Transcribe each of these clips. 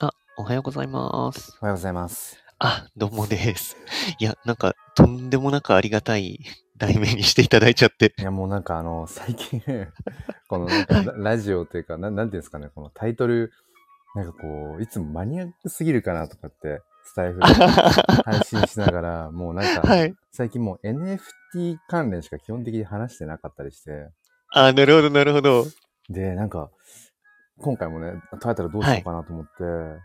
はようございます。おはようございます。あ、どうもです。いや、なんか、とんでもなくありがたい題名にしていただいちゃって。いや、もうなんかあの、最近、 このなんかララジオというか、ななんていうんですかね、このタイトル、なんかこう、いつもマニアックすぎるかなとかって、スタイフで は配信しながら、もうなんか、い。最近もう NFT 関連しか基本的に話してなかったりして、あ、なるほど、なるほど。で、なんか、今回もね、タイトルどうしようかなと思って、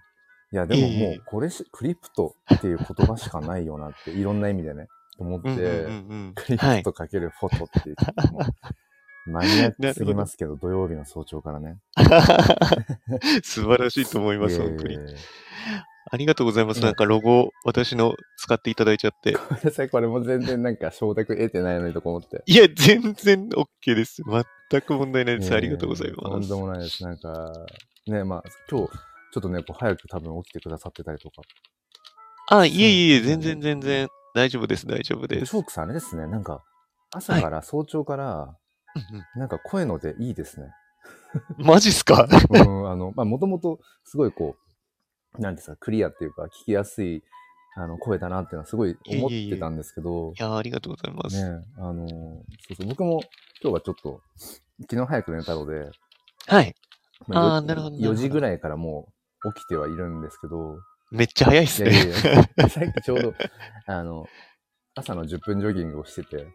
いや、でももええう、これし、クリプトっていう言葉しかないよなって、いろんな意味でね、と思って、うんうんうんクうん。リはプい。トかけるフォトっていう、ちょっともうマニアックすぎますけど、土曜日の早朝から ね。 素晴らしいと思います、いえいえ本当にい。えありがとうございます。いえなんか、ロゴ、私の使っていただいちゃって。ごめんなさい、これも全然なんか承諾得てないのにとか思って。いや、全然 OK です。全く問題ないです。ええありがとうございとまんすで。もないです。なんか、ね、まあ、今日、ちょっとね、こう早く多分起きてくださってたりとか。あ、いえいえ、うん全然全然大丈夫です、大丈夫で、でチす。ョークさんあれですね、なんか、朝から、早朝から、うんなんか声のでいい ですね。うんマジっすかうん、あの、まあ、もともと、すごいこう、なんですか、クリアっていうか、聞きやすい、あの、声だなっていうのはすごい思ってたんですけどい、や、ありがとうございます。ねえ、あのーそうそう、僕も今日はちょっと、昨日早く寝たので、はい。まあーなるほどなるほど4時ぐらいからもう起きてはいるんです けど、めっちゃ早いっすいやいね。やいや、さ っきちょうど、あの、朝の10分ジョギングをしてて、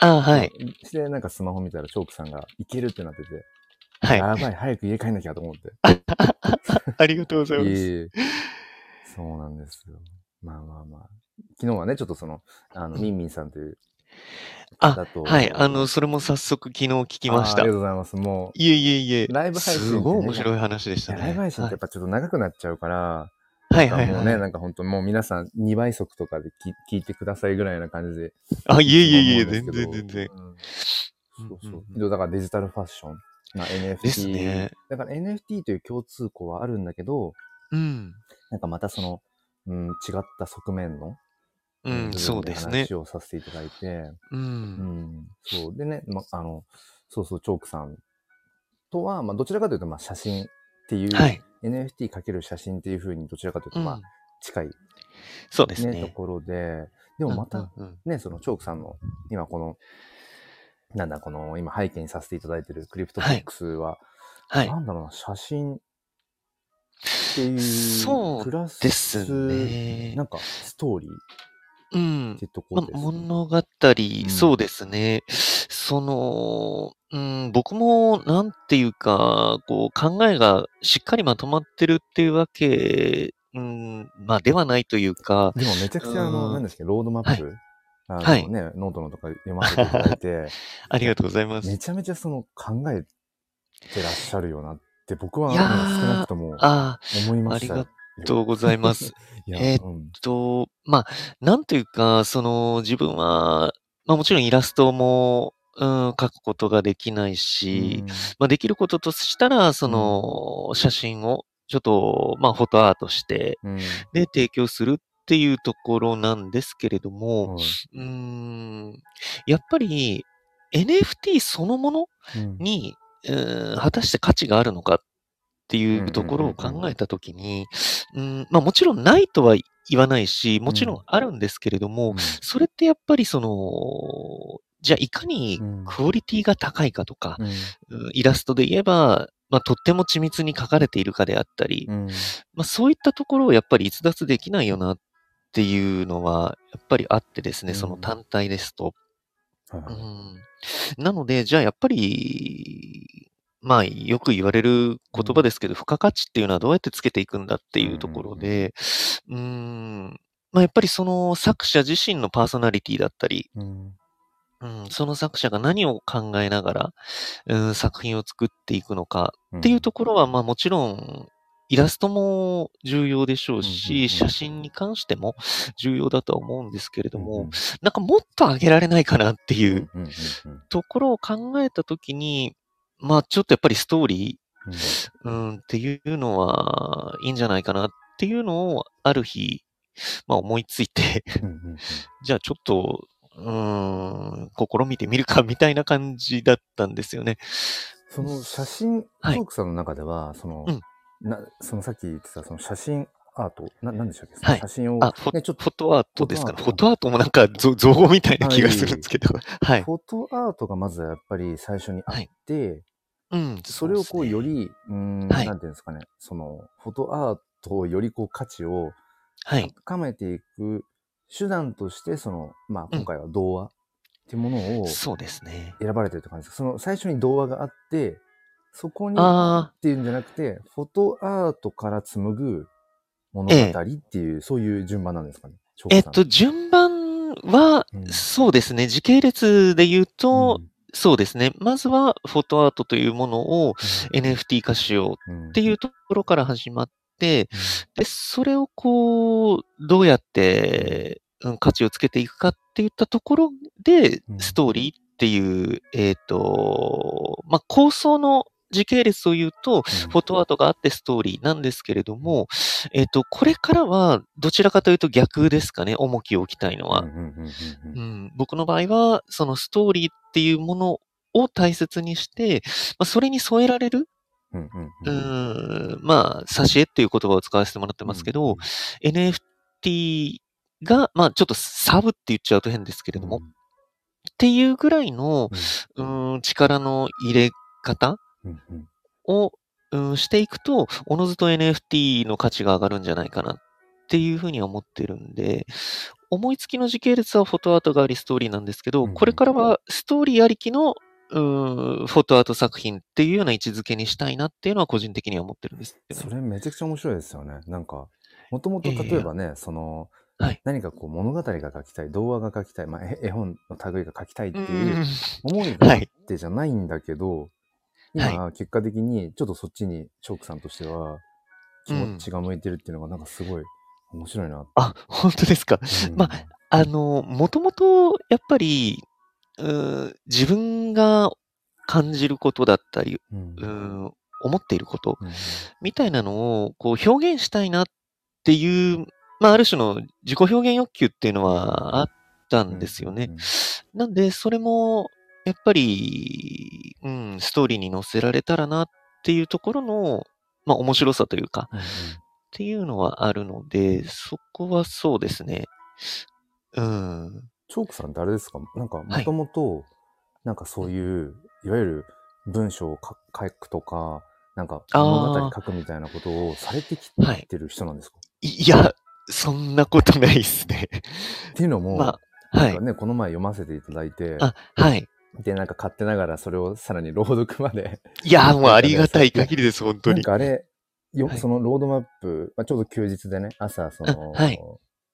あ、はい。して、なんかスマホ見たらチョークさんがいけるってなってて、はい。やばい、早く家帰んなきゃと 思って。ありがとうございます。えいえそうなんですよ。まあまあまあ。昨日はね、ちょっとその、あの、うんミンミンさんというあ方と、はい、あの、それも早速昨日聞きましあーあた。いりがとうございます。もう、えいえいえ、ライブ配信ってすねごい面白い話でしいたやね。ライブ配信ってやっぱちょっと長くなっちゃうから、はいはいなんかもはういね、はい。なんか本当もう皆さん2倍速とかで聞聞いてくださいぐらいな感じで。あ、いえいえいえ、つも思う全んですけ然ど全然。。うんそううん。そううんでだからデジタルファッション。まあ、NFT。ですね。だから NFT という共通項はあるんだけど、うん。なんかまたその、うん、違った側面の、う部分ん、そうですね話。をさせていただいて、う。うんん、そう。でね、ま、あの、そうそう、チョークさんとは、まあ、どちらかというと、まあ、写真っていう、はい。 NFT かける写真っていうふうに、どちらかといううと、んまあ、近い、ねそうですとね。ころで、でもまた、うんうんうんね、その、チョークさんの、今この、なんだ、この、今背景にさせていただいてるクリプトボックスは、はい。なんだろうな、写真っていう、そうプラス、ですねなんか、ストーリーうっんて。とこまろです、物語、んそうですね。その、うん、僕も、なんていうか、こう、考えがしっかりまとまってるっていうわけ、うん、まあ、ではないというか、でもめちゃくちゃあうの、んなんですか、ロードマップ、あのはいね、ノートのとか読ませていただ いて、ありがとうございます。めちゃめちゃその考えてらっしゃるよなって、僕はいねや少ーなくともあ思いあ、あまりした。がとうござい ます。いや、えーうん、と、まあ、なんというか、その、自分は、まあ、もちろんイラストも、うん、描くことができないし、まあ、できることとしたら、その、写真を、ちょっと、まあ、フォトアートして、うん、うんで提供するっていうところなんですけれども、はいーうん、やっぱり NFT そのものうんに、うーん果たして価値があるのかっていんうんうんううんところを考えたときに、うーんまあ、もちろんないとは言わないし、もちろんあるんですけれども、うんそれってやっぱりその、じゃあいかにうんクオリティが高いかとか、うんうんイラストで言えば、まあ、とっても緻密に描かれているかであったり、うんまあ、そういったところをやっぱり逸脱できないよなっていうのはやっぱりあってですね、うんその単体ですと。はいはういん、なので、じゃあやっぱり、まあよく言われる言葉ですけど、付加価値っていうのはどうやってつけていくんだっていうところで、うん、まあやっぱりその作者自身のパーソナリティだったり、うんうん、その作者が何を考えながら、うん、作品を作っていくのかっていうところは、まあもちろん、イラストも重要でしょううんうんうし、ん写真に関しても 重要だとは思うんですけれどうんうもん、なんかもっと上げられないかなっていうんううんうんうんところを考えたときに、まあちょっとやっぱりストーリー、ううんん、っていうのはいいんじゃないかなっていうのをある日、まあ思いついて、 うんうんうんじゃあちょっと、うーん、試みてみるかみたいな感じだったんですよね。その写真、トはいークさんの中では、その、うんなそのさっき言ってた、その写真アートな、なんでしたっけ、はい写真を、あ、フォ,、ね、ちょっとフォトアートですかね。フフォトォトアートもなんか造造語みたいな気がするんですけど。はい。フォトアートがまずやっぱり最初にあって、うん。それをこうより、うーん、はいなんていうんですかね、その、フォトアートをよりこう価値をはい。高めていく手段として、その、まあうん今回は童話っていうものをそうですね。選ばれてるって感じです。その最初に童話があって、そこにっあていうんじゃなくて、フォトアートから紡ぐ物語っていう、そういう順番なんですかね。翔あ、子えっさんと、、順番は、うんそうですね。時系列で言うと、そうですね。まずはフォトアートというものを NFT 化しようっっていううところから始まって、で、それをこう、どうやって、うん、価値をつけていくかっていったところでう、んストーリーっていう、えっ、と、まあ、構想の時系列を言うと、フォトアートがあってストーリーなんですけれども、えっ、と、これからはどちらかというと逆ですかね、重きを置きたいのは。うん、僕の場合は、そのストーリーっていうものを大切にして、まあ、それに添えられるうーんまあ、挿絵っていう言葉を使わせてもらってますけど、、NFT が、まあ、ちょっとサブって言っちゃうと変ですけけれども、っていうぐらいの、うーん、力の入れ方を、うん、していくと、おのずと NFT の価値が上がるんじゃないかなっていうふうには思ってるんで、思いつきの時系列はフォトアートがありストーリーなんですけど、うんうんこれからはストーリーありきの、うん、フォトアート作品っていうような位置づけにしたいなっていうのは個人的には思ってるんですけどそね。れめちゃくちゃ面白いですよね。なんか、もともといやいや例えばね、そのはい、何かこう物語が書きたい、童話が書きたい、まあ絵絵本の類が書きたいってういうん思いがはあっい。てじゃないんだけど、はい今、結果的にちょっとそっちにチョークさんとしては気持ちが向いてるっていうのがなんかすごい面白いな。あ、本当ですか。うんまあの、もともと、やっぱり、うーん自分が感じることだったり、うんうーん思っていることうんみたいなのを、こう、表現したいなっていう、まあ、ある種の自己表現欲求っていうのはあったんですよね。。なんで、それも、やっぱり、うん、ストーリーに載せられたらなっていうところの、まあ、面白さというか、うんうんっていうのはあるので、そこはそうですね。うん。チョークさんってあれですかなんか、もともと、なんかそういう、いわゆる文章を書書くとか、なんかあー物語書くみたいなことをされてきはいてる人なんですか、いいや、そんなことないですね。っていうのも、まあ、はなんいか。ね、この前読ませていただいて、あ、はい。で、なんか買ってながらそれをさらに朗読まで、いや、もうありがたい限りです、本当なんに。かあれ、よはいそのロードマップ、まあ、ちょうど休日でね、朝、その、あはい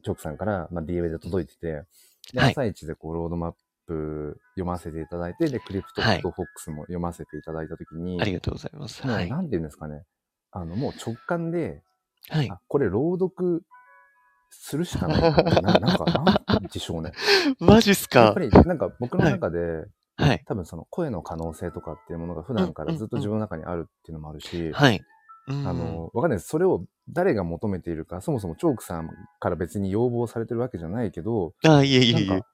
チョークさんから、まあ、DA で届いてて、ではい朝一でこう、ロードマップ読ませていただいて、で、クリプトはいとフォックスも読ませていただいたときに、ありがとうございます。もうはい。なんていうんですかね、あの、もう直感で、はい。あ、これ朗読するしかないな。ななん か、なんでしょうね。マジっすやっかぱ。り、なんか僕の中で、はい。多分その声の可能性とかっていうものが普段からずっと自分の中にあるっていうのもあるし、はい。うんあ、の、わかんないです。それを誰が求めているか、そもそもチョークさんから別に要望されてるわけじゃないけど、あ、いえいえいなんえか。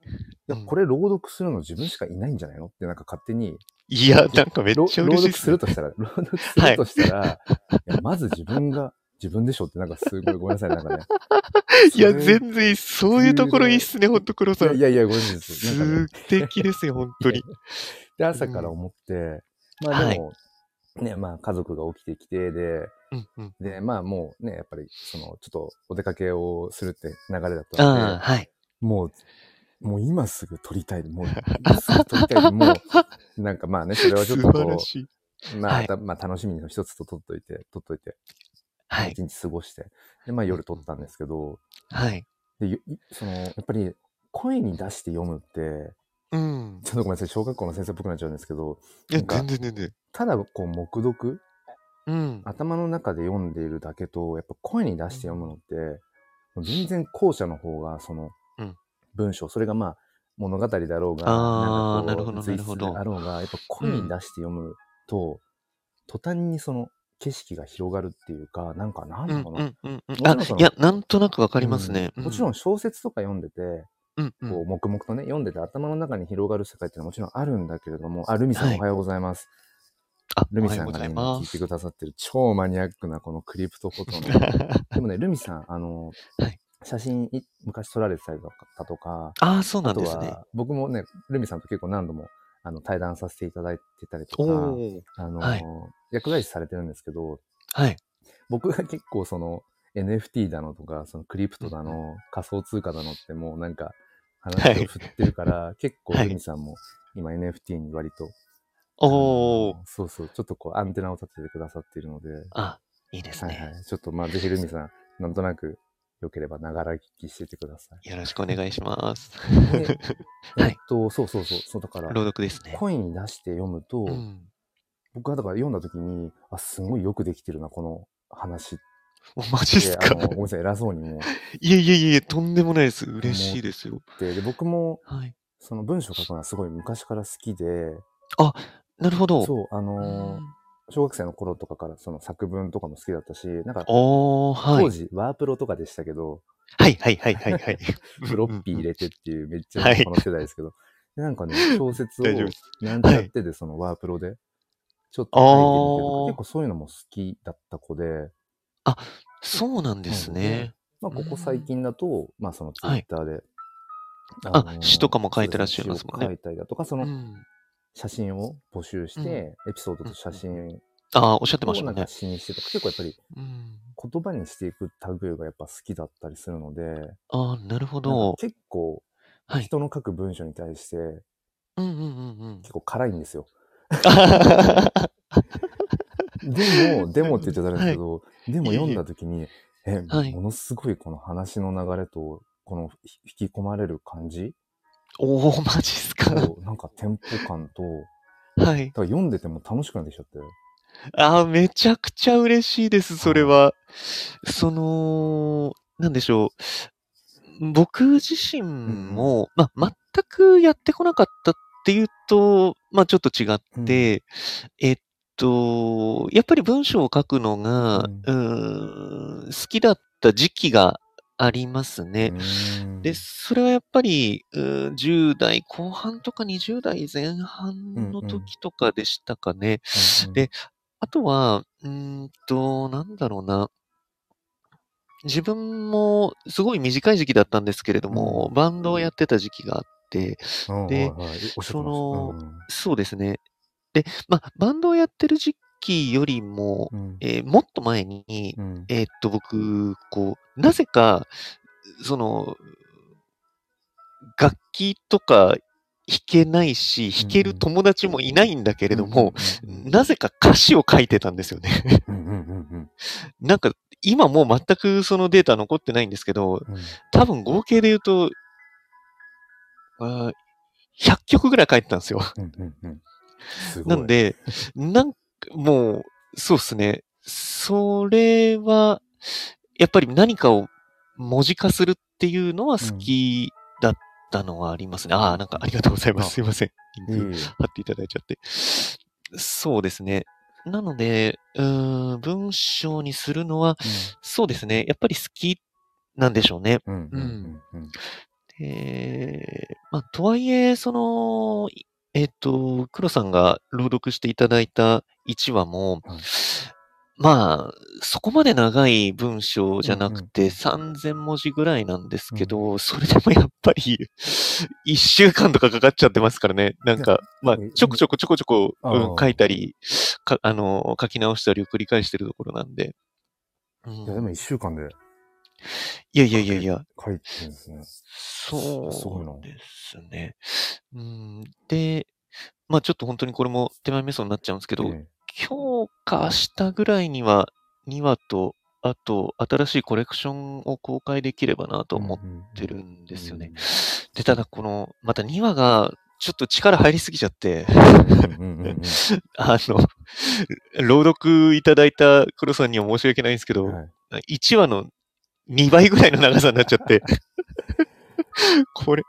いや、これ朗読するの自分しかいないんじゃないのってなんか勝手にいや、なんかめっちゃ朗嬉しい読っすするね。としたら、朗読するとしたら、いやまず自分が自分でしょって、なんかすごいごめんなさい、なんかね。 いや、す全然いいっす、そういうところいいっすね、ほんと、黒いさやんい。やいや、ごめんなさい。なんか素ね、敵ですよ、本当に。で、朝から思って、まあでも、ね、まあ家族が起きてきて、で、うんうん。で、まあもうね、やっぱり、その、ちょっとお出かけをするって流れだったのああ、で、はい。もう、もう今すぐ撮りたい。もう、今すぐ撮りたい。も う、なんかまあね、それはちょ素っと晴らこしい。う、まはあ、いたまあ楽しみの一つと撮っといて、撮っといて、はい。一日過ごして、で、まあ夜撮ったんですけど、はい。で、ゆその、やっぱり、声に出して読むって、うん。ちょっとごめんなさい、小学校の先生っぽくなっちゃうんですけど、いや、なんか全然全然。ただこう、黙読、うん。頭の中で読んでいるだけと、やっぱ声に出して読むのって、全然後者の方が、そのうん、文章、それがまあ、物語だろうが、あーんかこうなるほどなるほど随筆であろうが、やっぱ声に出して読むと、途端にその景色が広がるっていうか、なんか、なんうだんろううな。んうんうん。もちろあんそ、のいや、なんとなくわかりますね。うんもちろん小説とか読んでて、うん、うん、こう、黙々とね、読んでて頭の中に広がる世界っていうのはもちろんあるんだけれども、あ、ルミさんはいおはようございます。あ、ルミおはさようんごがざね、い今ま聞いす。てくださってる超マニアックなこのクリプトフォト の。あでもね、ルミさん、あの、はい写真い昔撮られてたりとかとか、あ、そうなあんとですね。は、僕もね、ルミさんと結構何度もあの対談させていただいてたりとおか、お。あの、はい薬剤師されてるんですけど、はい。僕が結構その NFT だのとか、そのクリプトだの、仮想通貨だのってもうなんか話を振ってるから、結構はいルミさんも今 NFT に割と、おあお。のそうそう、ちょっとこうアンテナを立ててくださっているので、あ、いいですはいね。はい。ちょっとまあぜひルミさん、なんとなく良ければながら聞きしててください。よろしくお願いします。 ではいえっと、そうそうそう、そうだから、朗読ですね。声に出して読むうと、ん。僕はだから読んだ時に、あ、すごいよくできてるな、この 話って。おマジっすあかの、ごめんなさい、偉そうにもう。いえいえいえ、とんでもないです。嬉しいですよ。で、で僕も、はい。その文章書くのはすごい昔から好きで、なるほど。そう、あのーうん小学生の頃とかからその作文とかも好きだったし、なんか、おー、は当い。時、ワープロとかでしたけど、はいはいはいはいはい。 フロッピー入れてっていう、めっちゃ はいこの世代ですけど、でなんかね、小説を大丈夫ですなんちゃってで、そのワープロで、ちょっと書いてみてとあーか、結構そういうのも好きだった子で、そうなんですね。まあ、ここ最近だと、まあ、そのツイはいッターで。あのー詩とかも書いてらっしゃいますもんねそうです詩を書いたりだとか、そうのん。写真を募集して、うんエピソードと写真ああ、おっしゃってましをたもなんんかね。詩にしてとか、結構やっぱりうん。言葉にしていく類がやっぱ好きだったりするので、ああ、なるほなんどか。結構はい。人の書く文章に対してうんうんうん うん。結構辛い んですよ。あでも、でもって言っちゃダメです けど、でも読んだ時に、え、はいものすごいこの話の流れと、この引き込まれる 感じおお、マジっすか。と、なんかテンポ感と、はいだ。から読んでても楽しくなってきちゃって。ああ、めちゃくちゃ嬉しいです、それは。その、なんでしょう。僕自身も、まあ、全くやってこなかったっていうと、まあ、ちょっと違っうん、て、えっと、やっぱり文章を書くのが、うんうーん好きだった時期がありますね。うんで、それはやっぱり、うー10代後半とか20代前半のうんうん時とかでしたかね。うんうんであとは、うーんと、なんだろうな。自分もすごい短い時期だったんですけれども、うバンドをやってた時期があって、うんではいはいおっしゃってましたそのうんそうですね。で、まあ、バンドをやってる時期よりも、うんえーもっと前に、うんえーっと、僕、こう、なぜか、その、楽器とか弾けないし、弾ける友達もいないんだけれども、、なぜか歌詞を書いてたんですよね。 うんうんうんなんか、今もう全くそのデータ残ってないんですけど、うんうん多分合計で言うと、あー100曲ぐらい書いてたんですよ。うんうんうんすごいなんで、なんかもう、そうですね。それは、やっぱり何かを文字化するっていうのは好きだったのはありますね。ああ、なんかありがとうございまあす。すいません。いリいンク貼っていただいちゃって。そうですね。なので、うーん、文章にするのは、そうですね。やっぱり好きなんでしょうね。うんうんうんうんうんえーまあ、とはいえ、その、いえっ、と、黒さんが朗読していただいた1話も、はいまあ、そこまで長い文章じゃなくうんてうん3000文字ぐらいなんですけど、それでもやっぱり 1週間とかかかっちゃってますからね。なんか、まあうん、ちょこちょこちょこちょこ、あーうん書いたり、かあの、書き直したりを繰り返してるところなんで。うんいやでも一週間でいやいやいやいや、書いてるんですね。そうすごいなですね。うん、で、まあちょっと本当にこれも手前味噌になっちゃうんですけど、え今日か明日ぐらいには2話と、あと新しいコレクションを公開できればなと思っうんうんてるんですよね。うで、ただこの、また2話がちょっと力入りすぎちゃって、んうんうんうんあの、 朗読いただいた黒さんには申し訳ないんですけうどん、はい1話の2倍ぐらいの長さになっちゃ って、これ、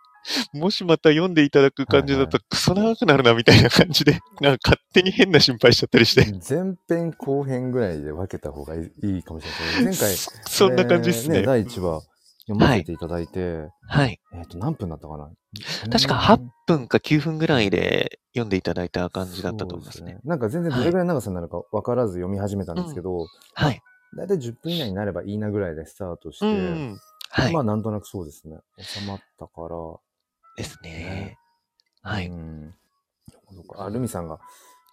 もしまた読んでいただく感じだとクソ長くなるなみたいな感じで、なんか勝手に変な心配しちゃったりして、前編後編ぐらいで分けた方がいいいいかもしれないですね。前回、そそんな感じですね。えー第1話読ませていただいて、はい。えっと、何分だったかな確か8分か9分ぐらいで読んでいただいた感じだったと思いますね。そうでなんか全然どれぐらいの長さになるか分からず読み始めたんですけど、はい。だいたい10分以内になればいいなぐらいでスタートして、うん。はいま。あなんとなくそうですね。収まったから。ですねね。。はいうんそっかそっかあ、ルミさんが、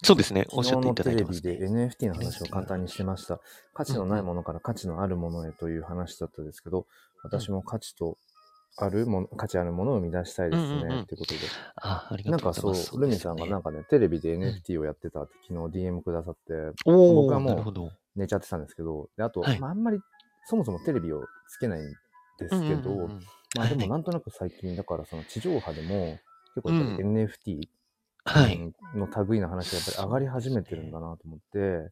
そうですね。おっしゃ昨っ日ていただいのテレてまビす、でね。 NFT の話を簡単にしてました。価値のないものから価値のあるものへという話だったですけど、私も価値とあるもの、価値あるものを生み出したいですうんうんうんね、ってことで。あ、ありながんとうごかざいそまうす。、ルミさんがなんかね、テレビで NFT をやってたって昨日 DM くださって、お僕はおもうなるほど。寝ちゃってたんですけど、であと、はいまあ、あんまりそもそもテレビをつけないんですけど、うんうんうんうんまあではもいなんとなく最近、だからその地上波でも、結構うんやっぱり NFT はい。うんの類の話がやっぱり上がり始めてるんだなと思って、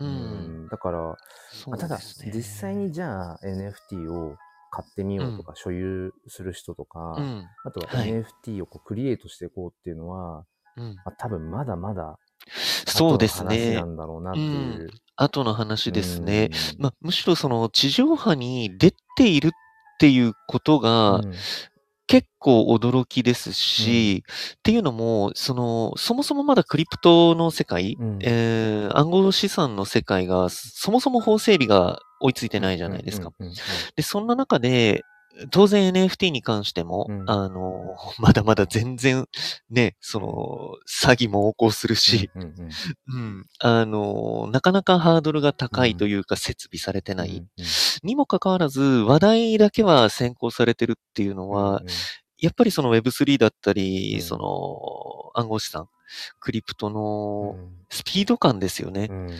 う。うんんだから、そうただですね実際にじゃあ NFT を買ってみようとか、所有する人とか、うん。あとははい NFT をこうクリエイトしていこうっていうのは、うん。まあ、多分まだまだそうです後の話ねな。んだろうなっていう。後の話ですね。うん。まあ、むしろその地上波に出ているっていうことがうん結構驚きですし、っていうのも、その、そもそもまだクリプトの世界、うんえー暗号資産の世界が、そもそも法整備が追いついてないじゃないですか。。うんうんうんで、そんな中で、当然 NFT に関しても、うんあの、 まだまだ全然、ね、その、詐欺も横行するし、うんうんうんうん、あの、なかなかハードルが高いというか、設備されてない。うんうんにもかかわらず、話題だけは先行されてるっていうのは、やっぱりその Web3 だったり、うんその暗号資産、クリプトうんのスピード感ですよねう。んうん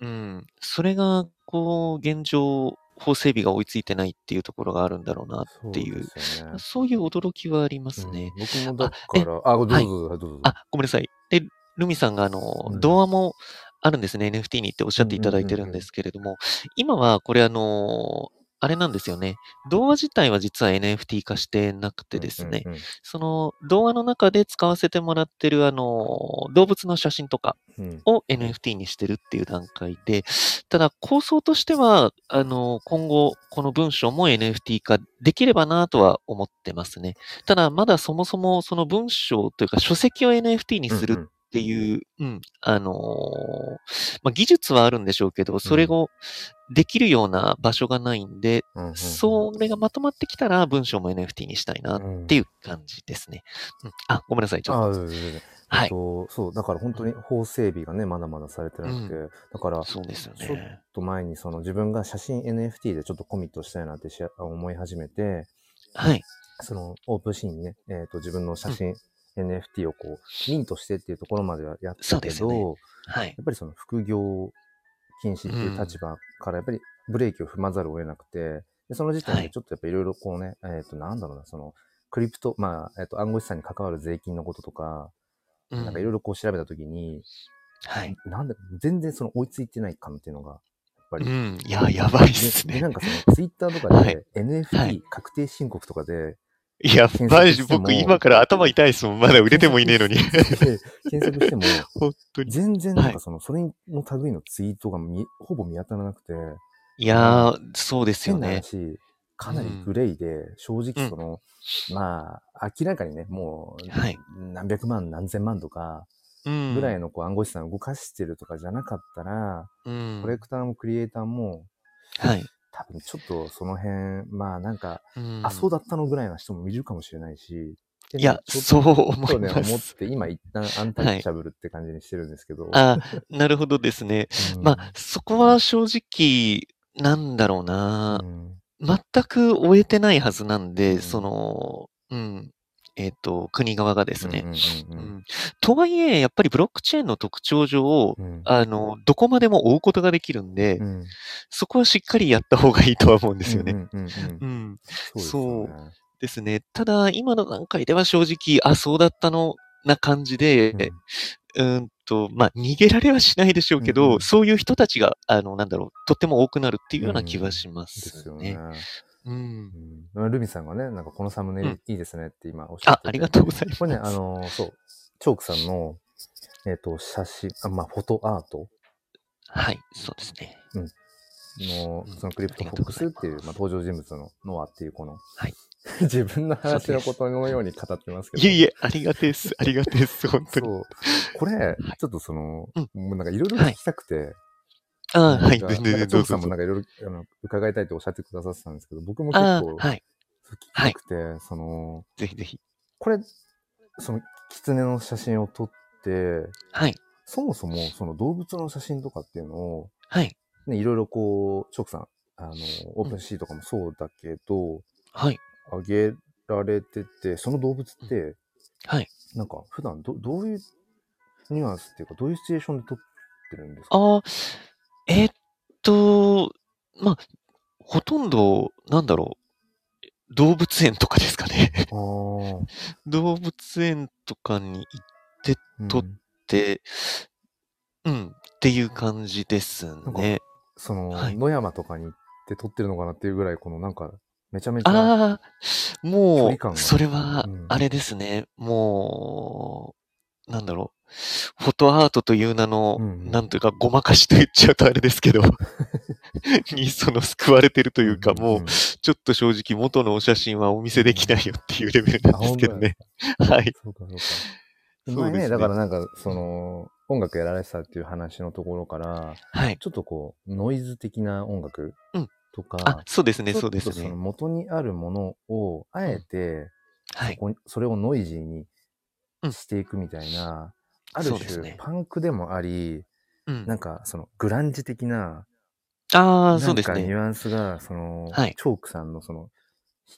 うん。それが、こう、現状、法整備が追いついてないっていうところがあるんだろうな。っていうそうですよねそういう驚きはありますね。うん僕もだから、あ、どうぞどうぞどうぞ。あ、ごめんなさい。で、ルミさんが、あのう、ん童話もあるんですね、NFT にっておっしゃっていただいてるんですけれども、今はこれ、あの、あれなんですよね。童話自体は実は NFT 化してなくてですね、うんうんその童話の中で使わせてもらってる、あの、動物の写真とかうんうんを NFT にしてるっていう段階で、ただ構想としては、あの、今後、この文章も NFT 化できればなとは思ってますね。ただ、まだそもそもその文章というか書籍を NFT にするっていう、うん、あのーまあ、技術はあるんでしょうけど、それをできるような場所がないんで、うんうんうんそれがまとまってきたら文章も NFT にしたいなっうんていう感じですね。うん、あ、ごめんなさい、ちょっと。あうんうんうんはえっい。とそう、だから本当に法整備がね、まだまだされてなくて、うだから、ちょそうですよちょね。っと前にその自分が写真 NFT でちょっとコミットしたいなってし思い始めて、はい。そのオープンシーンにね、えっと自分の写真、NFT をこう、ミントしてっていうところまではやっそたうでけすよど、ねはい。やっぱりその副業禁止っていう立場からやっぱりブレーキを踏まざるを得なくて、でその時点はいでちょっとやっぱいろいろこうね、えっ、となんだろうな、そのクリプト、まあ、えっ、と暗号資産に関わる税金のこととか、うんなんかいろいろこう調べたときに、はい。なんで、全然その追いついてない感っていうのが、やっぱうり。ん。いや、やばいっすでねでな。んかそのツイッターとかでは NFT い確定申告とかで、やばいし、検索しても僕今から頭痛いですもん。まだ売れてもいねえのに。検索して検索しても、 本当に。全然なんかその、それの類のツイートがみほぼ見当たらなくて、いやー、そうですよ変なね。話、かなりグレーで、正直その、まあ、明らかにね、もう、はい何百万、何千万とか、うん。ぐらいのこう暗号資産を動かしてるとかじゃなかったら、うん。コレクターもクリエイターも、はい。多分ちょっとその辺、まあなんか、うんあ、そうだったのぐらいな人もいるかもしれないし、いや、ちょそうっ思いとね、ま思っす。て、今一旦アンタッチャブルって感じにしてるんですけど。あなるほどですね。うんまあ、、そこは正直、なんだろうなう。ん全く終えてないはずなんで、うんその、うん、えっ、と、国側がですね。。ううんんとはいえ、やっぱりブロックチェーンの特徴上、うんうんあの、どこまでも追うことができるんで、うんそこはしっかりやった方がいいとは思うんですよね。うんうんうんうんうん、そうですよね。ですね。ただ、今の段階では正直、あ、そうだったの、な感じで、うんうーんと、まあ、逃げられはしないでしょうけど、うんうんそういう人たちが、あの、なんだろう、とっても多くなるっていうような気はしまですすよねね。。うん。うん、ルミさんがね、なんかこのサムネイルうんいいですねって今おっしゃっあ、てて、ありがとうございます。これね、あのーそう、チョークさんの、えっ、と、写真、あまあ、フォトアートはい、そうですね。のうんそのクリプトフォックスっていう、まあ、登場人物のノアっていうこの、はい 自分の話のことのように語ってますけど。いえいえ、ありがてえっ す。ありがてえっす。本当に。そう。これ、ちょっとその、もうなんかいろいろ聞きたくて、ああ、はい。なんか全然、なんどかチョうークさぞんも。なんかいろいろあの伺いたいとおっしゃってくださってたんですけど、僕も結ああ、構はい。聞きたくて、その、ぜひぜひ。これ、その、狐の写真を撮って、はい。そもそもその動物の写真とかっていうのを、はい。ね、いろいろこう、チョークさん、あの、オープンシーとかもそうだけど、はい。あ、げられてて、その動物って、はい。なんか普段どどういうニュアンスっていうか、どういうシチュエーションで撮ってるんですかああ、えーっと、まあ、ほとんど、なんだろう。動物園とかですかね。 あー、動物園とかに行っうん撮って、うん、っていう感じですなんかね。その、はい野山とかに行って撮ってるのかなっていうぐらい、このなんか、めちゃめちゃ、ああ、距も離感う、がそれはうん、あれですね、もう、なんだろう、フォトアートという名の、うんうんなんというか、ごまかしと言っちゃうとあれですけど、 にその救われてるとというか、もう、ちょっと正直、元のお写真はお見せできないよっていうレベルなんですけどね。はい。そうかそうか。そうですね前ね、だからなんか、その、音楽やられてたっていう話のところから、はい。ちょっとこう、ノイズ的な音楽うんとか、あ、そうですね、ちそうょっとですそのね。元にあるものを、あえて、はい。こうそれをノイジーにうんしていくみたいな、あるそうです種ね、パンクでもあり、うんなんか、その、グランジ的な、ああ、なそうんですかニね。ュアンスが、その、はいチョークさんのその、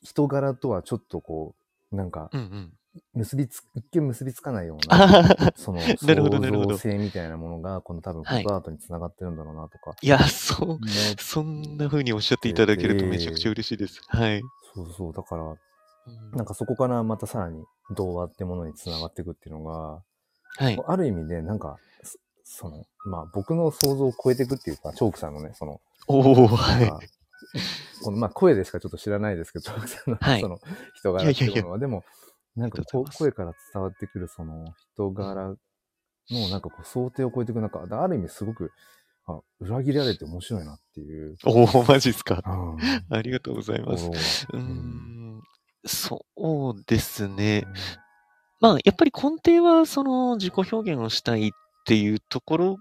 人柄とはちょっとこう、なんかう、んうん。結びつ、一見結びつかないようあ な、ははその、なるほどなるほ創ど造性みたいなものが、この多分、フはいォトアートにつながってるんだろうなとか、いや、そう。もそんな風におっしゃっていただけるとめちゃくちゃ嬉しいです。はい。うそうそう、だから、なんかそこからまたさらに、童話ってものにつながっていくっていうのが、はい。ある意味で、なんか、そその、まあ、僕の想像を超えていくっていうか、チョークさんのね、その、おおはい。まあこのまあ声でしかちょっと知らないですけ ど、奥さんのはいその人柄っていやいやいいうのは、でも、なんあかりがとうごこざいます声から伝わってくるその人柄のなんかこう想定を超えていく中、ある意味すごくあ裏切られて面白いなっていう。おおマジっすか。うん ありがとうございます。ところがうーうんん。そうですね。うんまあ、やっぱり根底は、その、自己表現をしたいっていうところ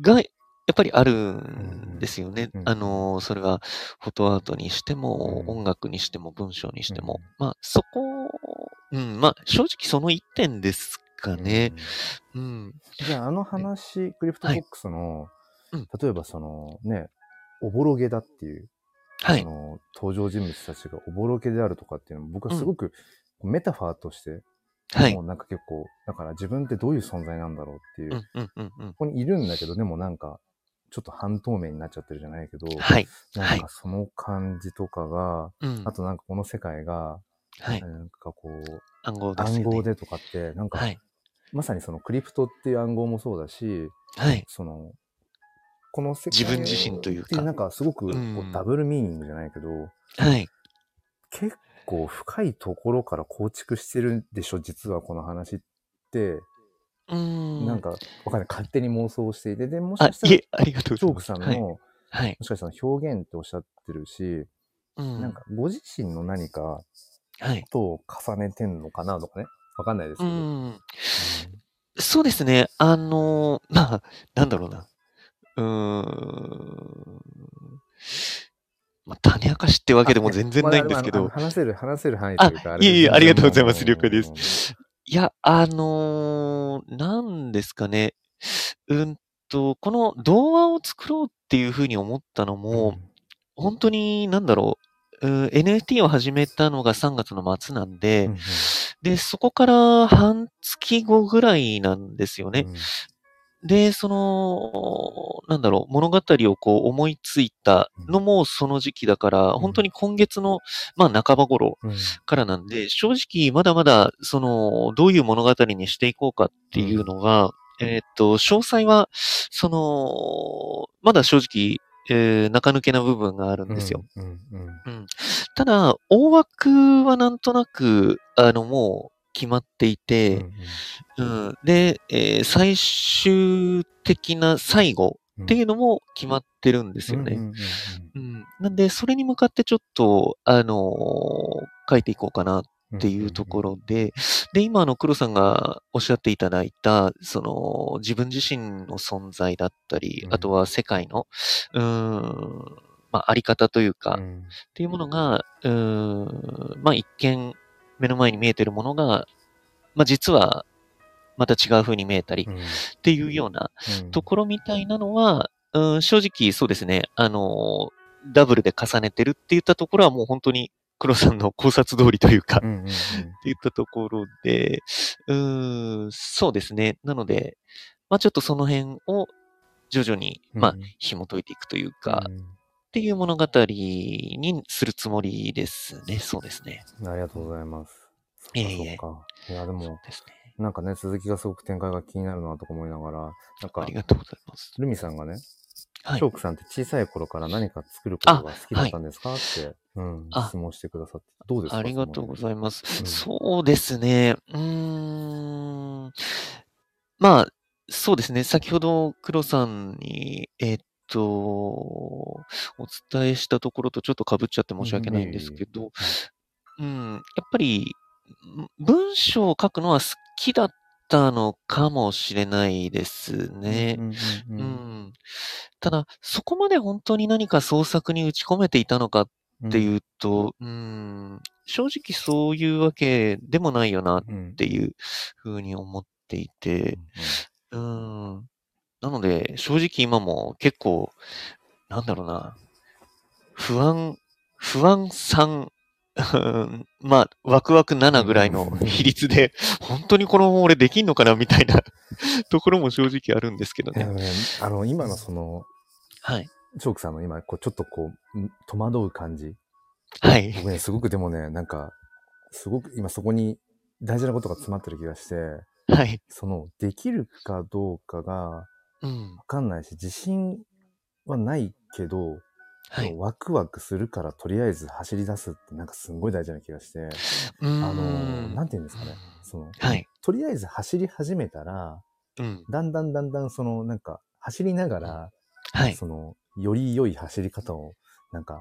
が、やっぱりあるんですよねうん。うんあの、それは、フォトアートにしても、うん音楽にしても、文章にしてもうん。まあ、そこ、うん、まあ、正直その一点ですかね。うん。じゃああの話、クリプトフォックスの、うん例えばそのね、おぼろげだっていうはあい。の登場人物たちがおぼろげであるとかっていうのも僕はすごくメタファーとして、はいも。うなんか結構だから自分ってどういう存在なんだろうっていう、うこんうんうんうん。こにいるんだけどでもなんかちょっと半透明になっちゃってるじゃないけど、はい。なんかその感じとかが、うんあ。となんかこの世界が、はい。なんかこう暗号ですよ暗ね。号でとかってなんか、はい。まさにそのクリプトっていう暗号もそうだしはい。そのこの世界自分自身というかってなんかすごくこううんダブルミーニングじゃないけど、はい。結構深いところから構築してるんでしょ実はこの話って、うーん。なんかわかんない勝手に妄想していてでもしあ、かいしたらえ、ありがとうチョーごクざさいんます。の、はい。もはい。しかしたら表現っておっしゃってるし、うん。なんかご自身の何かはい。とを重ねてんのかなとかねわかんないですうけど、うんん。そうですね。あのー、まあ、なんだろうな。うーん。まあ、種明かしってわけでも全然ないんですけまどあ。あの話せる話せる範囲というかあれいえいえ全然ありがとうございますも了解ですいや、あのーなんですかね。うんと、この童話を作ろうっていうふうに思ったのうんも、本当に、なんだろう、うん NFT を始めたのが3月の末なんで、うんうんで、そこから半月後ぐらいなんですよね。で、その、なんだろう、物語をこう思いついたのもその時期だから、ん本当に今月の、まあ半ば頃うんうんからなんで、正直まだまだ、その、どういう物語にしていこうかっていうのが、えーっと、詳細は、その、まだ正直、えー中抜けな部分があるんですよ。うんうんうんただ、大枠はなんとなく、あの、もう決まっていて、うんうんで、えー最終的な最後っていうのも決まってるんですよね。うんうんうんうん、なんで、それに向かってちょっと、あのー書いていこうかなっうんていうところで、で、今、あの、黒さんがおっしゃっていただいた、その、自分自身の存在だったりう、んあとは世界の、うーん、まあ、あり方というか、うっんていうものが、うーん、まあ、一見、目の前に見えてるものが、まあ、実は、また違う風に見えたりう、んっていうような、うんところみたいなのは、うん、正直そうですね、あの、ダブルで重ねてるって言ったところはもう本当に黒さんの考察通りというか、うってんうんうん言ったところで、うん、そうですね。なので、まあちょっとその辺を徐々に、まあうん、紐解いていくというか、うっんていう物語にするつもりですね。そうですね。ありがとうございます。そっかいえいえそっかいや、でそうも、ですね。なんかね、鈴木がすごく展開が気になるなとか思いながら、なんあかり、がとうございます。ルミさんがね、はいチョ。ークさんって小さい頃から何か作ることが好きだったんですか、って、うん、あ質問してくださって、どうですかありがとうございいます。うんそうですね。うーん。まあ、そうですね。先ほど黒さんに、えっと、お伝えしたところとちょっと被っちゃって申し訳ないんですけど、うん、やっぱり、ん文章を書くのは好きだったのかもしれないですすね。うんうんううんん、ただ、そこまで本当に何か創作に打ち込めていたのかうん、ってういうと、うーん、正直そういうわけでもないよなっんていうふうに思っていて、うーん。なので、正直今も結構、なんだろうな、不安、不安3、うん まあ、ワクワク7ぐらいのうん比率で、本当にこのまま俺できんのかなみたいな ところも正直あるんですけどいやね。でもね、あの、今のその、はい。チョークさんの今、こう、ちょっとこう、ん戸惑う感じ。はい。僕ね、すごくでもね、なんか、すごく今そこに大事なことが詰まってる気がして、はい。その、できるかどうかがわうん。かんないし、自信はないけど、はい。ワクワクするからとりあえず走り出すってなんかすごい大事な気がして、うーあんの、なんて言うんですかね。その、はい。とりあえず走り始めたら、うん。だんだんだんだんその、なんか、走りながら、はい。その、より良い走り方を、なんか、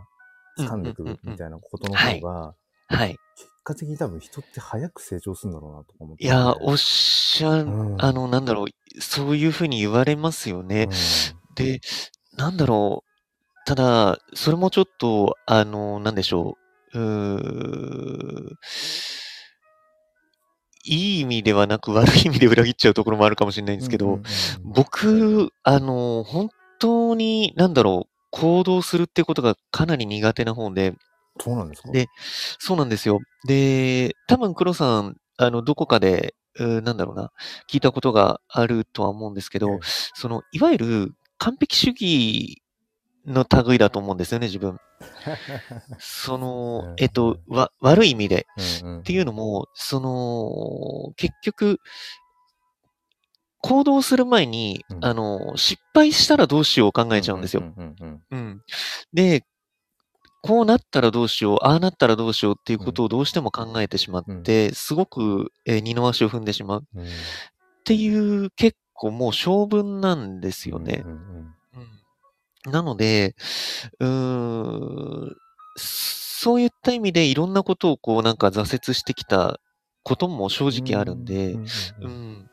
掴んでいくうんうんうんうんみたいなことの方が、はい。結果的に多分人って早く成長するんだろうなとか思って。いやー、おっしゃ、うんあの、なんだろう、そういうふうに言われますよね。で、なんだろう、ただ、それもちょっと、あの、なんでしょう、うーいい意味ではなく悪い意味で裏切っちゃうところもあるかもしれないんですけど、、僕、あの、本当に、なんだろう、行動するってことがかなり苦手な方で、そうなんですかで、そうなんですよ。で、多分黒さん、あの、どこかで、うーなんだろうな、聞いたことがあるとは思うんですけえどえ、その、いわゆる完璧主義の類だと思うんですよね、自 分。その、えええっと、わ、悪い意味で。っっていうのも、その、結局、行動する前にう、んあの、失敗したらどうしようを考えちゃうんですよ。。うん。で、こうなったらどうしよう、ああなったらどうしようっていうことをどうしても考えてしまって、すごく、えー二の足を踏んでしまうっでていう結構もう性分なんですよね。。うんなので、うーん、そういった意味でいろんなことをこうなんか挫折してきたことも正直あるんで、うん。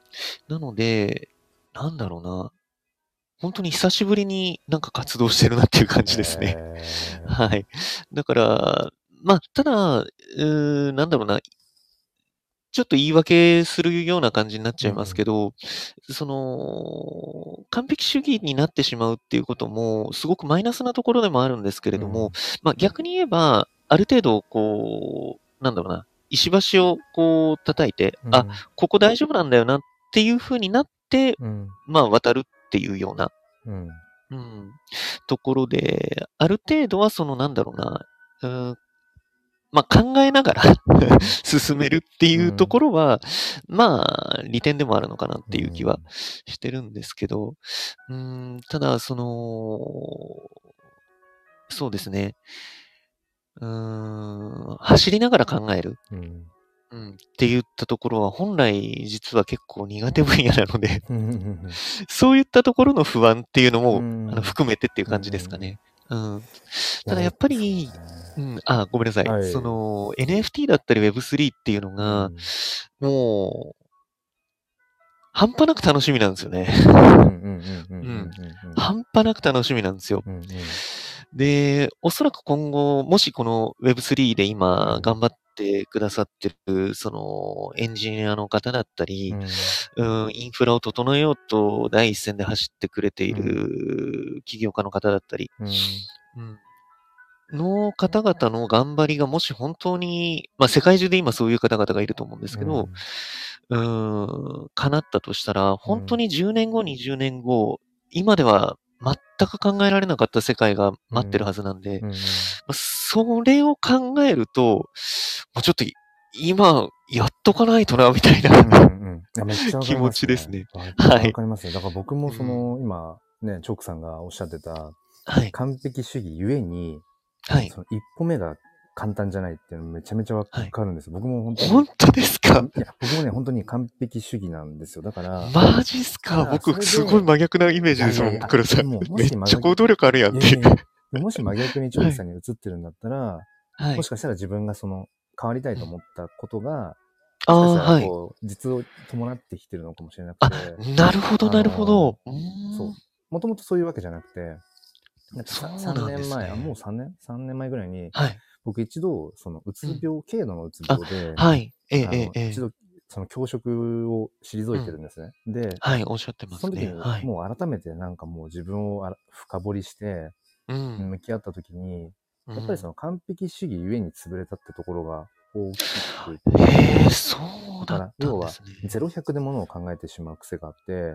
なので、なんだろうな。本当に久しぶりになんか活動してるなっていう感じですね。ええ。はい。だから、まあ、ただ、うーん、なんだろうな。ちょっと言い訳するような感じになっちゃいますけど、その、完璧主義になってしまうっていうことも、すごくマイナスなところでもあるんですけれども、まあ逆に言えば、ある程度、こう、なんだろうな、石橋をこう叩いて、うん、あ、ここ大丈夫なんだよなっていう風になって、うん、まあ渡るっていうような、うん、うん、ところで、ある程度はそのなんだろうな、うん、まあ考えながら 進めるっていうところは、まあ利点でもあるのかなっていう気はしてるんですけど、うん、ただ、その、そうですね、うん、走りながら考える。うん。うんって言ったところは本来実は結構苦手分野なので、うんうんうんうんそういったところの不安っていうのも、うんあの含めてっていう感じですかね。うん。ただやっぱり、そうでうすねん、あ、ごめんなさい。はいその NFT だったり Web3 っていうのが、もう、半端なく楽しみなんですよね。うんうんうんうんうんうん半端なく楽しみなんですよ。うんうんで、おそらく今後、もしこの Web3 で今頑張ってくださってる、そのエンジニアの方だったり、うんうん、インフラを整えようと第一線で走ってくれている起業家の方だったり、うんの方々の頑張りがもし本当に、まあ世界中で今そういう方々がいると思うんですけど、うん、叶ったとしたら、本当に10年後、20年後、今では全く考えられなかった世界が待ってるはずなんで、うんうんまあそれを考えると、もうちょっと今やっとかないとな、みたいな。うんうんいやめっちゃわかります気ね持ちですね。わはいわかりますね。だから僕もその、今、ね、チョークさんがおっしゃってた、はい、完璧主義ゆえに、はい。その一歩目が簡単じゃないっていうのめちゃめちゃわかるんですよ。僕も本当本当ですかに、いや、僕もね、本当に完璧主義なんですよ。だから、マジっすかただそれ僕、ですごい真逆なイメージですいもやん、いやいや黒さん。でももめっし真逆ちゃ行動力あるやんっいやてい。やいやもし真逆にチョークさんに移ってるんだったら、はいもし。かしたら自分がその変わりたいと思ったことが、あもあー、しかしたらはこう、実を伴ってきてるのかもしれなくて、い。なるほど、あのーなるほど。うー。そうんもともとそういうわけじゃなくて、なんかそうなん3ですね年前、あもう3年 ?3 年前ぐらいに、はい。僕一度、その、うつ病、軽度のうつ病で、はい。ええあ、のええええ一。度、その教職を退いてるんですね。で、はい、おっしゃってますその時ね。はに、い。もう改めてなんかもう自分をあら深掘りして、うん。向き合った時に、ややっぱりその完璧主義ゆえに潰れたってところが大きくて、へえ、そうだったんですね。 0100でものを考えてしまう癖があ って、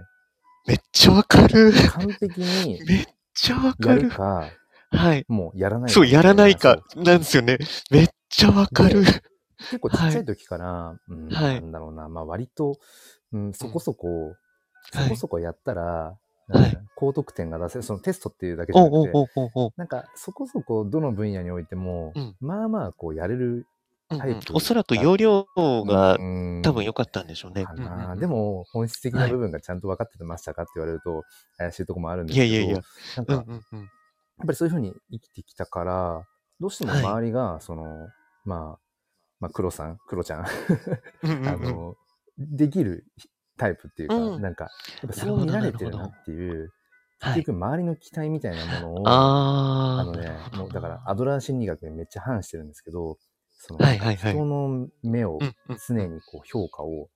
めっちゃわかる。 完璧にめっちゃわやかるる。か、はい。もうやらないかそう、やらないそかう、なんですよね。めっちゃわかる。結構ちっちゃい時から、うん、はいなんだろうな、まあ割と、うん、そこそこ、はいそこそこやったら、いなんか高得点が出せる、そのテストっていうだけじゃおなうくて、おうおうおうおう。なんかそこそこどの分野においても、うんまあまあこうやれるうんタうイんプおそらく容量がうん多分良かったんでしょうねか。うんうんな、うんで、も本質的な部分がちゃんと分かってましたかって言われると怪しいとこもあるんですいけやいど、やいや。なんか、うんやうっんうん。ぱりそういうふうに生きてきたから、どうしてもはい周りが、その、まあ、まあ、黒さん、黒ちゃん、うんうんあうんの、できるタイプっていうか、うんなんか、やっなぱるそほうど見られてるななるほどっていう、は結い。局周りの期待みたいなものを、あああ。のねなるほ、どもうだからアドラー心理学にめっちゃ反してるんですけど、その、はいはいはい人の目をうんうん常にこう評価を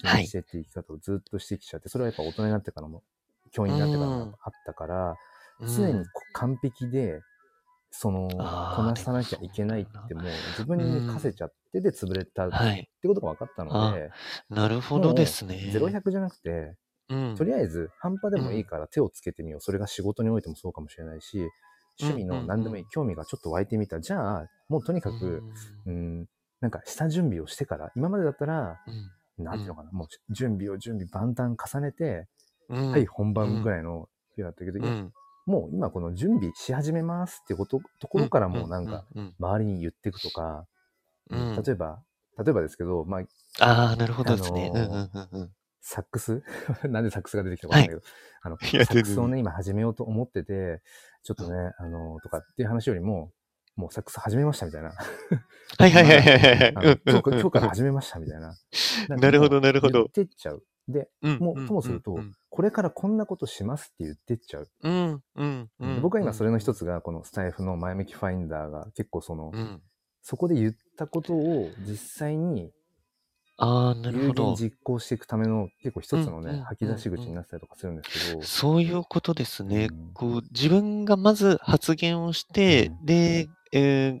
気はいにしてっていう生き方をずっとしてきちゃって、それはやっぱ大人になってからも、教員になってからもあったから、常うにんこう完璧で、その、こあーなさなきゃいけないってもう自分に課せちゃってで潰れたっはい。てことが分かったので、なるほどですね。 0100じゃなくて、うんとりあえず半端でもいいから手をつけてみよう。それが仕事においてもそうかもしれないし、趣味うんうんうのん何でもいい、興味がちょっと湧いてみた。じゃあ、もうとにかく、うん、なんか下準備をしてから、今までだったら、うんなんていうのかな、もう準備を準備万端重ねて、うんはい、本番ぐらいの日だったけど、ういやんもう今この準備し始めますってこと、ところからもうなんか、、うん周りに言っていくとか、うん例えば、例えばですけど、まあ、ああ、なるほどですね。あうんのーうんうんうんサックス なんでサックスが出てきたかわかんないけど、あの、いやサックスを全ね、今始めようと思ってて、ちょっとね、あの、とかっていう話よりも、もうサックス始めましたみたい な。はいはいはいはいはいあはのい。今日今日からうん始めましたみたいな。ん かなるほどなるほ言っど。てっちゃう。で、うんもうともするとこれからこんなことしますって言ってっちゃう。うんうんうでん。僕は今それの一つ。つが、このスタイフの前向きファインダーが結構その、うんそこで言ったことを実際にああ、なる有ほ言ど。実行していくための結構一つのうんうんうんうねん、吐き出し口になってたりとかするんですけど、そういうことですね。うんこう自分がまず発言をして、うで、えー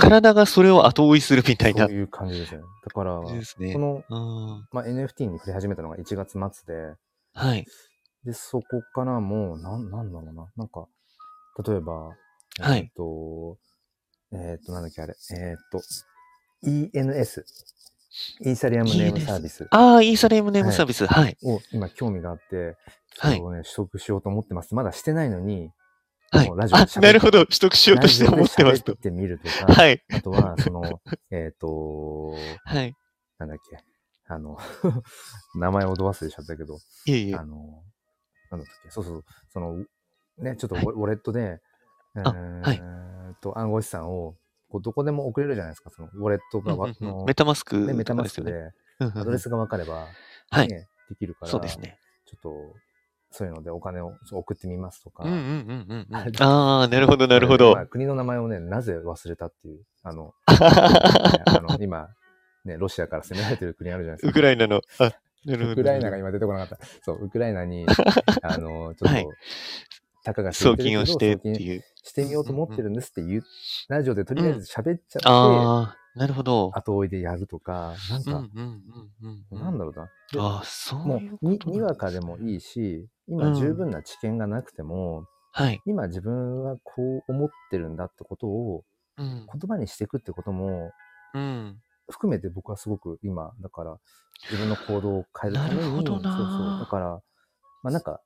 体がそれを後追いするみたいそなういう感じですね。だから、感じこですね。の、うんまあ、NFT に触れ始めたのが1月末で、はい。で、そこからもう、なん、なんだろうな。なんか、例えば、はいえっと、えっと、なんだっけ、あれ、えっと、ENS、イーサリアムネームサービスああ、イーサリアムネームサービス。はい。を今興味があって、はいそれをね、取得しようと思ってます。まだしてないのに、はいもうラ。ジオで喋あ、るなるほど。取得しようとしてラジオで思ってます 喋とっ。てみるとか、はい。あとは、その、えっと、はい。なんだっけ、あの、 名前をど忘れしちゃったけど、いえいえあ。の、なんだったっけ、そうそうそう、その、ね、ちょっとウはいォウォレットで、うあはいーんと、暗号資産を、こうどこでも送れるじゃないですか、その、ウォレットうがんうわ、んうのんメタマスクねメタとかマでスすよクね。で、うんうんアドレスがわかれば、はい。ね、できるから、そうですね。ちょっと、そういうのでお金を送ってみますとか、うんうんうんうんうん。あれああ、なるほど、なるほまあど。国の名前をね、なぜ忘れたっていう、あ の、ねあの今、ね、ロシアから攻められてる国あるじゃないですか。ウクライナの。あなるほどウクライナが今出てこなかった。そう、ウクライ ナに、あの、ちょっと、はいたかが知送れ金るをけどしてって送金いう。してみようと思ってるんですって言う、ラジオでとりあえず喋っちゃって、ああ、なるほど。後追いでやるとか、なんうんうか、んうんうん。なんだろうな。でああ、そうもいううにことになんわだかでもいいし、う今ん十分な知見がなくても、はい。今自分はこう思ってるんだってことをうん。言葉にしていくってこともうん。含めて僕はすごく今、だから自分の行動を変えるために、なるほどなそうそう。だから、まあなんか、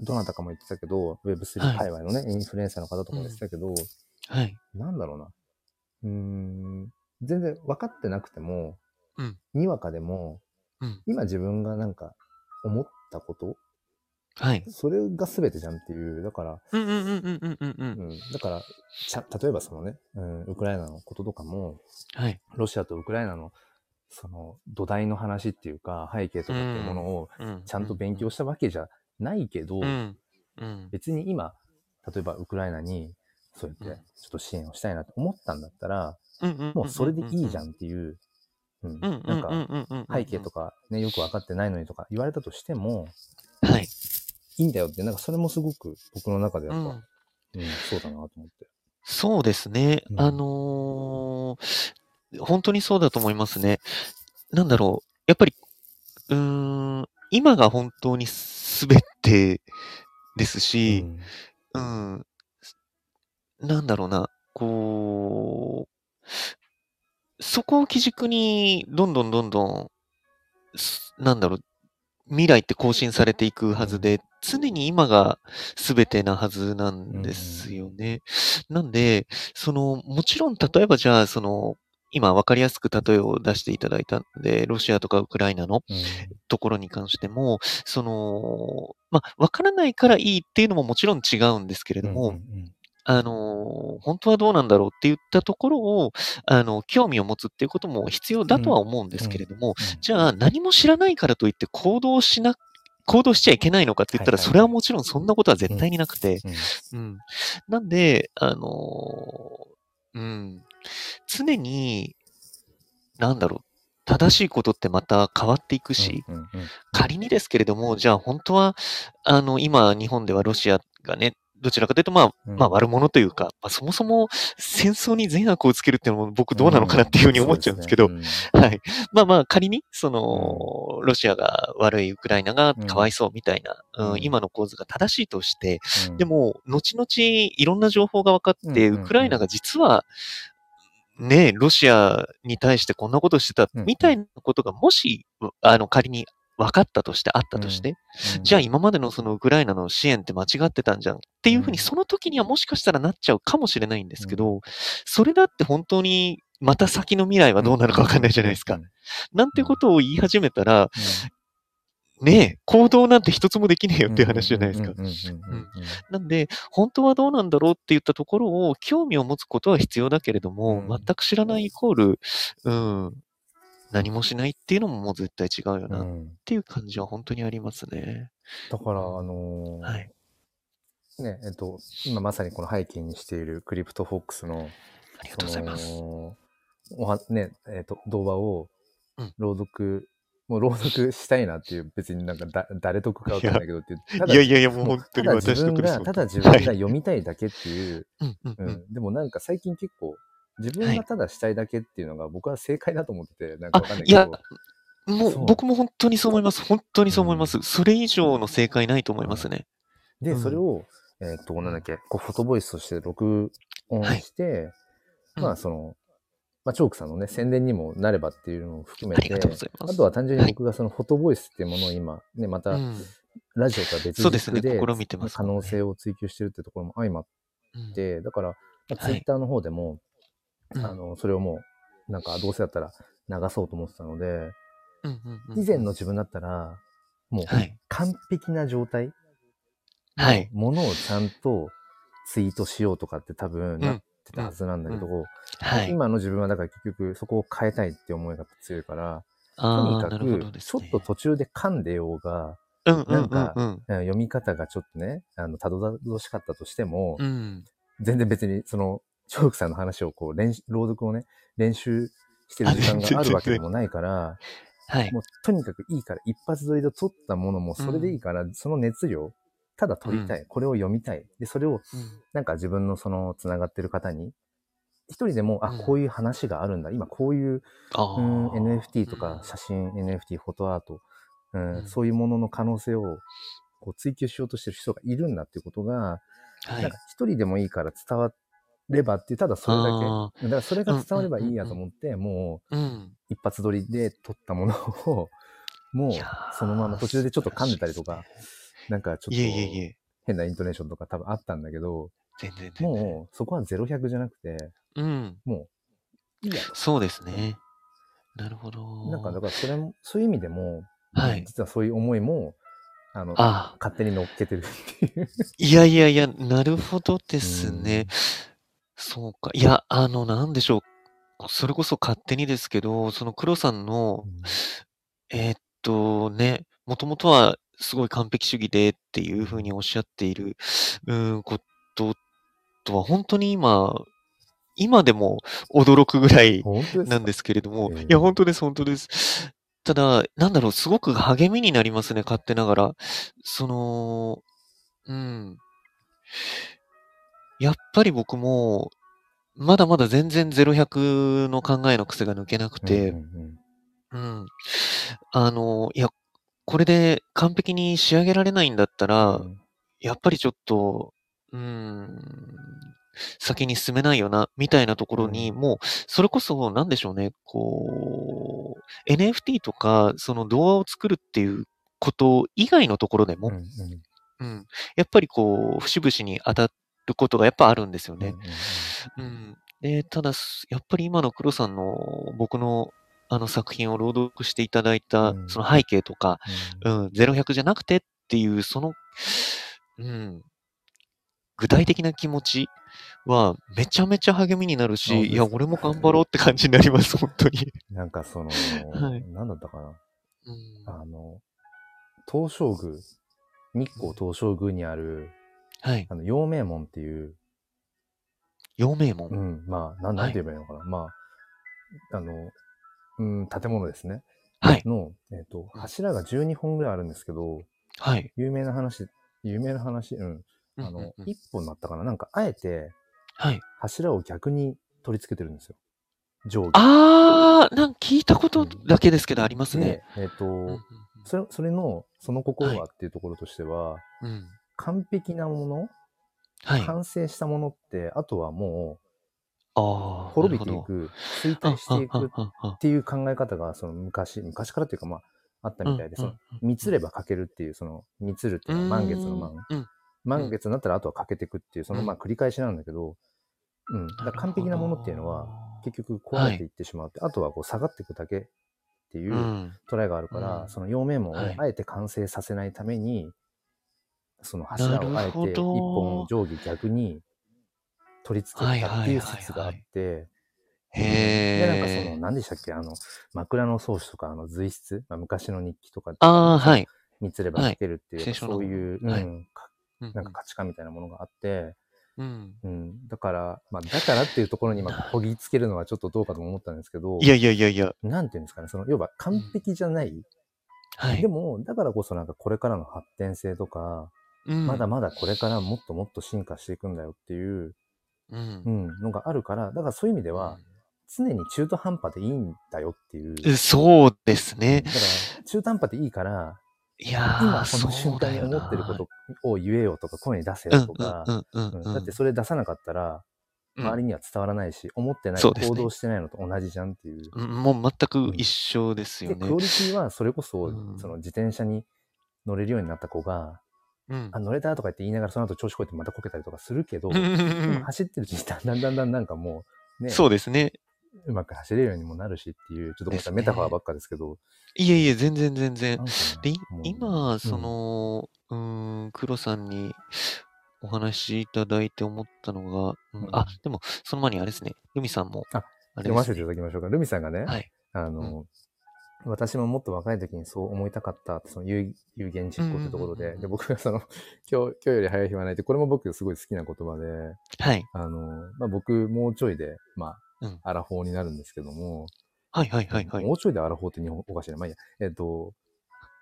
どなたかも言ってたけど、はい Web3 界隈のね、インフルエンサーの方とかも言ってたけど、はい。なんだろうな。うーん、全然分かってなくても、うんにわかでも、うん今自分がなんか思ったこと、はい。それが全てじゃんっていう、だから、うんうんうんうんうんうんうん。うん、だから、ちゃ例えばそのね、うん、ウクライナのこととかも、はい。ロシアとウクライナのその土台の話っていうか、背景とかっていうものをうんちゃんと勉強したわけじゃないけうど、ん。うん。別に今、例えばウクライナにそうやっうてんちょっと支援をしたいなと思ったんだったら、うんうんもうそれでいいじゃん。んっていう、うん、うんうなんんうんかうんうん。背景とか。かね、よく分かってないのにとか言われたとしても、はい。いいんだよって、なんかそれもすごく僕の中でやうっぱ、んうん。そうだなと思って。そうですね。うんあのー本当にそうだと思いますね。なんだろう。やっぱり、うーん、今が本当に全てですし、うんうん、なんだろうな、こう、そこを基軸に、どんどんどんどん、すなんだろう、未来って更新されていくはずで、常に今が全てなはずなんですよね。なんで、その、もちろん、例えばじゃあ、その、今分かりやすく例えを出していただいたんで、ロシアとかウクライナのうんところに関しても、その、まあ、分からないからいいっていうのももちろん違うんですけれども、うんうんあのー本当はどうなんだろうって言ったところを、あの、興味を持つっていうことも必要だとは思うんですけれども、じゃあ何も知らないからといって行動しな、行動しちゃいけないのかって言ったら、はいはいはいそれはもちろんそんなことは絶対になくて、うんうん。なんで、あのーうん。常に、なんだろう。正しいことってまた変わっていくし、うんうんうん仮にですけれども、じゃあ本当は、あの、今、日本ではロシアがね、どちらかというと、まあ、うんまあ悪者というか、まあ、そもそも戦争に善悪をつけるっていうのも僕どうなのかなっていうふうに思っちゃうんですけど、そですねはい。まあまあ仮に、その、ロシアが悪い、ウクライナがかわいそうみたいな、うんうん今の構図が正しいとして、うんでも、後々いろんな情報が分かって、うんうんうんウクライナが実は、ねえ、ロシアに対してこんなことしてた、うんうんみたいなことが、もし、あの、仮に分かったとして、あったとして、うんじゃあ今までのそのウクライナの支援って間違ってたんじゃんっていうふうにうんその時にはもしかしたらなっちゃうかもしれないんですけど、それだって本当にまた先の未来はどうなるかわかんないじゃないですうかん。うんなんてことを言い始めたら、ねえ、行動なんて一つもできねえよっていう話じゃないですかう。んうんうんうんうんなんで、本当はどうなんだろうって言ったところを興味を持つことは必要だけれども、うん全く知らないイコール、うん、何もしないっていうのももう絶対違うよなっうんていう感じは本当にありますね。だから、あのーはい。ね、えっと、今まさにこの背景にしているクリプトフォックスの、ありがとうございます。そのおはね、えっと、動画をうん朗読、もう朗読したいなっていう、別になんかだ誰得かわかんないけどっていう。たいだやいやいや、もう本当たにだ自私と分クリスが、マたスだ自分が読みたいだけっていう、うんうんううんん。でもなんか最近結構、自分はいがただしたいだけっていうのが僕は正解だと思ってて、なんかわかんないいけど。や、もそうう僕も本当にそう思います。本当にそう思います。それ以上の正解ないと思いますね。うで、んそれを、えーっと、なんだっけ、こうフォトボイスとして録音して、うんまあその、まあ、チョークさんのね、宣伝にもなればっていうのを含めあて、りがとうございますあとは単純に僕がそのフォトボイスっていうものを今、ね、まうたんラジオとは別そうです軸ねで、試みてます可もんね能性を追求してるってところも相まっうんて、だから、まあ、はツいイッターの方でも、うんあの、それをもう、なんかどうせだったら流そうと思ってたので、うんうんうんうん以前の自分だったら、もうはい完璧な状態、はい。ものをちゃんとツイートしようとかって多分なってたはずなんだけど、はい。今の自分はだから結局そこを変えたいって思いが強いから、とあにあ、かなるほどくですちょねっと途中で噛んでようが、うんうんなんかうんうん読み方がちょっとね、あの、たどたどしかったとしても、うん。うん。全然別に、その、チョークさんの話をこう、練習、朗読をね、練習してる時間があるわけでもないから、はい。もうとにかくいいから、一発撮りで撮ったものもそれでいいから、その熱量、ただ撮りたい、これを読みたい。で、それをうんなんか自分のその、つながってる方に、一人でも、あ、うんこういう話があるんだ。今こういう、あうーん、NFT とかうん写真、NFT、フォトアート、う、うんんそういうものの可能性をこう追求しようとしてる人がいるんだっていうことが、はなんいか。一人でもいいから伝わればっていう、ただそれだあけ。だからそれが伝わればいいやと思って、もうん。う一発撮りで撮ったものを、もういやーそのまま途中でちょっと噛んでたりとか、なんかちょっいえいえいとえ。変なイントネーションとか多分あったんだけど、全然全然。もうそこは0100じゃなくて、うん。もういいやそうですね。なるほど。と。なんかだからそれも、そういう意味でも、はい。実はそういう思いも、あの、ああ。勝手に乗っけてるっていう。いやいやいや、なるほどですね。そうか。いや、あの、なんでしょう。それこそ勝手にですけど、その黒さんの、えーっとね、もともとはすごい完璧主義でっていうふうにおっしゃっている、うん、こととは本当に今、今でも驚くぐらい本当ですなかんですけれども、ええいや、本当です、本当です。ただ、なんだろう、すごく励みになりますね、勝手ながら。その、うん。やっぱり僕も、まだまだ全然0100の考えの癖が抜けなくて、うんうんうんうん。あの、いや、これで完璧に仕上げられないんだったら、うんやっぱりちょっと、うーん、先に進めないよな、みたいなところに、うんもう、それこそ、なんでしょうね、こう、NFT とか、その動画を作るっていうこと以外のところでうんもう、んうん、やっぱりこう、節々に当たることがやっぱあるんですようんうねん。うん、でただす、やっぱり今の黒さんの僕のあの作品を朗読していただいたうんその背景とか、うんうん、0100じゃなくてっていう、その、うん、具体的な気持ちはめちゃめちゃ励みになるあ本し、当いや、ですか俺も頑張ろうって感じになります、本当に。なんかその、はいなんだったかな。うん、あの、東照宮、日光東照宮にある、はい。あの、陽明門っていう、陽明門。うん、まあ、なんなんて言えばいいのかな。まあ、あの、うん、建物ですね。はい。の、えっ、と、柱が12本ぐらいあるんですけど、はい。有名な話、有名な話、うん。うんあのう、んうん一本だったかな。なんか、あえてはい。柱を逆に取り付けてるんですよ。上下。あー、なんか聞いたことだけですけど、ありますね。で、えっ、と、うんそれ、それの、その心はっていうところとしては、うんうん。完璧なもはい。の、あ完成したものって、あとはもうあー、滅びていなるほど。く、衰退していくっあああああていう考え方が、その昔、昔からっていうか、まあ、あったみたいで、その、満つれば欠けるっていう、その、満つるっていうのは満月の満。うん満月になったらあとは欠けていくっていう、その、うんまあ、繰り返しなんだけど、うん。だから完璧なものっていうのは、、結局壊れていってしまうって、あとはこう下がっていくだけっていうう、ん、捉えがあるから、うんその陽明門をはいあえて完成させないために、その柱をなあえるてほど一本上下逆に取り付けたっていう説があって、で、なんかその、へえ。何でしたっけ、あの、枕草子とか、あの、随筆、まあ、昔の日記とか、ああ、はい。見つれば書けるっていう、はいそういう、聖書のうん、かなんか価値観みたいなものがあって、うん、うん、だから、まあ、だからっていうところに、まあ、こぎつけるのはちょっとどうかとも思ったんですけど、いやいやいやいや、なんていうんですかね、その、要は完璧じゃない、はでい。も、だからこそなんかこれからの発展性とか、うんまだ、まだこれからもっともっと進化していくんだよっていう、う、うんん、のがあるから、だからそういう意味では、常に中途半端でいいんだよっていう。うん、そうですねだ。から、中途半端でいいから、いやー今このそ瞬う間だによ思なってることを言えよとか、声に出せうよんとか、うんうんううんん。だってそれ出さなかったら、うん周りには伝わらないし、思ってない、そうです行ね動してないのと同じじゃんっていう。うんもう全く一緒ですよで、クねオ。リティはそれこそ、うんその自転車に乗れるようになった子が、うんあ、乗れたとか言って言いながら、その後調子こいてまたこけたりとかするけど、うんうんうんでも走ってるうちにだんだんだんだんなんかもう、ね、そうですね。ううまく走れるようにもなるしっていう、ちょっとごめんなさい、でメすねタファーばっかですけど。いえいえ、全然全然なん。かで、いもう今、その、うーん、黒さんにお話しいただいて思ったのが、うんうんあ、でも、その前にあれですね、ルミさんも、ああれ読でますせていね。ただきましょうか。ルミさんがね、はい。あの、私ももっと若い時にそう思いたかったって、その有有言実行ってとこうんろうんでう、んうんで僕がその、 今日、今日より早い日はないって、これも僕すごい好きな言葉で、はい。あの、まあ、僕、もうちょいで、まあ、うんアラフォーになるんですけども、はいはいはいはい。もうちょいでアラフォーって日本おかしいな。まあ、いいや、えっ、と、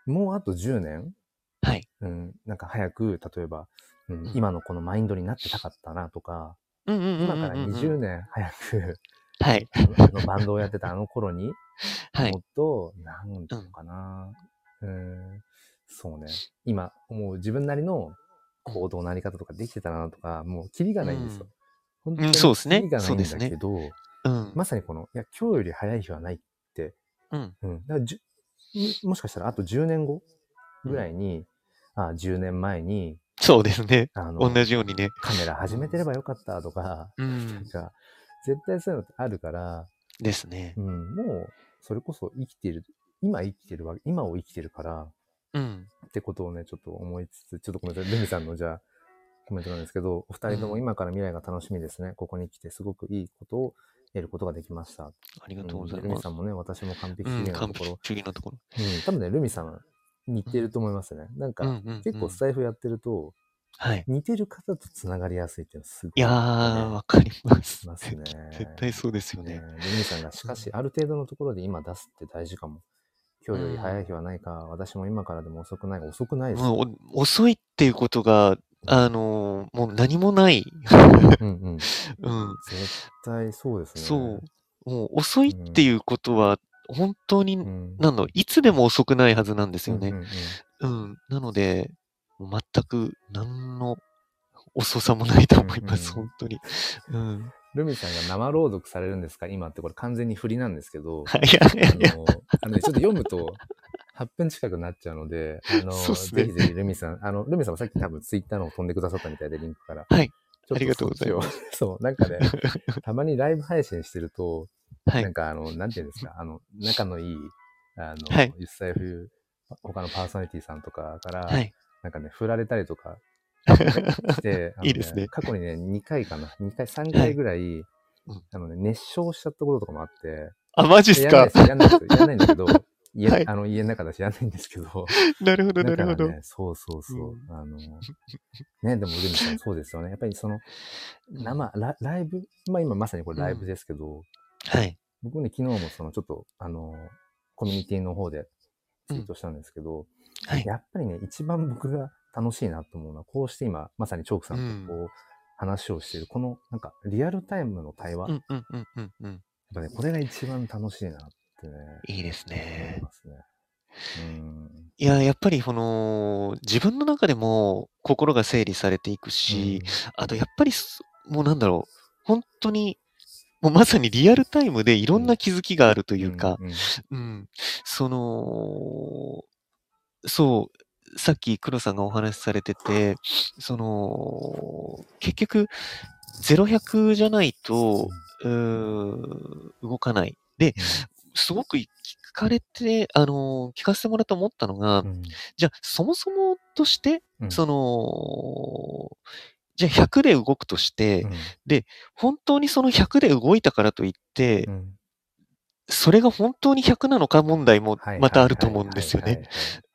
もうあと10年、はい。うん、なんか早く、例えば、うんうん今のこのマインドになってたかったなとか、うんうんうんうん今うん。から20年早 く、はい。あのあのバンドをやってたあの頃に、はいも。っと、なんていうのかな、うん、そうね、今、もう自分なりの行動のあり方とかできてたなとか、もう、キリがないんですよ。本当にうんそうですねキリがないんだそうですけねど、うん。まさにこの、いや、今日より早い日はないって、うん。うん、だからじゅももしかしたらあと10年後ぐらいに、あ10年前にそうですね。あの同じようにね。カメラ始めてればよかったとか、うんなん。か絶対そういうのってあるから、ですねう。ん、もうそれこそ生きてる今生きてるわ今を生きてるからうん。ってことをねちょっと思いつつちょっとごめんなさいルミさんのじゃあコメントなんですけどお二人とも今から未来が楽しみですね、ここに来てすごくいいことを得ることができましたあありがとうございルミますさ。んもね私も完璧う主ん、義な完ところ璧、主義のところ。うん、多分ね、ルミさん似てると思いますね。なんか、うんうんうん結構スタイフやってると、はい。似てる方とつながりやすいっていうのはすごい、いやー、わかります。ますね。絶対そうですよね。ねルミさんが、しかし、ある程度のところで今出すって大事かも。今日より早い日はないか、私も今からでも遅くないが、遅くないです。もうお遅いっていうことが、あのーもう何もない。 うんうん。絶うん。対そうですね。そう。。もう遅いっていうことは、本当に、ん、なんだろう、いつでも遅くないはずなんですようんね。うんうんうん。なので、もう全く何の遅さもないと思います、うんうん本当に。うん。ルミさんが生朗読されるんですか今ってこれ完全に振りなんですけど。はい、いやいや いやあの、あのねちょっと読むと8分近くなっちゃうので、あの、そうっすねぜひぜひルミさん、あの、ルミさんもさっき多分ツイッターの方飛んでくださったみたいで、リンクから。はいちょあっそっちを。。りがとうございますそう、なんかね、たまにライブ配信してると、はないん。かあの、なんていうんですか、あの、仲のいい、あの、はいゆっさいふ、他のパーソナリティさんとかから、はい。 なんかね、振られたりとか して、あのいいですね過去にね、2回かな、2回、3回ぐらい、うんあのね、熱唱しちゃったこととかもあって、あ、マジっすやんなかいですよやんないですよやんない んだけど、家はいあの家の中だしやんないんですけど。なるほど、なるだからほど。ね、そうそうそう。うんあの、ね、でも、ルミさんそうですよね。やっぱりその、生、ラライブ、まあ今まさにこれライブですけど、はい。僕ね、昨日もそのちょっと、あの、コミュニティの方でツイートしたんですけど、はい。やっぱりね、一番僕が楽しいなと思うのは、こうして今、まさにチョークさんとこう、話をしている、この、なんか、リアルタイムの対話、うやっんうんうんうんうん。ぱね、これが一番楽しいなってね、いいです思いね。ますね。うん。いや、やっぱりこの、自分の中でも心が整理されていくし、あとやっぱりそ、もうなんだろう、本当に、もうまさにリアルタイムでいろんな気づきがあるとうんいうか、んんうん、その、そう、さっき黒さんがお話しされてて、その、結局、0100じゃないと、うー動かない。ですごく聞かれて、あの聞かせてもらって思ったのが、うんじゃあ、そもそもとして、うんその、じゃあ100で動くとして、本当にその100で動いたからといって、うんうんそれが本当に100なのか問題もはいまたあると思うんですよはいはね。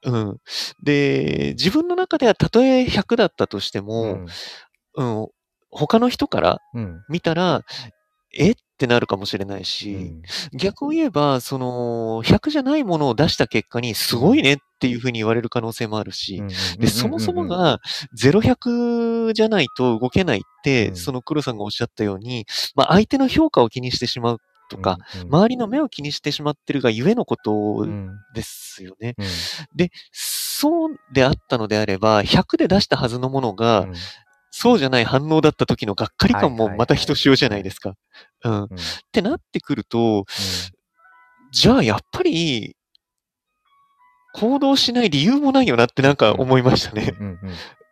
いはいうん。で、自分の中ではたとえ100だったとしてはいも、うん、他の人からうん見たら、えってなるかもしれないうし、ん逆を言えば、その、100じゃないものを出した結果に、すごいねっていうふうに言われる可能性もあるし、で、そもそも、が、0100じゃないと動けないって、うんその黒さんがおっしゃったように、まあ、相手の評価を気にしてしまうとか、周りの目を気にしてしまってるがゆえのことですよね。で、そうであったのであれば、100で出したはずのものが、そうじゃない反応だった時のがっかり感はいもはいまたひとしおじゃないですか。うん。ってなってくると、じゃあやっぱり、行動しない理由もないよなってなんか思いましたね。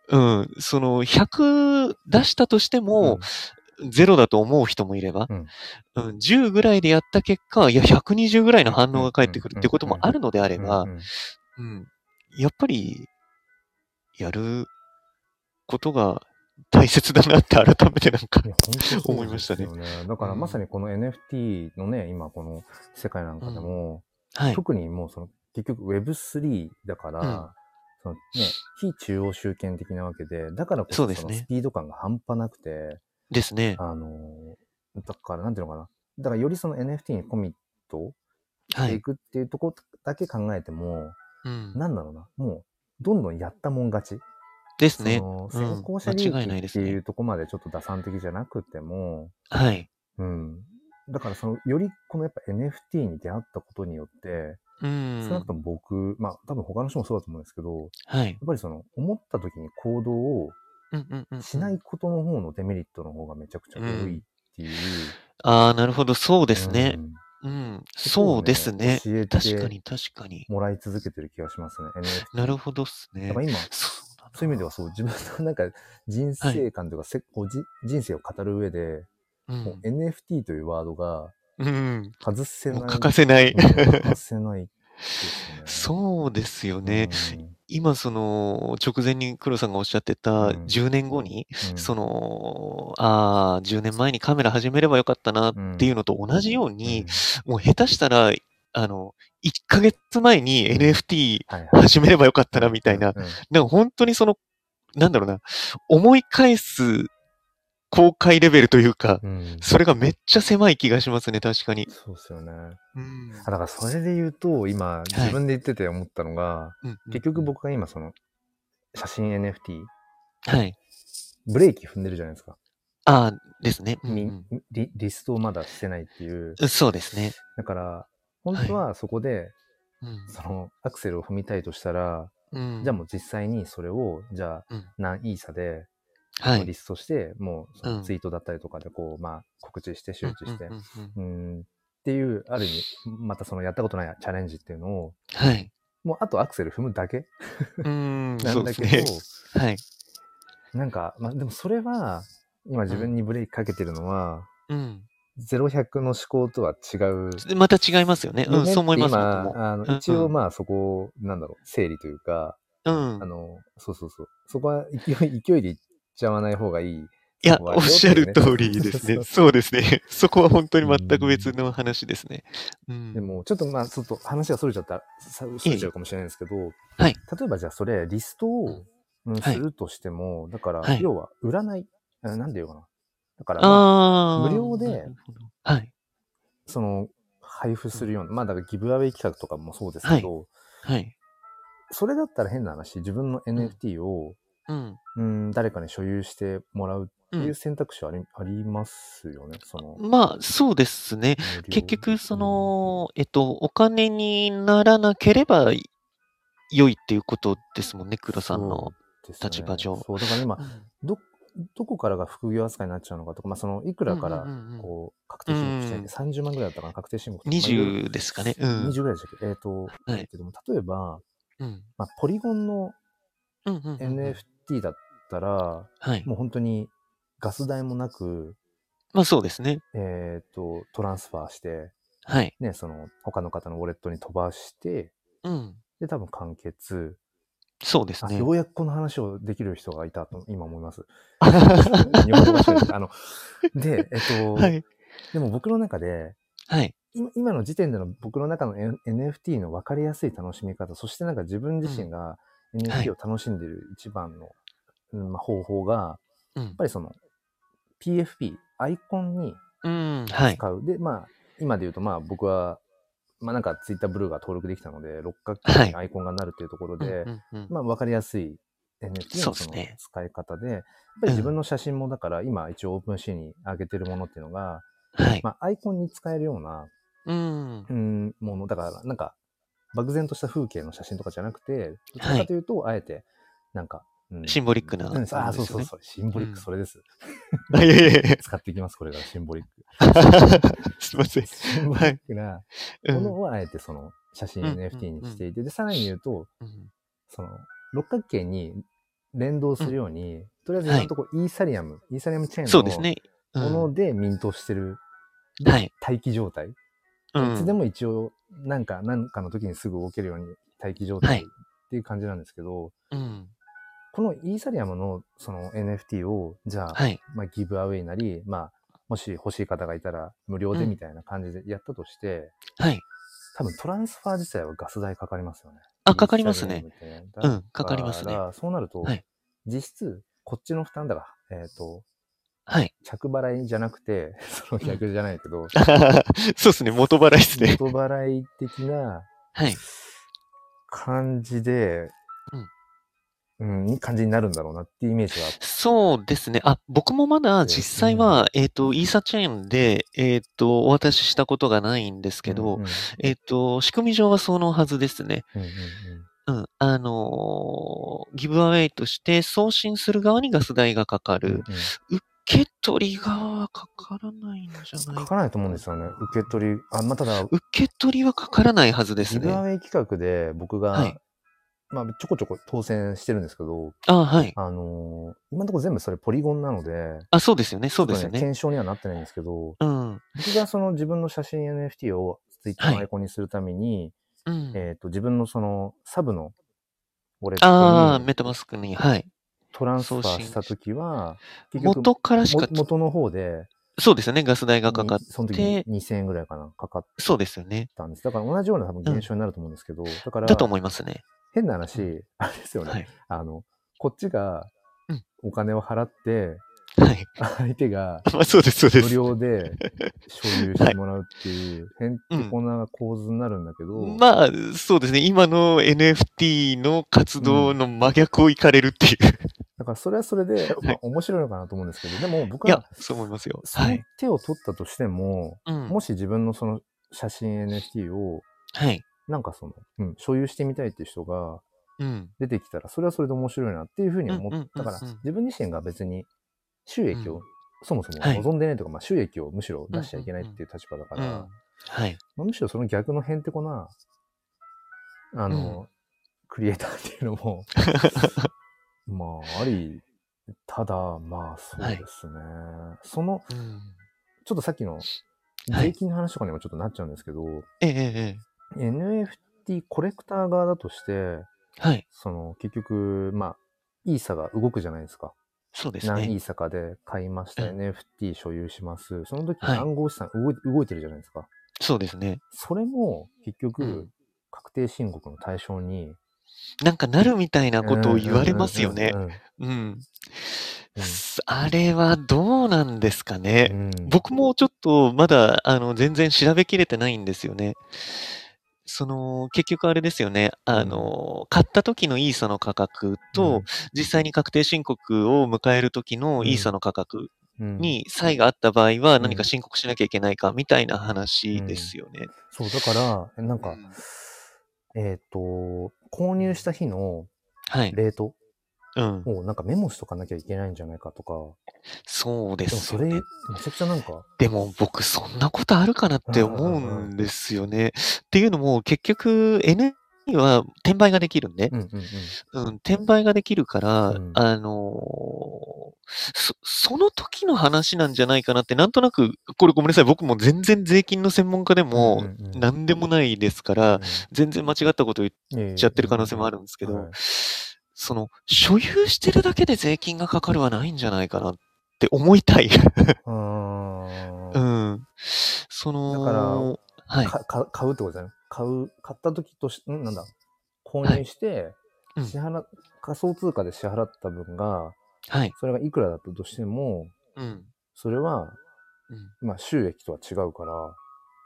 うん。その、100出したとしても、ゼロだと思う人もいれば、うんうん10ぐらいでやった結果、いや、120ぐらいの反応が返ってくるってこともあるのであれば、うんうんうん、やっぱり、やることが大切だなって改めてなんかい、や本当そう思いましたねですよだからまさにこの NFT のね、今この世界なんかでも、はい。特にもうその結局 Web3 だから、うんそのね、非中央集権的なわけで、だからこそそうですそねのスピード感が半端なくて、ですね。あの、だからなんていうのかな。だからよりその NFT にコミットしはていい。くっていうとこだけ考えても、うん、なんだろうな、もうどんどんやったもん勝ち。ですね。そうんの先行者利益間違いないでっすてねいうとこまでちょっと打算的じゃなくても、はい。うん。だからその、よりこのやっぱ NFT に出会ったことによって、う少なくんと。も僕、まあ多分他の人もそうだと思うんですけど、やっはい。ぱりその、思った時に行動をうんうんうんうんしないことの方のデメリットの方がめちゃくちゃ多いっていう。ああ、なるほど。そうですねう。んうん。そうですね。教えて確かに、確かに。もらい続けてる気がしますね。NFT なるほどっすねだか。ら今、そうだなそういう意味ではそう、自分のなんか人生観というか、せこうじ人生を語る上で、もう NFT というワードがうん。外うせん。ない。もう欠かせない。うん外せないですね。そうですようね。今、その、直前に黒さんがおっしゃってたうん10年後に、ん。その、の、ああ、10年前にカメラ始めればよかったなっていうのと同じように、もう下手したら、あの、1ヶ月前に NFT うん、はいはい始めればよかったなみたいな、うんうんなんか本当にその、なんだろうな、思い返す公開レベルというか、うんそれがめっちゃ狭い気がしますね、確かに。そうですよね。うんあだからそれで言うと、今、自分で言ってて思ったのが、うんうん結局僕が今、その、写真 NFT、はい。ブレーキ踏んでるじゃないですか。ああ、ですね。うんみうんリリストをまだしてないっていう。そうですね。だから、本当はそこで、うんその、アクセルを踏みたいとしたら、うんじゃあもう実際にそれを、じゃあうん、何イーサで、はリい。ストして、もうそのうんツイートだったりとかで、こう、まあ、告知して、うん周知して、うんうんうんうん、っていう、ある意味、またそのやったことないチャレンジっていうのを、はい。もうあとアクセル踏むだけうん、なそんうでだすけね。ど、はい。なんか、まあでもそれは、今自分にブレーキかけてるのは、うん。 0100の思考とは違う。また違いますよね。うん、夢ってそう思います、僕も。今、あうんの一応まあそこを、なんだろう、整理というか、うんあ。の、そうそうそう。そこは勢い、 勢いでいっちゃわない方がいい。いや、終わおっりよしゃる通りですね。そうですね。そこは本当に全く別の話ですね。うでん。も、ちょっとまあ、ちょっと話が逸れちゃった、さ逸れちゃうかもしれないんですけど、はい例えばじゃあそれ、リストを、うんはいするとしても、だから、はい要は、売らない、あなんで言うかな。だから、まあああ。無料でなるほど。はい。その、配布するような、まあ、だからギブアウェイ企画とかもそうですけど、はい。それだったら変な話、自分の NFT を、うん。うん、誰かに所有してもらうっていううん選択肢はあり,、ありますよね、その。まあ、そうですね。無料結局、そ、の、えっと、お金にならなければ良いっていうことですもんね、黒さんの。うんですね立場上そう、だから今う、んど、どこからが副業扱いになっちゃうのかとか、まあ、その、いくらからうんうんうんうん、こう、確定申告してうん30万ぐらいだったかな、確定申告とか。ま20ですかね。うあん。 20ぐらいでしたっけえっ、と、はいけども、例えば、うん。まあ、ポリゴンのうんうんうんうん NFT だったら、はい。もう本当にガス代もなく、まあ、そうですね。えっ、と、トランスファーして、はい。ね、その、他の方のウォレットに飛ばして、うん。で、多分完結。そうですあね。ようやくこの話をできる人がいたと、今思い ます。日本語が喋れはてあの、で、えっと、い。でも僕の中で、はい。今今の時点での僕の中の N- NFT の分かりやすい楽しみ方、そしてなんか自分自身がはい NFT を楽しんでる一番の、うんまあ、方法が、うやんっ。ぱりその PFP、アイコンにうん。はい。使う。で、まあ、今で言うとまあ僕は、まあなんか Twitter ブルーが登録できたので、六角形にアイコンがなるというところで、うんうんうんまあ分かりやすい NFT そうのですそのね使い方で、やっぱり自分の写真もだから今一応オープンシーに上げてるものっていうのが、はい。まあアイコンに使えるような、うんう。ん、もの、だから、なんか、漠然とした風景の写真とかじゃなくて、どちらかというと、あえて、なんか、うんシンボリックなうんああ、ものですそようねそうそう。シンボリッうんク、それです。あいやいやい や使っていきます、これから、シンボリック。すいません。シンボリックなうもんのを、あえて、その、写真、うん NFT にしていて、で、さらに言うと、うんその、六角形に連動するように、とりあえずはい今のところ、イーサリアム、イーサリアムチェーンの、そうですね。うんものでミントしてるはい。待機状態。ういつでも一応、なんか、なんかの時にすぐ動けるように待機状はい態っていう感じなんですけど、うん。このイーサリアムのその NFT を、じゃあ、はい。まあ、ギブアウェイなり、まあ、もし欲しい方がいたら無料でみたいな感じでやったとして、はい。多分トランスファー自体はガス代かかりますよね。あ、かかりますね。イーサリアムって。うん。かかりますねだ。らそうなると、はい実質、こっちの負担だが、えっ、と、はい。着払いじゃなくて、 その逆じゃない けど、 そうですね。元払いですね。元払い的なはい。感じで、うん、感じになるんだろうなっていうイメージはあって。そうですね。あ、僕もまだ実際は、えっと、イーサチェーンで、えっと、お渡ししたことがないんですけど、うんうんえっと、仕組み上はそのはずですね。うんうんうん。あのーギブアウェイとして送信する側にガス代がかかうんうんる。受け取り側はかからないんじゃな書いかないと思うんですよね。受け取り。あ、まあ、ただ、受け取りはかからないはずですギブアウね。ェイ企画で僕が、はいまあ、ちょこちょこ当選してるんですけど、あ、はい。あのー今のところ全部それポリゴンなので、あ、そうですよね。そうですちょよっとね。ね検証にはなってないんですけど、うん。僕がその自分の写真 NFT をツイッターのアイコンにするために、うん。えっ、と、自分のそのサブのウォレッああ、トにメタマスクに、はい。トランスファーしたときは、結局元からしかも、元の方で、そうですよね。ガス代がかかっにその時て2000円ぐらいかな、かかっそうですよね。たんです。だから同じような多分現象になると思うんですけど、だから、だと思いますね。変な話、あれですよね、はい。あの、こっちがうんお金を払って、はい。 相手がまあ、そうです、そうで無す。料で所有してもらうっていう、へんてこな構図になるんだけど、まあ、そうですね。今の NFT の活動の真逆をいかれるっていう。だからそれはそれで、まはあい面白いのかなと思うんですけど、でも僕いやは、、そう思いますよ。そはのい。手を取ったとしても、うん。もし自分のその写真 NFT を、はい。なんかその、うん、所有してみたいっていう人がうん。出てきたら、それはそれで面白いなっていうふうに思うんうんうんっうんたから、自分自身が別に収益を、うんそもそもはい望んでないとか、まあ収益をむしろ出しちゃいけないっていう立場だかうら、ん。はい。まあむしろその逆のへんてこな、あの、クリエイターっていうのも、 まあ、あり、ただ、まあ、そうですね。その、うんちょっとさっきのはい税金の話とかにもちょっとなっちゃうんですけど、 ええ、えええ NFT コレクター側だとして、え。はい。その、結局、まあ、イーサが動くじゃないですか。そうです何イね。ーサかで買いました、う NFT 所有します。その時はい暗号資産動い動いてるじゃないですか。そうですね。それも結局、うん確定申告の対象に。なんかなるみたいなことを言われますよねう。んううんん。あれはどうなんですかね。うんうん僕もちょっとまだあの全然調べきれてないんですよね。その結局あれですよね、あの買った時のイーサの価格と、実際に確定申告を迎える時のイーサの価格うんに差異があった場合は、ん何か申告しなきゃいけないかみたいな話ですよね。そう、だから、えなんか、うんえっ、と、購入した日のはい。レートうん。をなんかメモしとかなきゃいけないんじゃないかとか、そうででもすそよれ、ねめ。ちゃくちゃなんか、でも僕そんなことあるかなって思うんですよね。っていうのも結局 N は転売ができるんで、うんうんうん。うん、転売ができるから、うんあのーそ、その時の話なんじゃないかなって、なんとなく、これごめんなさい、僕も全然税金の専門家でも、うんうんうんなんでもないですかうらん、全然間違ったこと言っいやいやちゃってる可能性もあるんですけはどい、その、所有してるだけで税金がかかるはないんじゃないかなって思いたい。あーうん。その、はい。かか買うってことじゃない買う、買った時とし、んなんだ、購入して、うん支払、仮想通貨で支払った分が、はい。それがいくらだったとしても、うん。それは、うんまあ収益とは違うから、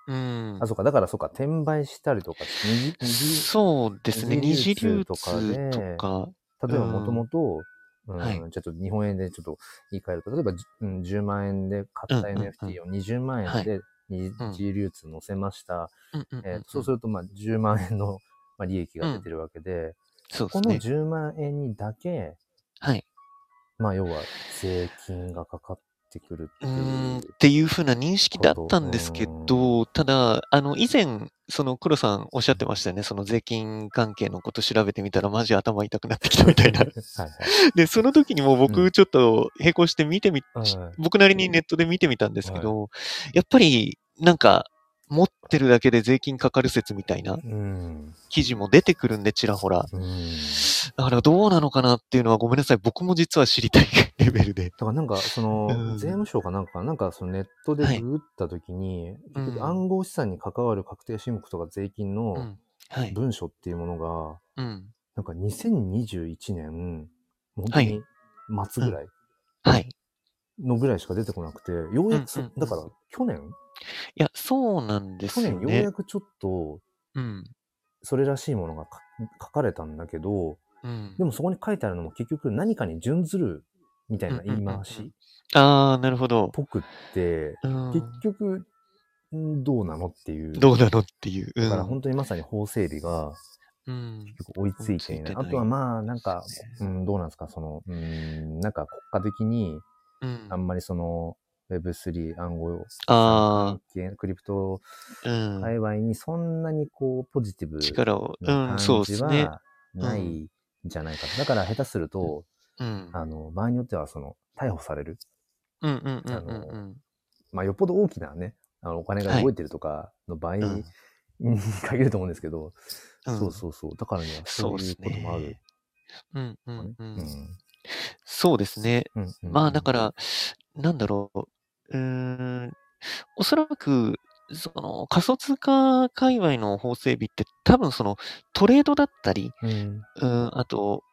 うんあ、。そうか、だからそうか、転売したりとか、二次、二次、そうですね。二二次次流通流通ととかかね例えばもともと、うんはいちょっと日本円でちょっと言い換えると、例えば、じうん、10万円で買ったうんうんうん NFT を20万円で二次流通載せました。うんうんうんえうーんとそうすると、まあ、10万円の まあ利益が出てるわけで、そうでこすのね。 10万円にだけ、はい。まあ、要は税金がかかってくるってういーんっう。ていうふうな認識だったんですけことど、うただ、あの、以前、その黒さんおっしゃってましたよね。その税金関係のこと調べてみたらマジ頭痛くなってきたみたいな。 はいはい。で、その時にもうう僕んちょっと並行して見てみ、はいし僕なりにネットで見てみたんですけど、やっぱりなんか持ってるだけで税金かかる説みたいなうん。記事も出てくるんでちらほら。うん。だからどうなのかなっていうのはごめんなさい。僕も実は知りたいレベルで。だからなんか、そうんの、税務署かなんか、なんかそのネットではいググったときに、結うん局暗号資産に関わる確定申告とか税金うのん。はい。文書っていうものうが、ん。なんか2021年、本当はいに末ぐらいはい。のぐらいしか出てこなくて、ようやくそ、うんうんうんだから去年いや、そうなんです去よ年ね。ようやくちょっと、うん。それらしいものがか書かれたんだけど、うんで。もそこに書いてあるのも結局何かに準ずるみたいな言い回うんうんうんうんしっああ、なるほど。ぽくって、うん結局、んどうなのっていう。どうなのっていう。うんだから本当にまさに法整備がうん。結構追いつ追いていない。いついてないあとはまあ、なんか、うん、どうなんですか、その、うん、なんか国家的に、うんあんまりその、Web3 暗号あ系クリプトあ、うん。界隈にそんなにこうポジティブ力を、う、なんそう感でじすね。はないんじゃないかと。だから下手すると、うん。あの、場合によってはその、逮捕される。うんうんうんあうんのうんまあ、よっぽど大きなね、あのお金が動いてるとかの場合うにん。限ると思うんですけど、うんそうそうそう。だからね、そそううでいすうこともあるね。。うんうとかんねう。うんんそうですね。うんうんまあだから、なんだろう。うーん。おそらく、その仮想通貨界隈の法整備って多分そのトレードだったり、うんうん、あと、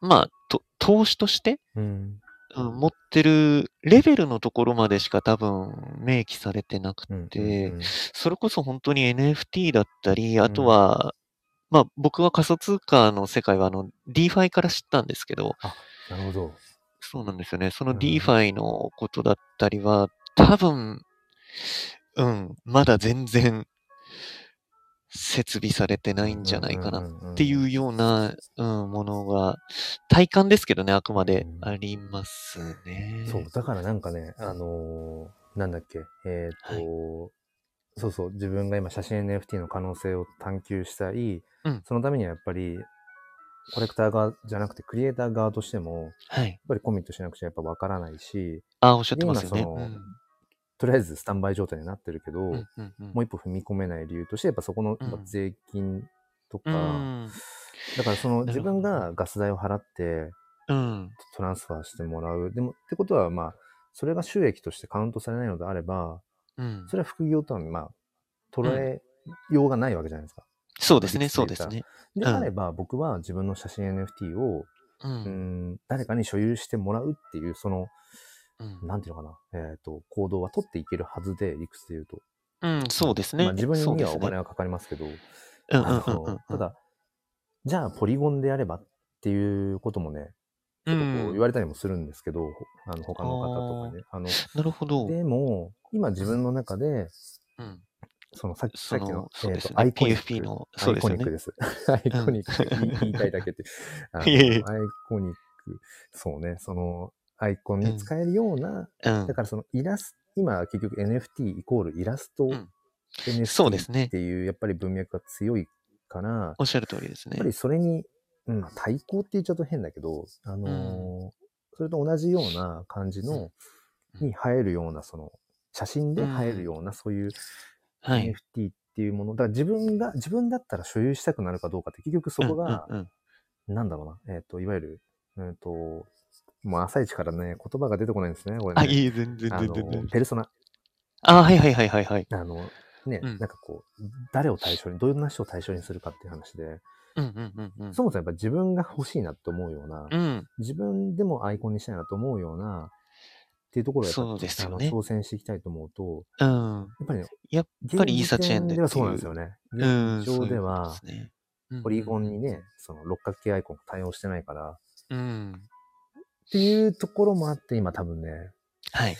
まあ、と投資として、うんうん、持ってるレベルのところまでしか多分明記されてなくうんて、うんそれこそ本当に NFT だったり、あとは、まあ僕は仮想通貨の世界はあの DeFi から知ったんですけど、なるほど。そうなんですよね。そのうん DeFi のことだったりは、多分、うん、まだ全然設備されてないんじゃないかなっっていうような、うん、ものが、体感ですけどね、あくまでうんありますね。そう、だからなんかね、あのーなんだっけ、えっ、はいと、そうそう、自分が今写真 NFT の可能性を探求したい、うんそのためにはやっぱり、コレクター側じゃなくてクリエイター側としても、やっはい。ぱりコミットしなくちゃやっぱわからないし、あ、おっしゃってますよね。今そのとりあえずスタンバイ状態になってるけど、うんうんうんもう一歩踏み込めない理由として、やっぱそこのうんやっぱ税金とうか、んだからそのな自るほど分がガス代を払ってうんトランスファーしてもらう。でも、ってことはまあ、それが収益としてカウントされないのであれば、うんそれは副業とは、まあ、捉えようがないわけじゃないですか。そうですね、そそううでですすねね。でうんあれば、僕は自分の写真 NFT を、ううんん、誰かに所有してもらうっていう、その、うんなんていうのかな、えっ、と、行動は取っていけるはずで、理屈で言うと。うん、そうですね。まあ、自分そうにではすおね金はかかりますけど、うんあのうんうんただ、じゃあ、ポリゴンでやればっていうこともね、ちょっとこううん言われたりもするんですけど、あの他の方とかね。あのなるほど。でも、今自分の中で、うんそのさっきそさっきのの、、そうえでーすね。とアイコニック PFP の、そうですよね。 アイコニックです。アイコニック、言い言いたいだ けって。あのいえいえアイコニック、そうね、その、アイコンに使えるような、うんだ。からそのイラスト、今結局 NFT イコールイラスト、ん NFT そうですねっていうやっぱり文脈が強いから、やおっしゃる通りですっねぱ。りそれに、うん、まあ対抗って言っちゃうと変だけど、あのーそれと同じような感じの、うんに映えるような、その、写真で映えるような、そういうはい。 NFT っていうもの、だから自分が、自分だったら所有したくなるかどうかって、結局そこが、うんうんうんなんだろうな、えっ、と、いわゆる、うんと、もう朝一からね、言葉が出てこないんですね、これ、ね。あ、いえ、全然あ全然全の然。ペルソナ、あ、はいはいはいはいはい。あの、ね、うんなんかこう、誰を対象に、どういう人を対象にするかっていう話で、うんうんうんうん。そもそもやっぱ自分が欲しいなって思うような、うん。自分でもアイコンにしたいなと思うような、っていうところをやっぱりそうですよねあの挑戦していきたいと思うと、うん。やっぱりね、やっぱりイーサチェーンで現時点ではそうなんですよね。うん。現状では、そういうことですねうんポリゴンにね、その六角形アイコンが対応してないから、っうん。ていうところもあって、今多分ね、はい。。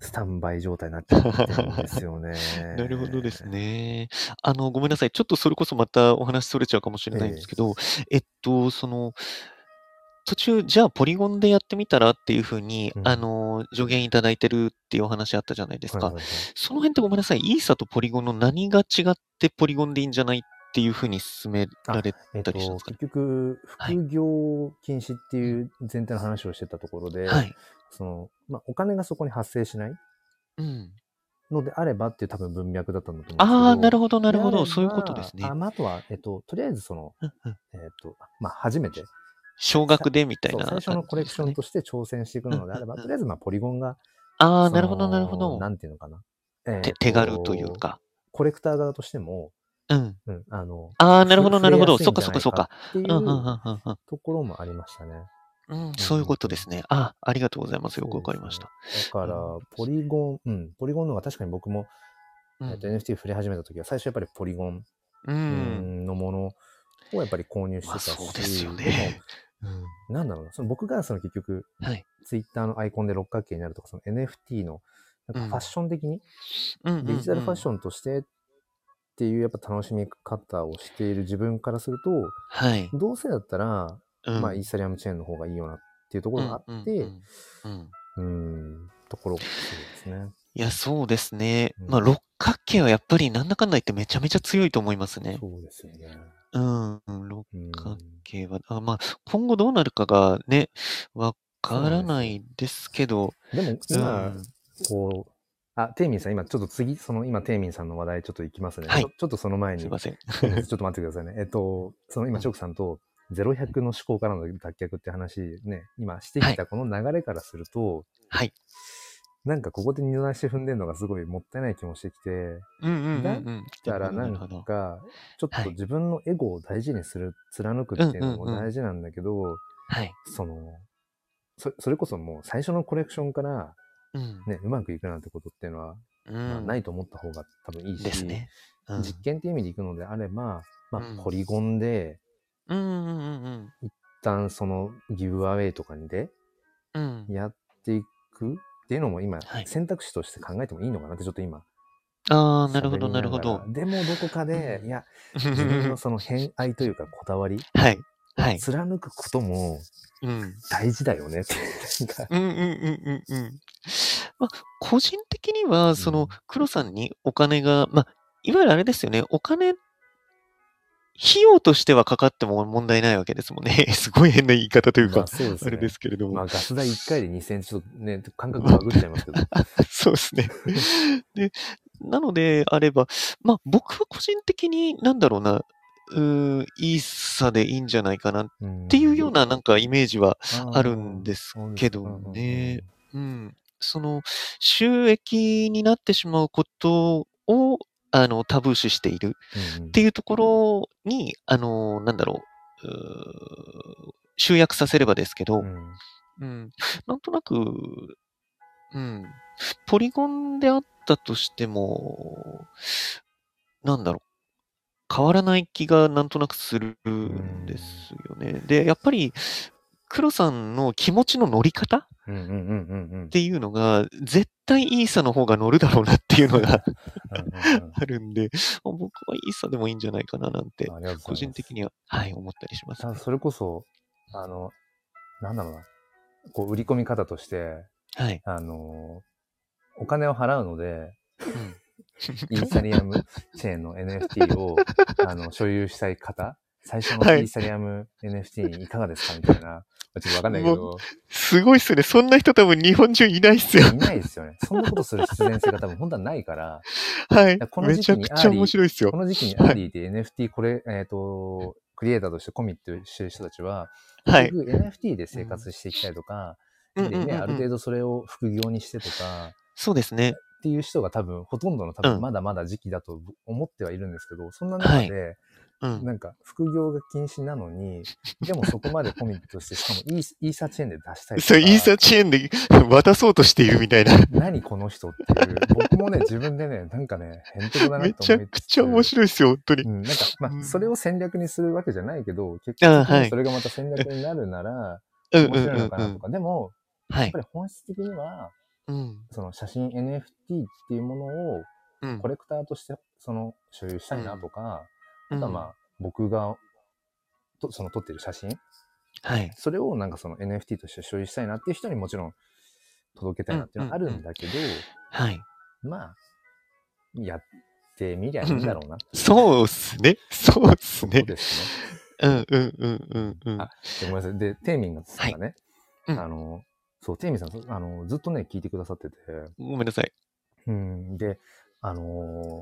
スタンバイ状態になっちゃってるんですよね なるほどです。ね。あの、ごめんなさい。ちょっとそれこそまたお話それちゃうかもしれないんですけど、えっと、その、途中、じゃあポリゴンでやってみたらっていうふうに、あの、助言いただいてるっていうお話あったじゃないですか。その辺ってごめんなさい、イーサとポリゴンの何が違ってポリゴンでいいんじゃないっていうふうに進められえったと、りしたんですか結ね。局、副業禁止っていう前提の話をしてたところで、はい。そのまあ、お金がそこに発生しないうん。のであればっていう多分文脈だったんだと思うんですけど。ああ、なるほど、どなるほど。そういうことですねあ。まあ、あとは、えっと、とりあえずその、うんうんえっと、まあ、初めて、少額でみたいそうな最感じですか初ね。のコレクションとして挑戦していくのであれば、うんうんうんとりあえず、まあ、ポリゴンが、ああ、そのなるほど、なるほど。なんていうのかな。えーてと手軽という。か。コレクター側としても、うん。うん、あの、ああ、なるほど、なるほど。そっ触かれそっやかすそいんっか。じゃう、なんいうかん、うっん、てう、いううんん。ところもありましたね。うん、そういうことですね。あ、ありがとうございます。よくわかりました。だからうん、ポリゴン、うん、ポリゴンの方が確かに僕も、うえっんと NFT 触れ始めた時は、最初やっぱりポリゴンう。うんんのものをやっぱり購入してまたあ、し、そうですよね。うんでもなんだろうな、その僕がその結局、はい。ツイッターのアイコンで六角形になるとか、その NFT のなんかファッション的に、うんうんうんデジタルファッションとしてっていうやっぱ楽しみ方をしている自分からすると、はい。どうせだったら、うんまあイーサリアムチェーンの方がいいよなっていうところがあって、うんううんうんうんところそうですね。いや、そうですね。うんまあ、六角形はやっぱりなんだかんだ言ってめちゃめちゃ強いと思いますね。そうですよね。うん、うん六うん角形は、あまあ、今後どうなるかがね、わからないですけど、でもうん今、こう、あ、テイミンさん、今ちょっと次、その今テイミンさんの話題ちょっといきますね。はいちょちょっとその前に、すいちょまっせん。と待ってくださいね。えっと、その今、チョークさんと、0100の思考からの脱却って話ね、今してきたこの流れからすると、はい。なんかここで二度足踏んでるのがすごいもったいない気もしてきて、うんうんうんうん。だからなるんほどか、ちょっはとい自分のエゴを大事にする、貫くっていうのもうんうんうん大事なんだけど、はい。その、そそれこそもう最初のコレクションからうん。ね、うまくいくなんてことっていうのは、うまあん。ないと思った方が多分いいし、ですね。うん実験っていう意味でいくのであれば、まうんあ、ポリゴンで、うんうんうんうん一旦そのギブアウェイとかにでうん。やっていくっていうのも今、はい選択肢として考えてもいいのかなってちょっと今、ああ、なるほど、喋りながるらほど。でもどこかで、うんいや、うん 自うん分うんのその偏愛というかこだわり、はい。はい。貫くこともうん。大事だよねっていうなんか。うんうんうんうんうん。まあ、個人的には、その、黒さんにお金が、まあ、いわゆるあれですよね、お金、費用としてはかかっても問題ないわけですもんね。 すごい変な言い方というまかあ、そうであれですけれども。まあガス代1回で2000円ちょっとね、感覚バグっちゃいますけど。 そうです ね。で、なのであれば、まあ僕は個人的に、なんだろうな、うーん、いいさでいいんじゃないかなっっていうようななんかイメージは、ーあるんですけどね。うん、その収益になってしまうことを、あの、タブー視しているそうってでいうところに、あの、なんだろう、うー集約させればですけど、すうんうんうんうん、なんとなく、うん、ポリゴンであったとしても、なんだろう、変わらない気がなんとなくするんですよね。で、やっぱり、黒さんの気持ちの乗り方っうんうんうんうんうんうんていうのが、絶対イーサの方が乗るだろうなっていうの がうんうんあるんで、僕はイーサでもいいんじゃないかななんて、ありがとうございます個人的には、はい、思ったりしますただね。それこそ、あの、なんだろうな。こう、売り込み方として、はい。あの、お金を払うので、うんイーサリアムチェーンの NFT をあの所有したい方、最初のはいイーサリアム NFT にいかがですかみたいな。ちょっとわかんないけど、 すごいっすね。そんな人多分日本中いないっすよ。いないですよね。そんなことする必然性が多分本当はないから、はいやこ。のめ時ち期ゃにくアーリーちゃ面白いですこよ。の時期にアーリーで NFT これ、えっ、と、クリエイターとしてコミットしてる人たちは、はい。結局 NFT で生活していきたいとか、うんでうんね、あうんるう程ん度それを副業にしてとか、そうですね。っていう人が多分、ほとんどの多分、うんまだまだ時期だと思ってはいるんですけど、そんな中で、うん。なんか、副業が禁止なのに、でもそこまでコミットして、しかもイーイーサチェーンで出したいとか。そう、イーサチェーンで渡そうとしているみた いな。何この人っていう、僕もね、自分でね、なんかね、変徳だなと思めいつつちゃくちゃ面白いですよ、本当にう。ん、なんか、うまあ、んそれを戦略にするわけじゃないけど、結あ局はいそれがまた戦略になるなら、うん面うん白いのかうんうなとん。か。でも、はやっいぱ。り本質的には、うん。その写真 NFT っていうものをうんコレクターとしてその所有したいなとか、うんあとはまあ、僕がとその撮ってる写真はい。それをなんかその NFT として所有したいなっていう人にもちろん届けたいなっていうのはあるんだけど、はい。まあ、やってみりゃいいんだろうな。そうっすね。そうっすそねう。ですね。うんうんうんうんうん。あでごめんなさい。で、テイミンがさんがね、はいうんあの、そう、テイミンさん、そあの、ずっとね、聞いてくださってて、ごめんなさい。うん、で、あのー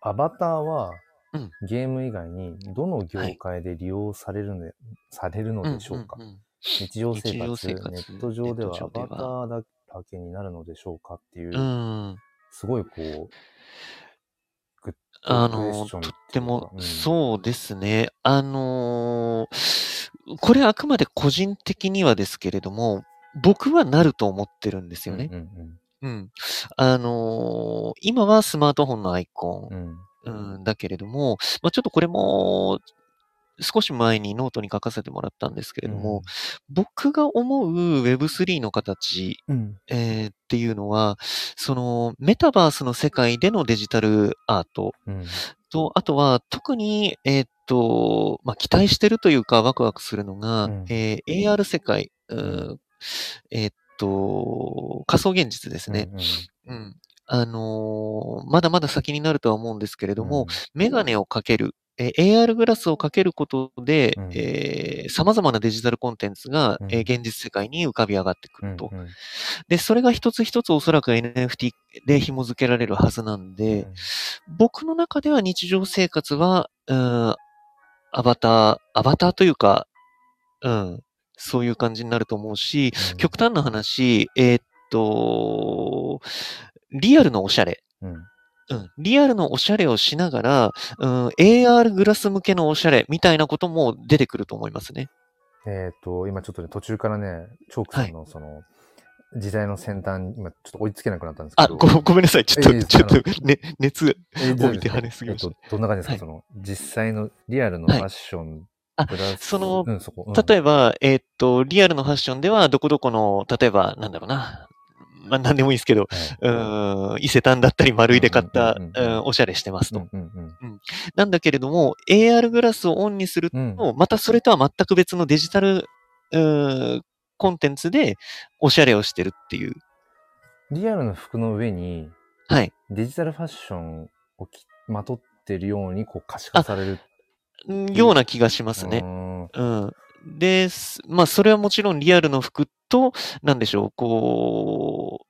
アバターは、うんゲーム以外にどの業界で利用されるので,、されるのでしょうか、んんん日常生日常活生活ネット上ではネッアト上ではバターだらけになるのでしょうかっていう、うん。すごいこう、あクエの、スチとョンっっていうかてもう、んそうですね。あのーこれあくまで個人的にはですけれども、僕はなると思ってるんですよねう。んうん。あのー今はスマートフォンのアイコうんうんン、うん、だけれども、まあ、ちょっとこれも、少し前にノートに書かせてもらったんですけれども、僕が思う Web3 の形うんえーっていうのは、そのメタバースの世界でのデジタルアートうんと、あとは特に、えーっと、まあ、期待してるというかワクワクするのが、うんえー AR 世界、うーえーっと、仮想現実ですね。うんうんうん。あのーまだまだ先になるとは思うんですけれども、メガネをかける、えー AR グラスをかけることでうん、えー様々なデジタルコンテンツが、えーうん現実世界に浮かび上がってくうんると。うんうんで、それが一つ一つおそらく NFT で紐付けられるはずなんで、僕の中では日常生活は、うん、アバター、アバターというか、うん、そういう感じになると思うし、極端な話、えーっと、リアルのおしゃれ。うんうん、リアルのおしゃれをしながら、うん、AR グラス向けのおしゃれみたいなことも出てくると思いますね。えっ、と、今ちょっとね、途中からね、チョークさんのその、時代の先端に今ちょっと追いつけなくなったんですけあ、ど。ごごめんなさい。ちょっいえいえと、ちょっと、ね、熱、えー置いて跳ねすぎえっましたと、どんな感じですか、はいその、実際のリアルのファッション、あプラスそのうん、そこ。うん例えば、えーっと、リアルのファッションでは、どこどこの、例えば、なんだろうな。まあ、なんでもいいですけど、うーん、伊勢丹だったり、丸いで買った、ううんうんうんうんんおしゃれしてますと。うんうんなんだけれども、AR グラスをオンにするうん。うんと、またそれとは全く別のデジタル、うーコンテンツで、おしゃれをしてるっていう。リアルの服の上に、はい。デジタルファッションをきまとってるように、こう、可視化される。でんような気がしますね。うん。で、すまあ、それはもちろんリアルの服と、なんでしょう、こ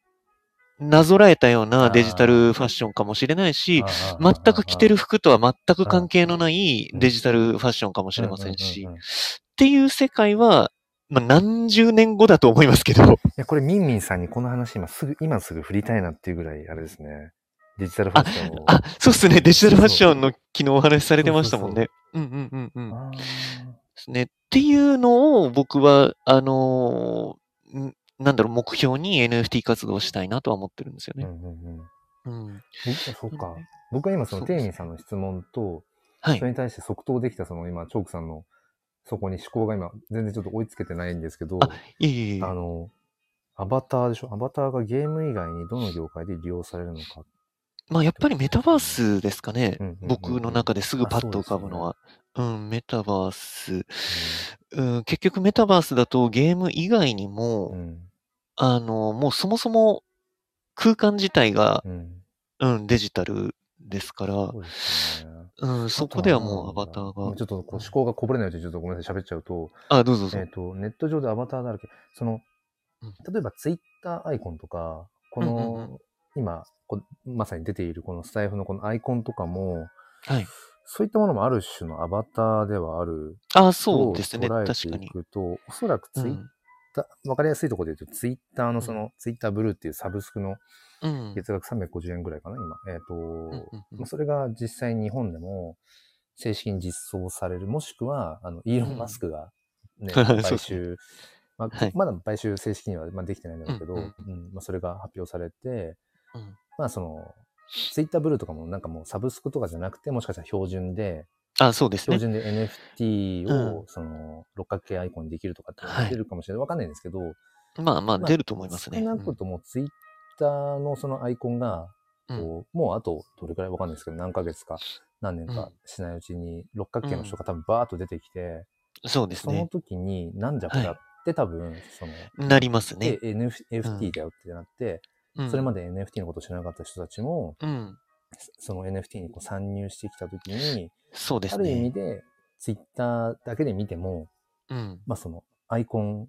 う、なぞらえたようなデジタルファッションかもしれないし、全く着てるる服とは全く関係のないうんデジタルファッションかもかしれませんし、っていう世界は、まあ、何十年後だと思いますけど、いや、これ、ミンミンさんにこの話、今すぐ、今すぐ振りたいなっていうぐらい、あれですね。デジタルファッションを。あ、そうっすね、デジタルファッションの昨日お話しされてましたもんね。うんうんうんうん。あですね。っていうのを僕は、あのーんなんだろう、目標に NFT 活動をしたいなとは思ってるんですよー。うね。んうんうん。うん。えそうかうん。僕は今、そその、うでテイすミンさんの質問と、はそれい。に対して即答できた、その今、チョークさんの、そこに思考が今、全然ちょっと追いつけてないんですけど、あいえいえいえ。の、アバターでしょアバターがゲーム以外にどの業界で利用されるのか。まあ、やっぱりメタバースですかねうんうんうんう。ん僕の中ですぐパッと浮かぶのは。うん、メタバース。うん、結局メタバースだとゲーム以外にうも、ん。あの、もうそもそも空間自体が、うん。うん、デジタルですからそ、うですよね。うん、そこではもうアバターがちょっとこう思考がこぼれないうちにちょっとごめんなさい、喋っちゃうと、あ、どうぞどうえぞっ、。と、ネット上でアバターだらけ、そのうん、例えばツイッターアイコンとか、こうんうんうの、今、こまさに出ているこのスタイフのこのアイコンとかも、はい。そういったものもある種のアバターではあるあ、そうですね。ど捉え確てかいに。くと、おそらくツイうッんター、わかりやすいところで言うと、ツイッターのその、ツイッターブルーっていうサブスクのうん。月額350円ぐらいかな、今。えっ、と、うんうんうんまあそれが実際に日本でも正式に実装される、もしくは、あの、イーロうんン・マスクが、ね、 そうそう買収、まあはいまだ買収正式には、まあ、できてないんだけど、ううんんまあ、それが発表されて、うんまあその、ツイッターブルーとかもなんかもうサブスクとかじゃなくて、もしかしたら標準で、あ、そうです標ね。準で NFT を、うその六角形アイコンにできるとかってはい出るかもしれない。わ、かんないんですけど、まあまあまあ出ると思いますね。少なうくんともツイッターのそのアイコンが、こうもうあとどれくらいわかんないですけど、何ヶ月か何年うかんしないうちに、六角形の人が多分バーッと出てきて、そうですそのね。時に、なんじゃこりゃって多分、その、なりますねで。NF NFT だよってなって、うんそれまで NFT のことを知らなかった人たちも、うん。その NFT にこう参入してきた時に、そうであする意味ね。で、ツイッターだけで見ても、うん。まあその、アイコン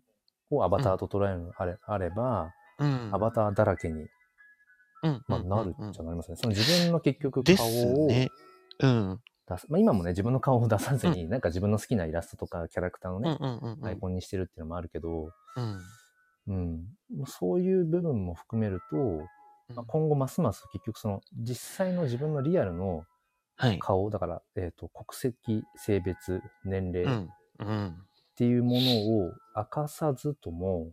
をアバターと捉えるのあれ,、あれば、うん。アバターだらけに、うんまあ、なるうんっちゃなりますね。その自分の結局で顔すを出ね。うん。す。まあ今もね、自分の顔を出さずに、なんか自分の好きなイラストとかキャラクターのうんね、うんうんアイコンにしてるっていうのもあるけど、うん。うん。そういう部分も含めると、まあ、今後ますます結局その実際の自分のリアルのはい。顔、だから、えっ、と、国籍、性別、年う齢っん。うん。ていうものを明かさずとも、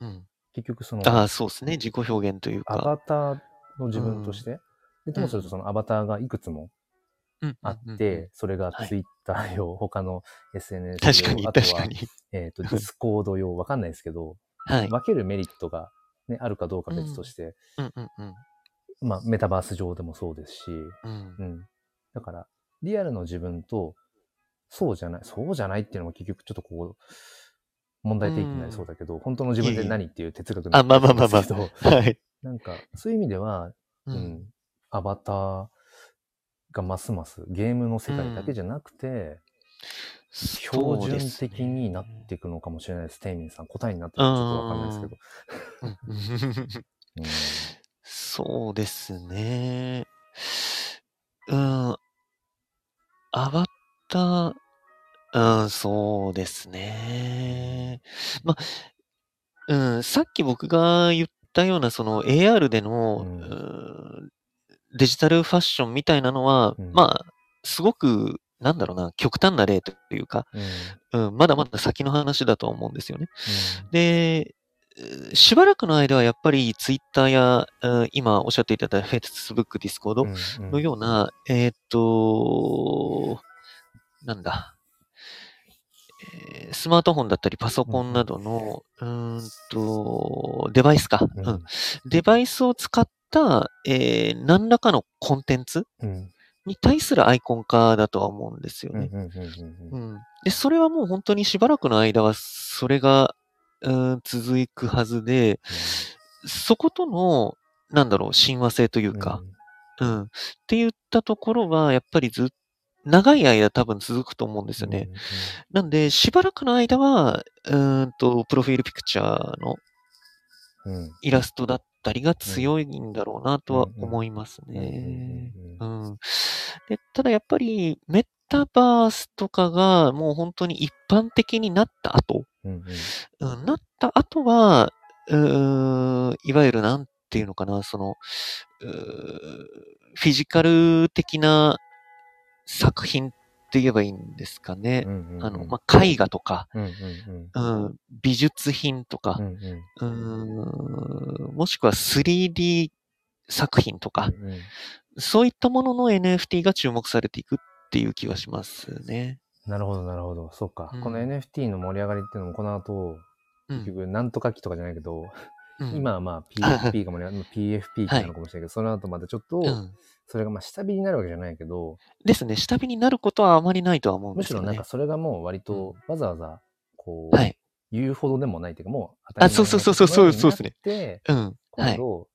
うん。結局そのああ、そうですね。自己表現というアか。バターの自分として、で、ともするとそのアバターがいくつもうんあっうんうんて、それがはいツイッター用、 他の SNS 用、確かに、あと確かは、に。えっ、と、ディスコード用、わかんないですけど、はい。分けるメリットが、ね、あるかどうか別として、うんうんうんまあ、メタバース上でもそうですし、うんうん。だから、リアルの自分と、そうじゃない、そうじゃないっていうのも結局ちょっとこう、問題提起になりそうだけど、本当の自分で何っていう哲学になあまあまあまあまあですけ どはい。なんか、そういう意味では、う。うんん、アバターがますますゲームの世界だけじゃなくて、標準的になっていくのかもしれないです。テイミンさん、答えになってるのかちょっとわかんないですけど。そうですね。うんうんそうですね。うん。アバター、うん、そうですね。まあ、うん、さっき僕が言ったような、その AR での、うんうんデジタルファッションみたいなのは、うんまあ、すごく、なんだろうな、極端な例というか、うんうん、まだまだ先の話だとは思うんですよね。で、えーしばらくの間はやっぱりツイッターや、うん今おっしゃっていただいた Facebook、う Discord んうんのような、えーっと、なんだ、えースマートフォンだったりパソコンなどの、うーんと、デバイスか、ううんんデバイスを使った、えー何らかのコンテンツうんうんに対するアイコン化だとは思うんですようねん。うんうんううんん。で、それはもう本当にしばらくの間は、それが、うーん、続くはずで、そことの、なんだろう、親和性というか、うん、って言ったところは、やっぱりずっ、長い間多分続くと思うんですよね。なんで、しばらくの間は、うーんと、プロフィールピクチャーのうんうんイラストだったりが強いんだろうなとは思いますうんうんね。うんうんうん、でただやっぱりメタバースとかがもう本当に一般的になった後、うんうんうん、なった後は、うーんいわゆるなんていうのかな、その、うーフィジカル的な作品って言えばいいんですかね。うんうんあの、まあ、絵画とか、うんうんうん、美術品とかうんう、んうんうーんもしくは 3D 作品とか、うんうんそういったものの NFT が注目されていくっていう気はしますね。なるほど、なるほど。そうか。うんこの NFT の盛り上がりっていうのも、この後、うん結局、なんとか期とかじゃないけど、うん今はまあ PFP が盛り上がる、PFP 期なのかもしれないけど、その後またちょっと、うんそれがまあ下火になるわけじゃないけど、ですね、下火になることはあまりないとは思うんむでしすよろね。なんかそれがもう割とわざわざ、こう、はい。言うほどでもないというか、もうあそうそうそうそうそうそうですね。で、うん。は今い。度、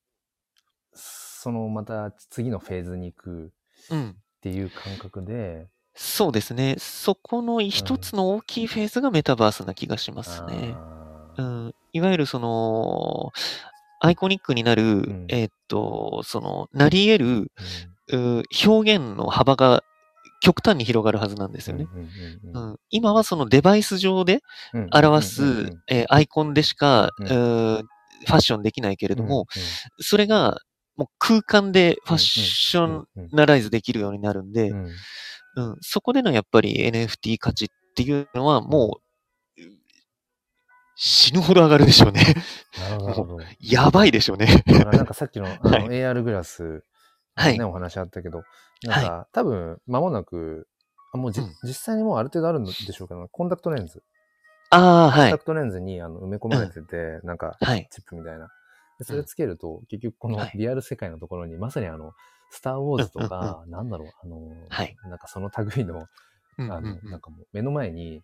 そのまた次のフェーズに行くっうん。ていう感覚で、そうですね。そこの一つの大きいフェーズがメタバースな気がしますね。あうーん。いわゆるその、アイコニックになる、んえーっと、その、なり得る、うー表現の幅が極端に広がるはずなんですよね。。うんううんん、今はそのデバイス上でうんうん表うんうんうんすえーアイコンでしか、ううんーファッションできないけれども、うんうんそれがもう空間でファッショうんうんナライズできるようになるんでう、んうん、そこでのやっぱり NFT 価値っていうのはもう死ぬほど上がるでしょうね。 なるほどなるほど。やばいでしょうね。だからなんかさっきのあのはい AR グラス、はね、い。お話あったけど、なんか多分間もなく、あもうじうん実際にもうある程度あるんでしょうけど、コンタクトレンズ。ああ、コはンタい。クトレンズにあの埋め込まれてて、なんかはい。チップみたいな。でそれつけると、結局このはいリアル世界のところに、まさにあの、スター・ウォーズとか、なんだろう、あの、はいなんかその類の、うんあうんの、なんかもう目の前に、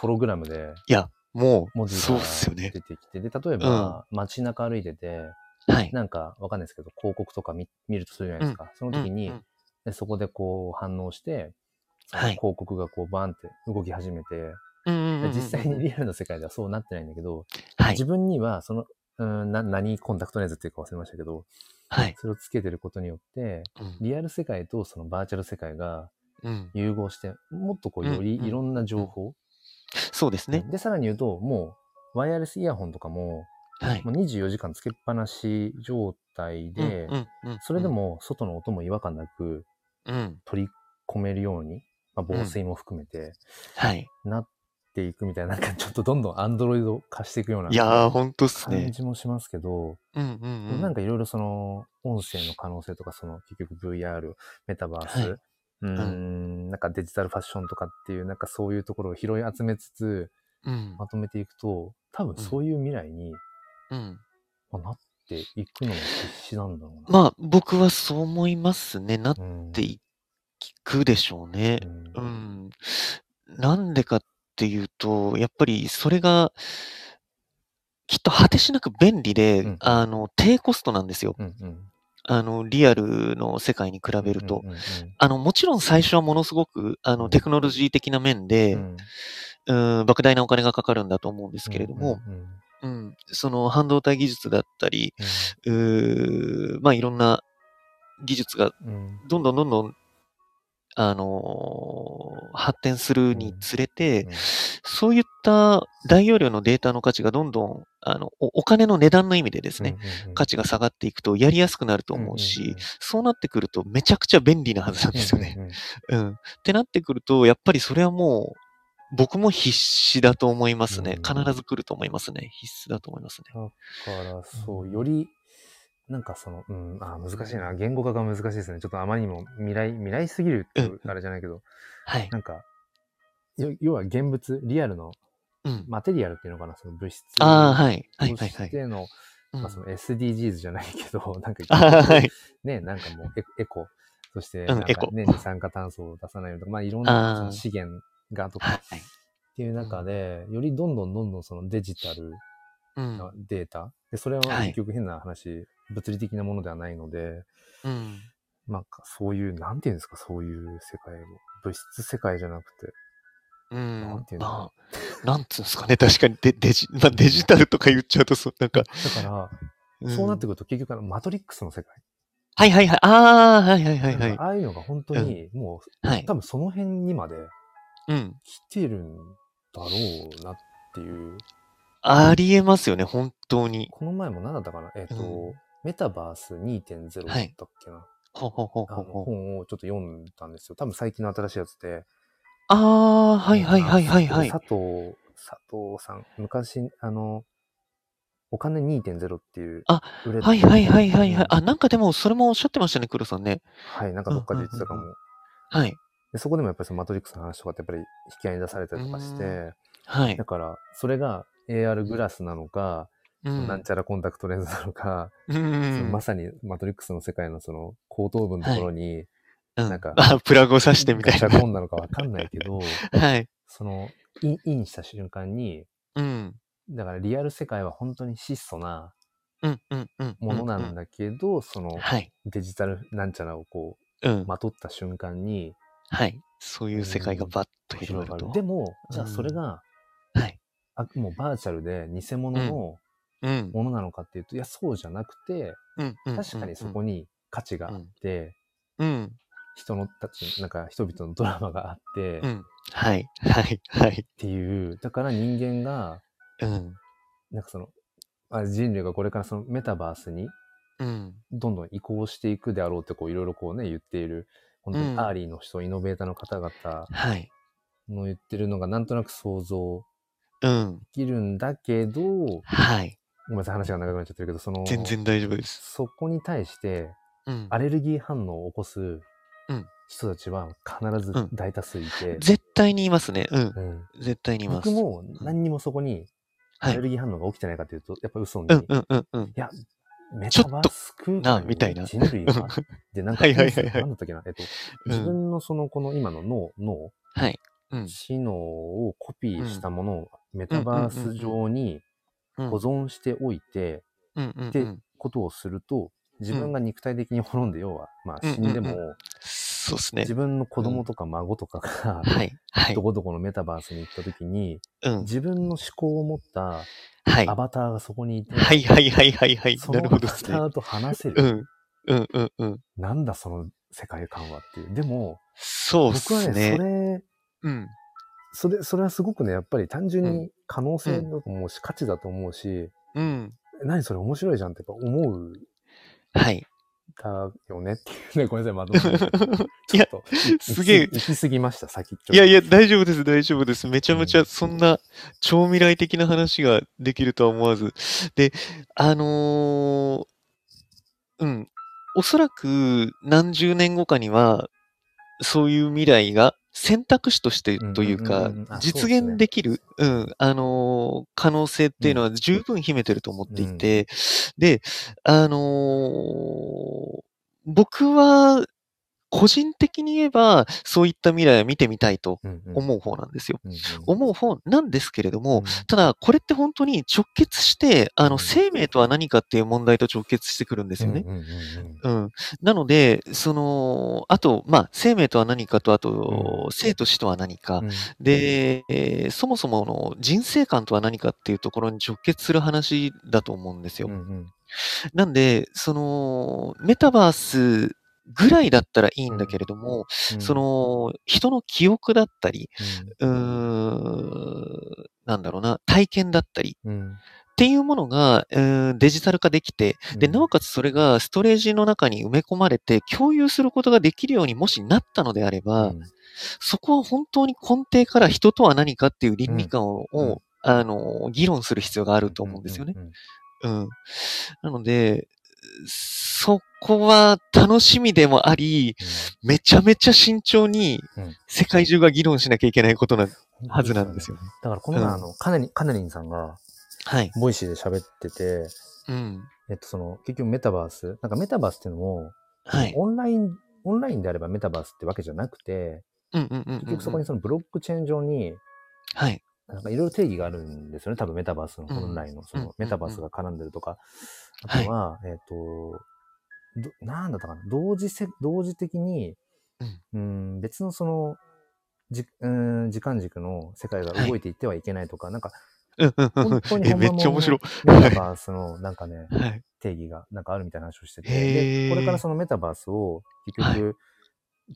フォログラムでいや、も文う、字そうがっすよね。出てきて、で、例えば街中歩いてて、はい。なんかわかんないですけど、広告とか見見るとするじゃないですか。その時にうんうん、でそこでこう反応して、そのはい広告がこうバーンって動き始めて、うんうんうんうんで実際にリアルの世界ではそうなってないんだけど、はい自。分にはその、うん、な何コンタクトレンズっていうか忘れましたけど、はい。それをつけてることによって、うんリアル世界とそのバーチャル世界がうん融合して、もっとこううんよりうんいろんな情報、そうですね。で、さらに言うと、もう、ワイヤレスイヤホンとかも、はいも。う24時間つけっぱなし状態で、うんうんうんうんそれで、も外の音も違和感なくうん。取り込めるように、まあ、防水も含めて、はい。なっていくみたいな、なんかちょっとどんどんアンドロイド化していくようないやー、ほんとっす感ね。じもしますけど、うんうんうん。なんかいろいろその音声の可能性とか、その結局 VR、メタバース、はいうーん、なんかデジタルファッションとかっていう、なんかそういうところを拾い集めつつ、うんまとめていくと、多分そういう未来に、うん。まあなっていくのが必死なんだろうな。まあ、僕はそう思いますね。なっうんていくでしょうね。ううんん。なんでかっていうと、やっぱりそれが、きっと果てしなく便利で、うんあの、低コストなんですよ。うんうんあの、リアルの世界に比べると。うんうんうあの、もちろん最初はものすごく、あうんの、テクノロジー的な面で、んううんん、莫大なお金がかかるんだと思うんですけれども、うんうんうんうん、その半導体技術だったり、ううーまあいろんな技術がんうんどんどんどんどん、あのー発展するにつれて、うんそういった大容量のデータの価値がどんどん、あの、おお金の値段の意味でですね、うんうん価値が下がっていくとやりやすくなると思うし、そうなってくるとめちゃくちゃ便利なはずなんですよね。。うんうんうんうん。ってなってくると、やっぱりそれはもう、僕も必死だと思いますね。うん必ず来ると思いますね。必須だと思いますね。だから、そう、より、なんかその、うん、あー難しいな。言語化が難しいですね。ちょっとあまりにも未来、未来すぎるっていうあれじゃないけど、はい。なんか、よ要は現物、リアルの、うん。マテリアルっていうのかな、その物質ああ、はい。はい、とはい、しはい。ての、うんまあその SDGs じゃないけど、 あなんーはか、い。ね、なんかもうエコエコ、そして、んなんかエコね、二酸化炭素を出さないようにとか、まあいろんなあーその資源がとかはい。っていう中で、よりどんどんどんどんそのデジタル、うん。なデータ。で、それははい結局変な話、物理的なものではないので、うん。まあ、そういう、なんていうんですか、そういう世界を。物質世界じゃなくて。うんなんていうまのあ、なんつうんですかね。確かにデデジ、まあ、デジタルとか言っちゃうと、そう、なんか、だから、んそうなってくると結局あの、マトリックスの世界。はいはいはい。ああ、はいはいはいはなんいか。ああいうのが本当に、もう、はい。多分その辺にまでうん。来てるんだろうなっていう。ありえますよね、本当に。この前も何だったかなえっ、と、うメタバース2.0だったっけな、ほうほうほうあほのうほう。本をちょっと読んだんですよ。多分最近の新しいやつで。ああ、はいはいはいはいはい佐。藤、佐藤さん、昔、あの、お金2.0っていう、あ売れたはいはいはいはいはい。うあ、んなんかでも、それもおっしゃってましたね、黒さんね。はい、なんかどっかで言ってたかも。うんはい。でそこでもやっぱりそのマトリックスの話とかってやっぱり引き合いに出されたりとかしうて、はいだ。から、それが AR グラスなのか、うなんん。ちゃらコンタクトレンズなのか、うそのんま。さにマトリックスの世界のその後頭部のところに、うんなんかあ、プラグを刺してみガたいチャな。コンなのかわかんないけど、 はい。その、インインした瞬間に、うん。だからリアル世界は本当に質素なうんうんうん。ものなんだ。だけど、その、はい。デジタルなんちゃらをこうんう。まとった瞬間にはい。そういう世界がバッと広広ががるると。。でも、じゃあうんそれが、はい。あもうバーチャルで偽物のうん。ものなのかっていうと、いや、そうじゃなくて、うんうん確かにそこに価値があって、うん。人のたち、なんか人々のドラマがあって、うっん。はい。はい。はい。ていう、だから人間が、うん。なんかその、あ人類がこれからそのメタバースにうん。どんどん移行していくであろうってこういろいろこうね言っている、本当うにんアーリーの人、イノベーターの方々はい。の言ってるのがなんとなく想像うん。できるんだけど、ごはい。めんなさい、話が長くなっちゃってるけど、その、全然大丈夫です。そこに対して、うん。アレルギー反応を起こすうん人たちは必ずうん大多数いて、絶対にいますね。うん。うん絶対にいます。僕も何にもそこにアはいレ。ルギー反応が起きてないかというと、やっぱり嘘に、うんうんうんうん。いや、メちょタっとバース空な間にみたいな人類が、で、なんか、はいはいはいはいなんだったっけな、えっと、自分のその、この今の脳、脳、はい。うん。知能をコピーしたものをメタバース上にうん保存しておいて、うんうんってうんことをすると、自分が肉体的に滅んで、要は、まあうん死んでも、うんそうですね自。分の子供とか孫とかが、はい。はいど。こどこのメタバースに行った時に、うん。自分の思考を持ったはい。アバターがそこにいて、はいはいはいはいはい。そなのるほアバどタですね。ーと話せうる。ん。うんうんうん。なんだその世界観はっていう。でも、そうで僕はすね、ね。うん。それ、それ、それはすごくね、やっぱり単純うに可能性だと思うし、価値だと思うし、うん。何それ面白いじゃんってか思うはい。だよねっていうね、ごめんなさい、まとめて いやちょっとすげえ行き行き過ぎました、先っちょ。いやいや、大丈夫です、大丈夫です。めちゃめちゃそんな超未来的な話ができるとは思わず。で、あのーうん。おそらく何十年後かには、そういう未来が選択肢としてといううかんうんうんうん、あ実そうです現ねできる、うん、あのー可能性っていうのは十分秘めてると思っていて、で、あのー僕は、個人的に言えば、そういった未来を見てみたいとうんうん、思う方なんですよ。うんうん、思う方なんですけれども、んただ、これって本当に直結して、あうの、ん生命とは何かっていう問題と直結してくるんですよね。うんうんうんうん。なので、その、あと、まあ、生命とは何かと、あと、生と死とは何かう、んで、えーそもそもの人生観とは何かっていうところに直結する話だと思うんですよ。うんうんなんで、その、メタバースぐらいだったらいいんだけれども、うんそ、の、人の記憶だったり、うーうんん、なんだろうな、体験だったりうんっていうものが、うーんデジタル化できて、で、うんなおかつそれがストレージの中に埋め込まれて共有することができるようにもしなったのであれば、うんそこは本当に根底から人とは何かっていう倫理観を、うんうんあの、議論する必要があると思うんですよね。うんうんうん。なので、そこは楽しみでもあり、めちゃめちゃ慎重にうん世界中が議論しなきゃいけないことなうんはずなんですよね。だからこの前、うんあのカネリンカネリンさんがはい。ボイシーで喋ってて、うん。えっと、その結局メタバースなんかメタバースっていうのも、はい。オンラインオンラインであればメタバースってわけじゃなくてうんうんうんうんうん。結局そこにそのブロックチェーン上にはい。なんかいろいろ定義があるんですよね。多分メタバースのうん本来の、そうんのメタバースが絡んでるとか。んあとは、えっ、と、どなんだったかな。同時せ、同時的に、うん、別のその、じうん時間軸の世界が動いていってはいけないとか、なんか、うんうんうんうん本当にえ、本め間っちゃ面白い。メタバースのなんかね、はい。定義がなんかあるみたいな話をしてへて、ーで、これからそのメタバースを結局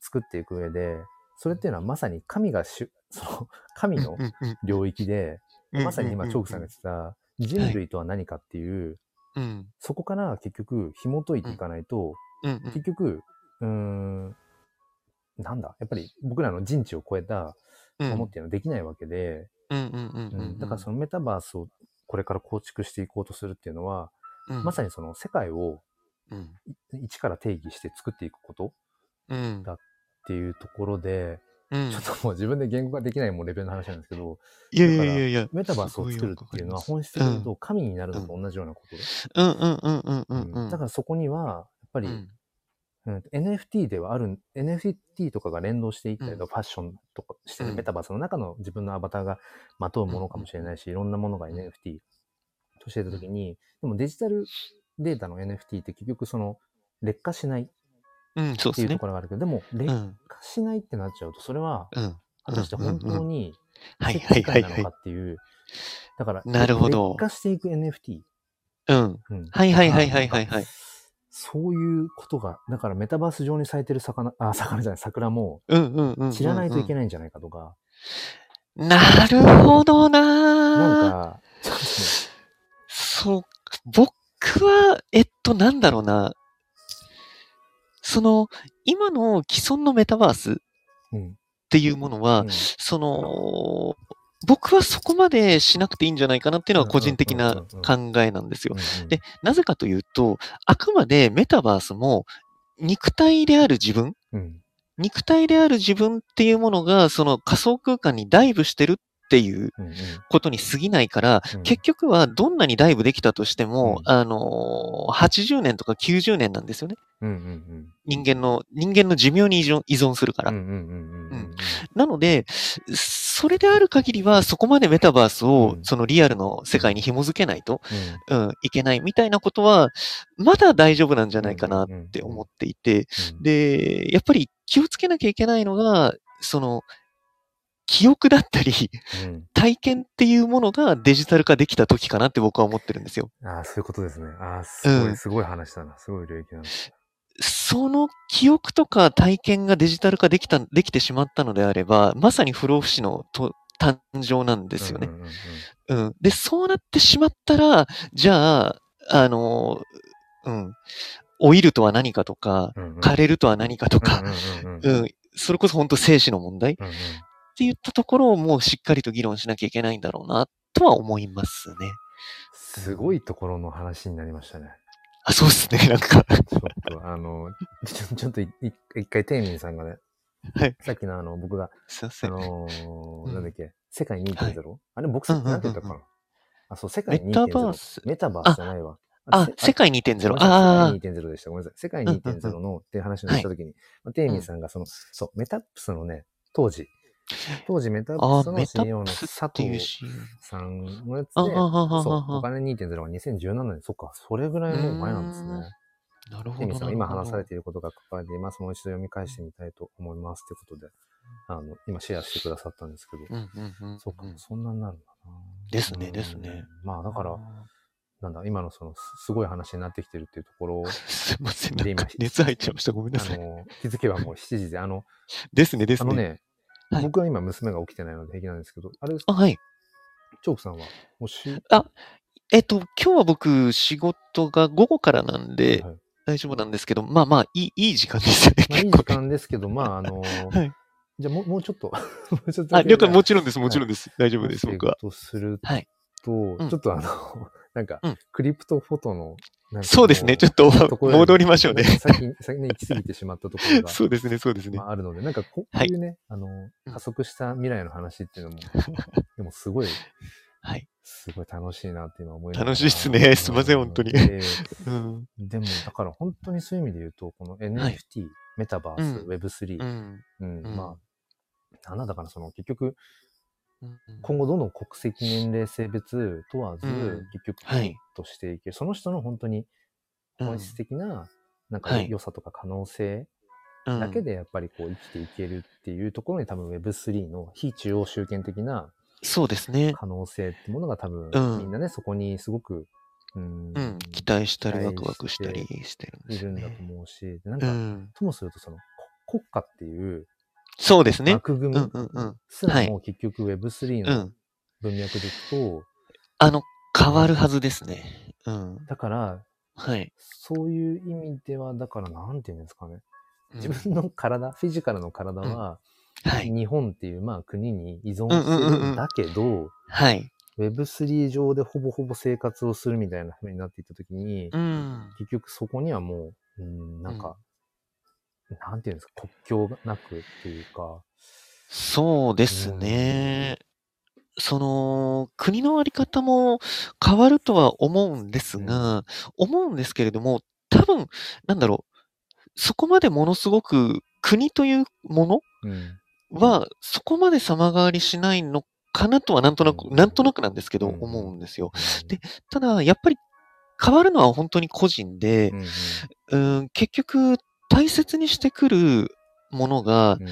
作っていく上で、それっていうのはまさに神がしゅ、その、神のうんうん領域で、うんまさに今、チョークさんが言ってた、人類とは何かっていう、うんそこから結局、紐解いていかないと、うんうん結局、うーん、なんだ、やっぱり僕らの人知を超えたうんものっていうのはできないわけで、うんうんうんううんん。だからそのメタバースをこれから構築していこうとするっていうのは、うん、まさにその世界をうん一から定義して作っていくことっうんていうところで、うんちょっともう自分で言語ができないもうレベルの話なんですけど、いやいやいやいや。メタバースを作るっていうのは本質的に言うと神になるのと同じようなことで、うんうんうんうんうんうん。だからそこには、やっぱり、うんうん NFT ではある、NFT とかが連動していったりとか、ファッションとかしてうるんメタバースの中の自分のアバターがまとうものかもしれないし、いろんなものが NFT としてたときに、でもデジタルデータの NFT って結局その劣化しないっうん、そうでてすいうとね。ころがあるけど、でもう劣ん。化しないってなっちゃうと、それはうん。果たして本当にはいは世いは界いなはのいか。っていう、だからなるほど劣化していく NFT。うん。うんはいはいはいはいはいはい。そういうことが、だからメタバース上に咲いてる魚、あ、魚じゃない、 桜もうんうんうんうんうん。知らないといけない。ないんじゃないかとか、なるほどななーんか、ちょっとねそう。僕は、えっと、なんだろうな。その、今の既存のメタバースっうんていうものうはん、その、僕はそこまでしなくていいんじゃないかなっていうのは個人的な考えなんですよ。うんうんで、なぜかというと、あくまでメタバースも肉体である自分、うん肉体である自分っていうものが、その仮想空間にダイブしてるっていううんうんことに過ぎないから、うん結局はどんなにダイブできたとしても、うんあのー、80年とか90年なんですよね。うんうんうん人間の、人間の寿命に依存依存するから。うんうんうんうんうんなので、それである限りは、そこまでメタバースを、そのリアルの世界に紐づけないと、うん、いけないみたいなことは、まだ大丈夫なんじゃないかなって思っていて、で、やっぱり気をつけなきゃいけないのが、その、記憶だったり、 体験っていうものがデジタル化できた時かなって僕は思ってるんですよ。ああ、そういうことですね。ああ、すごい、すごい話だな。すごい領域なんだ。その記憶とか体験がデジタル化できた、できてしまったのであれば、まさに不老不死のと誕生なんですよね。うん。で、そうなってしまったら、じゃあ、あの、うん。老いるとは何かとか、うんうん、枯れるとは何かとか、うん。それこそ本当生死の問題、うん、って言ったところをもうしっかりと議論しなきゃいけないんだろうな、とは思いますね。すごいところの話になりましたね。あ、そうっすね、なん かちょっと、あの、ちょちょ っと一回、テイミンさんがね、はい、さっきのあの、僕が、すいません。あの ー、うん、なんだっけ、世界2.0、はい、あれ、僕さっき何て言ったかな、あ、そう、世界2.0。メタバース。メタバースじゃないわ。あ、世界2.0。ああ。世界2.0でした。ごめんなさい。世界2.0のっていう話をしたときに、テイミンさんがその、そう、メタップスのね、当時、当時メタップスの CEO の佐藤さんのやつで、そう、お金2.0は2017年、そっか、それぐらいもう前なんですね。なるほど。さん今話されていることが書かれています。もう一度読み返してみたいと思います。ということで、あの、今シェアしてくださったんですけど、そっか、そんなになるんだな。ですね、ですね。まあだから、なんだ、今のその、すごい話になってきてるっていうところ を。すいません、で今、熱入っちゃいました。ごめんなさい。あの、気づけばもう7時で、あの、ですね、ですね。あのね、僕は今娘が起きてないので平気なんですけど、あれですかはい。チョークさんはおしあ、えっと、今日は僕、仕事が午後からなんで、大丈夫なんですけど、まあまあ、いい、いい時間ですよね。まあ、いい時間ですけど、まあ、あ の、じゃあも、もうちょっと、 もうちょっと。あ、了解、もちろんです、もちろんです。大丈夫です、僕は。とすると、ちょっとあの、 なんか、クリプトフォトの、そうですね、ちょっと戻りましょうね。先に、先に行き過ぎてしまったところ が。そうですね、そうですね。あるので、なんかこういうね、あの、加速した未来の話っていう のも、でもすごい、はい。すごい楽しいなって今思い楽しいっすね。すいません、本当に。でも、だから本当にそういう意味で言うと、この NFT、メタバース、Web3、うん、まあ、なんだからその結局、今後どんどん国籍、年齢、性別問わず、結局、としていける、その人の本当に本質的な、なんか良さとか可能性だけでやっぱりこう生きていけるっていうところに多分 Web3 の非中央集権的なそうですね可能性ってものが多分みんなね、そこにすごくうん、期待したりワクワクしたりしてるんですいるんだと思うし、なんか、ともするとその国家っていうそうですね。枠組みすらも結局 Web3 の文脈でいくと、あの、変わるはずですね。うん。だから、はい。そういう意味では、だからなんていうんですかね。自分の体、うん、フィジカルの体は、うん、はい、日本っていうまあ国に依存してるんだけど、はい。 Web3 上でほぼほぼ生活をするみたいな風になっていったときに、うん、結局そこにはもう、うん、なんか、なんていうんですか、国境がなくっていうか。そうですね。うん、その、国のあり方も変わるとは思うんですが、うん、思うんですけれども、多分、なんだろう、そこまでものすごく国というものは、そこまで様変わりしないのかなとは、なんとなく、うん、なんとなくなんですけど、思うんですよ。で、ただ、やっぱり変わるのは本当に個人で、うん,うん、結局、大切にしてくるものが、うん、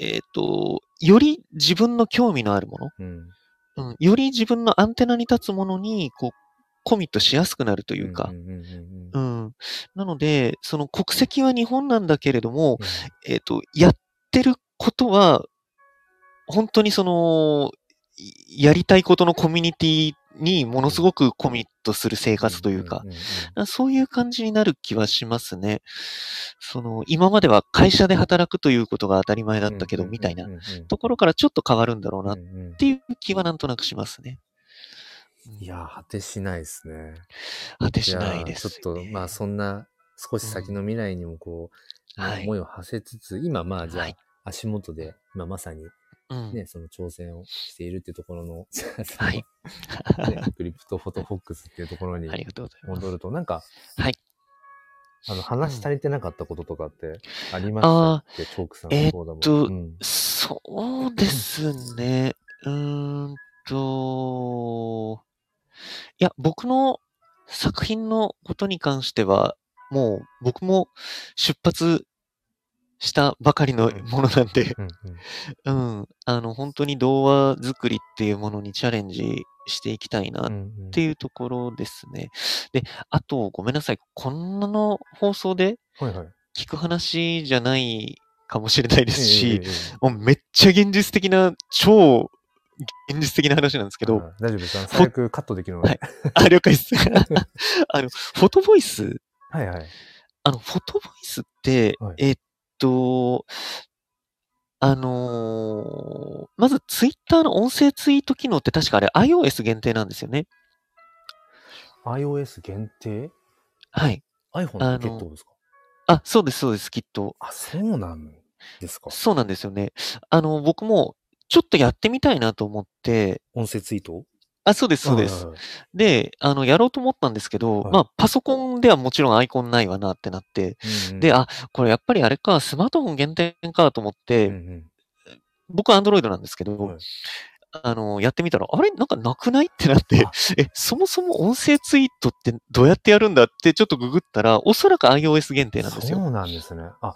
えっ、と、より自分の興味のあるもの、うん、うん、より自分のアンテナに立つものに、こう、コミットしやすくなるというか、うん。なので、その国籍は日本なんだけれども、うん、えっ、と、やってることは、本当にその、やりたいことのコミュニティにものすごくコミットする生活というか、そういう感じになる気はしますね。その、今までは会社で働くということが当たり前だったけど、みたいなところからちょっと変わるんだろうなっていう気はなんとなくしますね。いや、果てしないですね。果てしないです、ね、ちょっと、まあそんな少し先の未来にもこう、うん、思いを馳せつつ、はい、今まあじゃあ足元で、今まさにね、その挑戦をしているっていうところの、はい。クリプトフォトフォックスっていうところに戻ると、なんか、はい。あの、話し足りてなかったこととかってありましたっけ、チョークさんの方でも。えっと、そうですね。うーんと、いや、僕の作品のことに関しては、もう僕も出発したばかりのものなん で、うんうん、あの、本当に童話作りっていうものにチャレンジしていきたいなうっんうんていうところですね。で、あと、ごめんなさい。こんなの放送ではいはい。聞く話じゃないかもしれないですええしえ、ええもうめっちゃ現実的な、超現実的な話なんですけえど、はい大丈夫です。あの最悪カットできるので。あ、了解です。 あの、フォトボイス、はいはい。あの、フォトボイスって、はいえっと、あのーまずツイッターの音声ツイート機能って確かあれ iOS 限定なんですよね。 iOS 限定はい。 ?iPhone あだのけってことですかあ、そうです、そうです、きっと。あそうなんですか。そうなんですよね。あの、僕もちょっとやってみたいなと思って、音声ツイートあ、そうです、そうです。。はいはいはいで、あの、やろうと思ったんですけど、はいまあ、パソコンではもちろんアイコンないわなってなって、うんうんで、あ、これやっぱりあれか、スマートフォン限定かと思っうんうて、ん僕は Android なんですけど、はいあの、やってみたら、あれなんかなくないってなってあ、え、 そもそも音声ツイートってどうやってやるんだってちょっとググったら、おそらく iOS 限定なんですそよ。うなんですね。あ、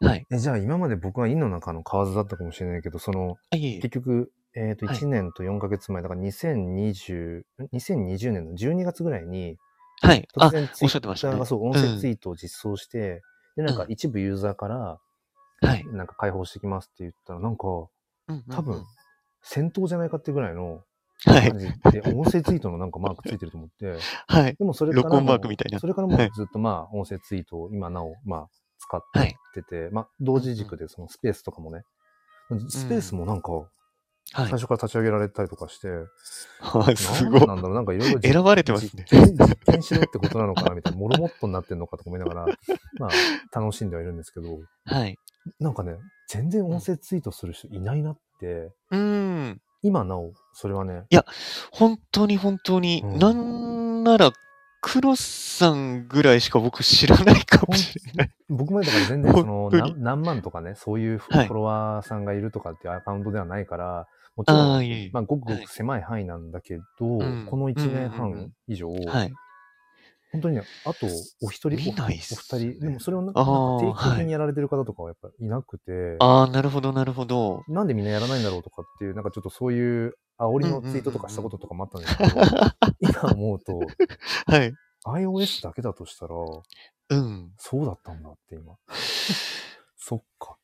はい。えじゃあ今まで僕は井の中の蛙だったかもしれないけど、その、あいえい結え局、えっ、と、はい1年と4ヶ月前、だから2020、2020年の12月ぐらいに、はい。突あ、然ツおイっしゃっッてましタたーねが。そう、音声ツイートを実装して、で、なんか一部ユーザーから、はい。なんか解放してきますって言ったら、なんか、うんうん多分、戦闘じゃないかってぐらいの、はい感。じで、音声ツイートのなんかマークついてると思って、はい。でもそれからも、録音マークみたいなそれからもはいずっとまあ、音声ツイートを今なお、まあ、使っはい。てて、まあ、同時軸でそのスペースとかもね、スペースもなんか、は最い初から立ち上げられたりとかして、あ。 すなごいん。なんだろう、なんかいろいろ選ばれてますね。実実験しろってことなのかなみたいな、モロモットになってんのかとか思いな がら、まあ、楽しんではいるんですけど、はい。なんかね、全然音声ツイートする人いないなって、うーん。今なお、それはね、本当に本当に、うんなんなら、クロスさんぐらいしか僕知らないかもしれない。僕までだから全然そ本の当に何何万とかね、そういうフはいォロワーさんがいるとかっていうアカウントではないから、もちろあーん、いえいえまあ、ごくごく狭い範囲なんだけど、うんこの1年うんうんうんう半ん以上、はい。本当にね、あとお一人、見ないっすおお二人、でもそれをなんあかー定期的にやられてる方とかはやっぱいなくて、ああ、なるほど、なるほど。なんでみんなやらないんだろうとかっていう、なんかちょっとそういう煽りのツイートとかしたこととかもあったんで すけど、今思うと、はい。 iOS だけだとしたら、うん。そうだったんだって 今。そっか。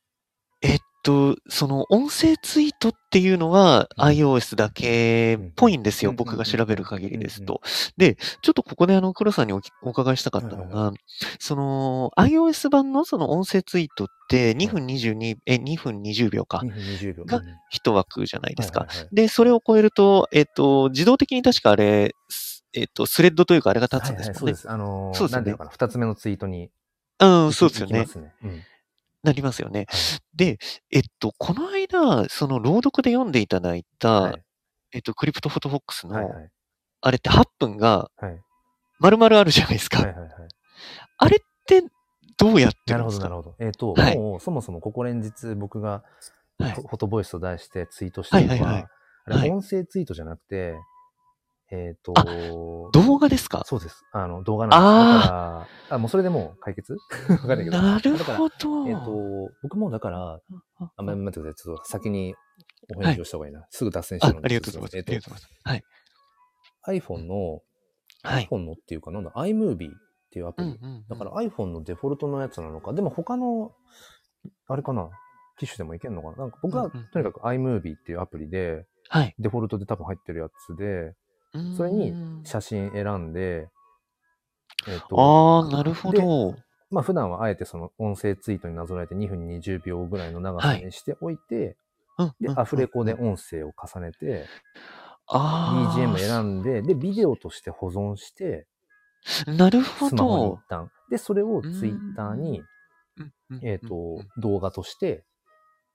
えっと、その音声ツイートっていうのはうん iOS だけっぽいんですよ。うん僕が調べる限りですうと。で、ちょっとここであの、黒さんにおきお伺いしたかったのはいが、その iOS 版のその音声ツイートって2分22、え、2分20秒か2。分20秒。がうん一枠じゃないですか。はいはいはいで、それを超えると、えっと、自動的に確かあれ、すえっと、スレッドというかあれが立つんですはいはもいそんねうで。す。あのーそうですよねなんていうのかな、二つ目のツイートに。うん、そうですよね行き。ますね。うんなりますよね。はいで、えっと、この間、その朗読で読んでいただいた、はいえっと、クリプトフォトフォックスの、はいはいあれって8分がはい丸々あるじゃないですか。はいはいはい。あれってどうやってなるるんでほど、すなかるほど。えっと、はいもうそもそもここ連日僕がはいフォフォトボイスと題してツイートしてるのはいはいはいは、あはれい音声ツイートじゃなくて、えっと、あ動画ですかそうです。あの、動画なんです。だから、あ、もうそれでもう解決 わかんないけど。なるだからほど。えっ、と、僕もだから、ああ、ま待ってください。ちょっと先にお返事をした方がいいな。すぐ脱線しあたあので。りがとうございます。あえりっがとうごと、ざいます。はい。 iPhone の、はい。 iPhone のっていうかなんだ、iMovie っていうアプうんうリ。んうん。だから iPhone のデフォルトのやつなのか、でも他の、あれかな、機種でもいけるのかな。なんか僕うんはうんとにかく iMovie っていうアプリで、はい。デフォルトで多分入ってるやつで、それにうーん写真選んで、えっああ、なるほでど。まあ普段はあえてその音声ツイートになぞらえて2分20秒ぐらいの長さにしておいて、うんで、アフレコで、音声を重ねて、ああ、 BGM 選んで、で、ビデオとして保存して、なるほスマホに一ど。旦。で、それをツイッターに、うんうんえっ、うとん、動画として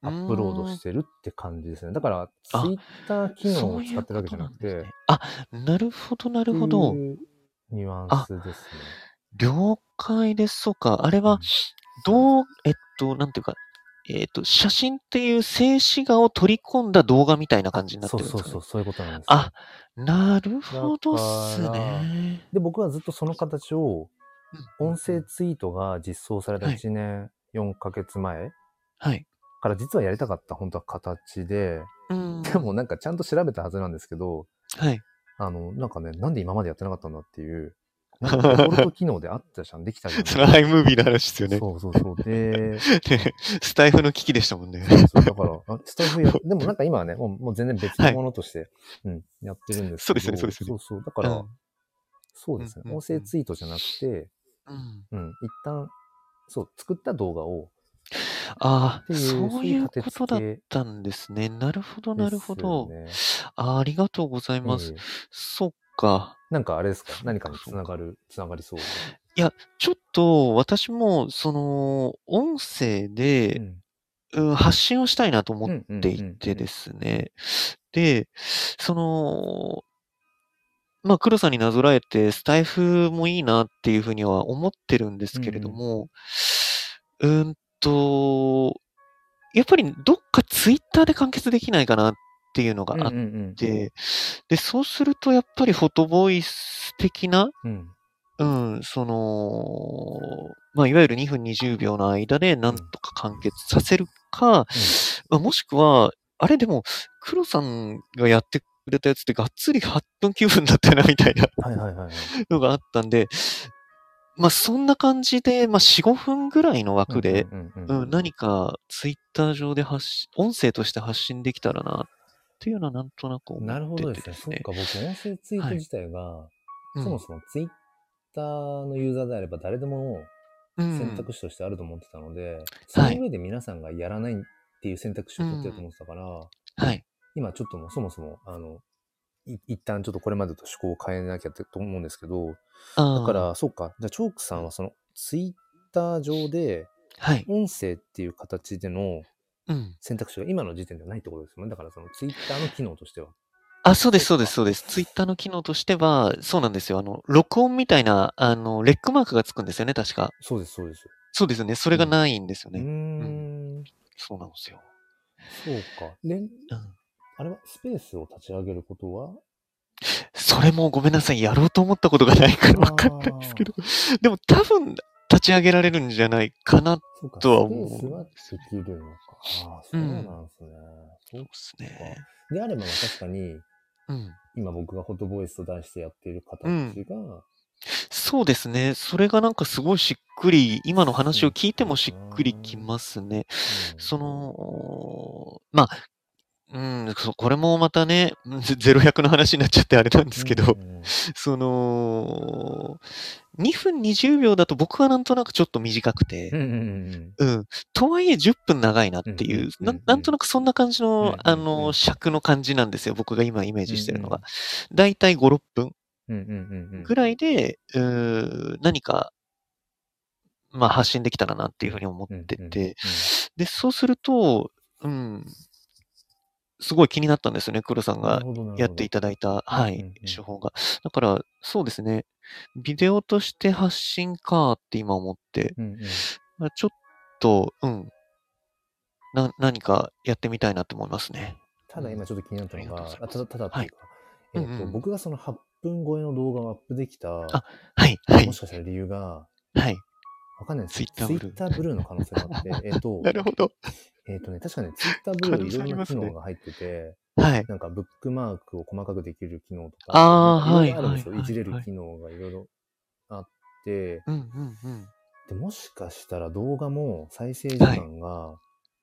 アップロードしてるって感じですね。だから、ツイあッター機能そをうい使うってるわけじゃなこくとんて、ですねあ、なるほど、なるほっどて。いうニュアンスですね。了解です。そうか。あれは、うんどう、えっと、なんていうか、えっ、と、写真っていう静止画を取り込んだ動画みたいな感じになってそうるんですそうか、ね、そう、そういうことなんですよあ、なるほどっすね。で、僕はずっとその形を、うん音声ツイートが実装されたはい1年4ヶ月前はい。から実はやりたかった、本当は形で、うん。でもなんかちゃんと調べたはずなんですけど、はい。あの、なんかね、なんで今までやってなかったんだっていう、なんかデフォルト機能であったじゃん、できたじゃん。それは iMovie の話ですよね。そうそうそう。 で、ね スタイフの危機でしたもんね。そうだから、あスタイフや、でもなんか今はね、もうもう全然別のものとして、うん、やってるんでそすけど。うですよねそうですよねそうそう。だから、うんそうですね、うんうんうん音声ツイートじゃなくて、うん、うん、一旦、そう、作った動画を、あっあ、ていう、そういう立てことだっ付けたんですね。なるほど、なるほど。ですあーありがとうございよねます。ええそっか。なんかあれですか何かにつながる、つながりそう。ちょっと私も、その、音声で、うんうん発信をしたいなと思っうんうんていてですね。で、その、まあ、黒さんになぞらえて、スタイフもいいなっていうふうには思ってるんですけれども、うーんと、やっぱりどっかツイッターで完結できないかなっていうのがあっうんうんて、で、そうするとやっぱりフォトボイス的な、うんうんうん、その、まあ、いわゆる2分20秒の間でなんとか完結させるか、まあ、もしくは、あれでも、黒さんがやってくれたやつってがっつり8分9分だったよな、みたいなはいはいはいはい。のがあったんで、まあ、そんな感じで、まあ、4、5分ぐらいの枠で、うんうんうんうん、何かツイッター上で発信、音声として発信できたらな、っていうのはなんとなく思ってて、なるほどですね。そっか、僕、音声ツイート自体が、うんそもそもツイッターのユーザーであれば誰でもうん選択肢としてあると思ってたので、その上で皆さんがやらないっていう選択肢を取ってると思ってたから、はい。今ちょっともうそもそも、あの、い一旦ちょっとこれまでと趣向を変えなきゃってと思うんですけど、だだか、ら、そうか、じゃあチョークさんはそのツイッター上ではい。音声っていう形でのうん。選択肢が今の時点ではないってことですよね。だからそのツイッターの機能としては。あ、そうです、そそううかです、そうです。ツイッターの機能としては、そうなんですよ。あの、録音みたいな、あの、レックマークがつくんですよね、確か。そうです、そうです。そうですよね。それがないんですようーね。ん。そうなんですよ。そうか。で、うんあれはスペースを立ち上げることはそれもごめんなさい。やろうと思ったことがないからあー分かんないんですけど。でも多分、立ち上げられるんじゃないかな。そうか、スペとは思うースはできるのか。ああ、そうなんですね。そそううですね。であれば、まあ確かに、うん。今僕がホットボイスと題してやっている形が、そうですね。それがなんかすごいしっくり、今の話を聞いてもしっくりきますね。その、まあ、うん、そうこれもまたね、 うんゼロ100の話になっちゃってあれなんでですけど、その、2分20秒だと僕はなんとなくちょっと短くうんて、うんうんうん、とはいえ10分長いなっていう、うんうんうんうなんなんとなくそんな感じうんうんうのん、あの、尺の感じなんですよ、僕が今イメージしてるのうがん。だいたい5、6分うんうんうんうん。ぐらいで、うー何か、まあ発信できたらなっていうふうに思ってうんうんうんて、で、そうすると、うん、すごい気になったんですよね、黒さんがやっていただいた、はうんい、うん手法が。だから、そうですね、ビデオとして発信かって今思って、た。うんうんまあちょっと、うん、な、何かやってみたいなと思いますね。ただ今ちょっと気になったのありがとうがござい、あますただ、ただっていうか、えうんっうと、ん僕がその8分超えの動画をアップできた、はい、はいも、しかしたら理由が、はい。わかんないですけ Twitter ど、ツブイルーッターブルーの可能性 があって、えっと、なるほど。えっ、とね、確 かね、ツイッターブルーいろんな機能が入ってて、はい。なんかブックマークを細かくできる機能とか、あーなんかろろあるんですよ。はいはいはいいじれる機能がいろいろあって、うん、うん、うん。で、もしかしたら動画も再生時間が伸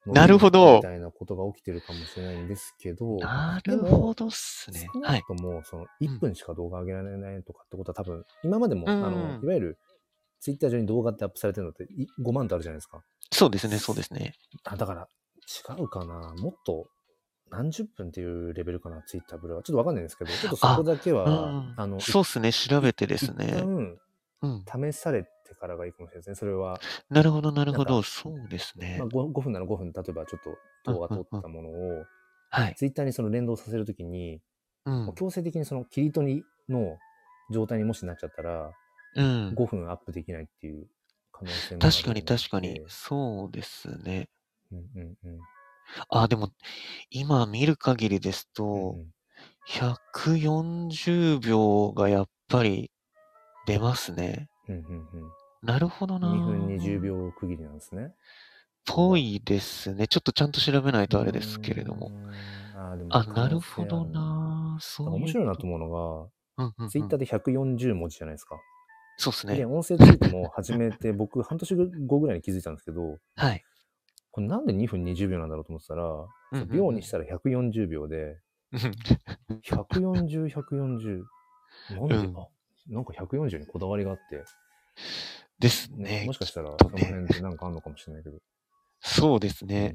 び、なるほどみたいなことが起きてるかもしれないんですけど、なるほどっすでねも。少はないく。とも、その1分しか動画上げられないとかってことは多分、今までうも、んあの、いわゆるツイッター上に動画ってアップされてるのってい5万とあるじゃないですか。そうですね、そうですね。あ、だから、違うかな。もっと、何十分っていうレベルかな、ツイッターブルーは。ちょっとわかんないんですけど、ちょっとそこだけは、うあんの、そうっすね、調べてです一ね。旦うん。試されてからがいいかもしれないですね。それは、なるほど、なるほなんど。かそうですねまあ、。5, 分なら5分、例えばちょっと動画撮ったものを、はい。ツイッターにその連動させるときに、うん。強制的にその切り取りの状態にもしなっちゃったら、うん。 5分アップできないっていう可能性もある確かに、確かに。そうですね。うんうんうん。あ、でも、今見る限りですうんとう、ん140秒がやっぱり出ますね。うんうんなるほどうな。ん。2分20。秒区切りなんですね。ぽいですね。ちょっとちゃんと調べないとあれですけれども。うーん。あーでもあ、なるほどな。可そ能性あるな。なんういう。か面白いなと思うのうんうんうんが、ツイッターで140文字じゃないですか。そうですで、ね。音声ツイートも始めて、僕、半年後ぐらいに気づいたんですけど、はい。これなんで2分20秒なんだろうと思ってたら、うんうんうん秒にしたら140秒で、うん140、140。なんで、うんあなんか140にこだわりがあって、ですね。もしかしたら、きっそとのね、辺でなんかあんのかもしれないけど。そうです ね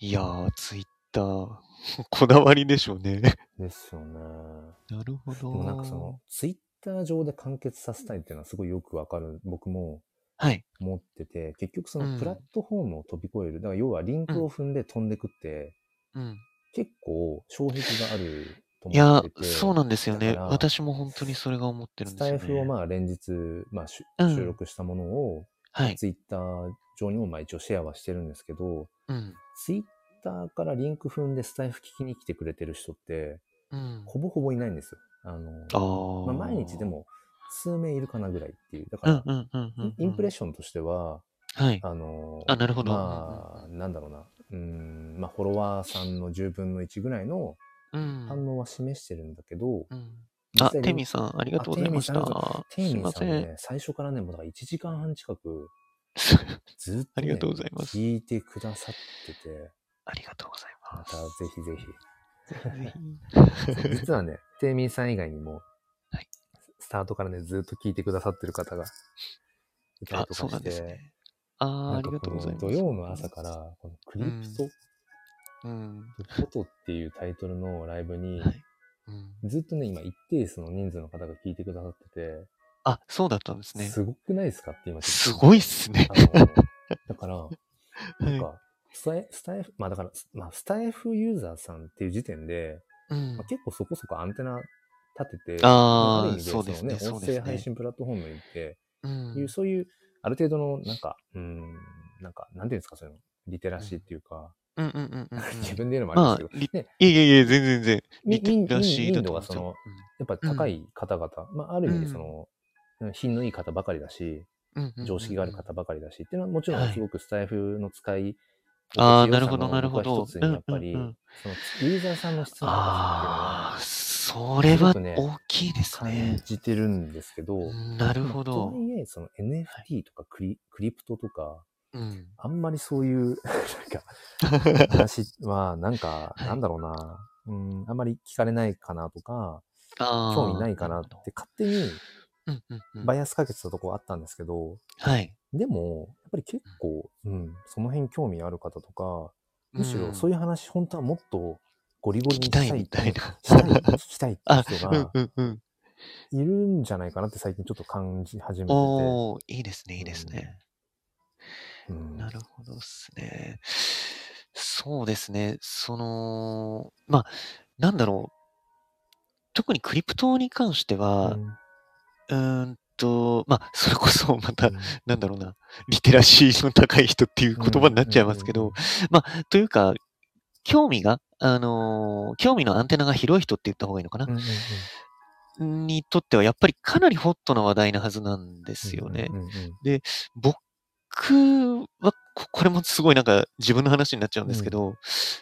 う。んいやー、ツイッター、 こだわりでしょうね。ですよね。なるほでど。もなんかその、ツイッター上で完結させたいっていうのはすごいよくわかる。僕もはい。思ってて、結局そうんのプラットフォームを飛び越える。だから要はリンクを踏んで飛んでくって、うん。結構障壁があるといや思って、て。そうなんですよね。だから私も本当にそれが思ってるんスですよタね。イフをまあ連日、まあ、しゅうん収録したものを、はい。ツイッター上にもまあ一応シェアはしてるんですけど、うん。ツイッターからリンク踏んでスタイフ聞きに来てくれてる人って、うん。ほぼほぼいないんですよ。あの、あーまあ、毎日で。も数名いるかなぐらいっていう。だかうら、んうんうんうんうん。インインプレッションとしては、はい。あの、あ、なるほど。まあ、なんだろうな。うん、まあ、フォロワーさんの10分の1ぐらいのうん。反応は示してるんだけど、うん実あ、際テにミさん、ありがとうございましたあ。テイすいミンまさんせはん。ね、最初からね、もうだから1時間半近く、ずっと、ね、ありがとうございます聞いてくださってて、 ありがとうございままたぜひ す。ぜひ。そう実はね、テイミンさん以外にも、はいスタートからね、ずっと聞いてくださってる方がいた りあ、とそうかなしんですて、ね。あー、なあんかりがとうございます。この土曜の朝から、このクリプト、うん。フォトっていうタイトルのライブに、はい。うんずっとね、今一定数の人数の方が聞いてくださってて、あ、そうだったんですね。すごくないですかって今ちょっとすごいっすね。あのだ から、はなんい。か、スタイスタイフ、まあだから、まあスタイフユーザーさんっていう時点で、うんまあ、結構そこそこアンテナ立てて、あーまる意味そうですねそのそう音ですね声配信プラットフォームに行って、うんいうそういう、ある程度の、なんか、うん、なんか、なんていうんですか、そういうの、リテラシーっていうか、うんうんうんうんうん 自分で言うのもあるんですけど、ね、いえいえいえ、全然全然。みリテラシーみだんとな思うんがですそよの、やっぱ高い方々、まあある意味その、品のいい方ばかりだし、うんうんうんうん常識がある方ばかりだし、っていうのはもちろはんいすごくスタイフの使い、あー心地よさのなるほど僕は一つにやっぱなるほどうんうんうりん、そのユーザーさんの質の高ああ、さそれはすごくね大きいですっていうのは感ね。じてるんですけど、なるほとどは。いえ、その NFT とかクリ,、クリプトとか、うん。 あんまりそういう、なん か、話は、なんか、はいなんだろうな、うん、あんまり聞かれないかなとか、あー興味ないかなっ。て勝手にうんうんうんバイアスかけてたとこあったんですけど、はい。でも、やっぱり結構、うん、その辺興味ある方とか、むしろそういいう話、本当はもっとゴリゴリ聞にきしたたいいみたいな。したい、聞きたいって 人うんがうんうん。いるんじゃないかなって最近ちょっと感じ始めてて。おー、いいですね、いいですね。うんなるほどですね。そうですね。その、まあ、なんだろう。特にクリプトに関しては、うーんと、まあ、それこそまた、なんだろうな、リテラシーの高い人っていう言葉になっちゃいますけど、、まあ、というか、興味が、あのー興味のアンテナが広い人って言った方がいいのかな、うんうんうんうんうんうんうんにとっては、やっぱりかなりホットな話題なはずなんですよね。うんうんうん僕は、ここれもすごいなんか自分の話になっちゃうんですけど、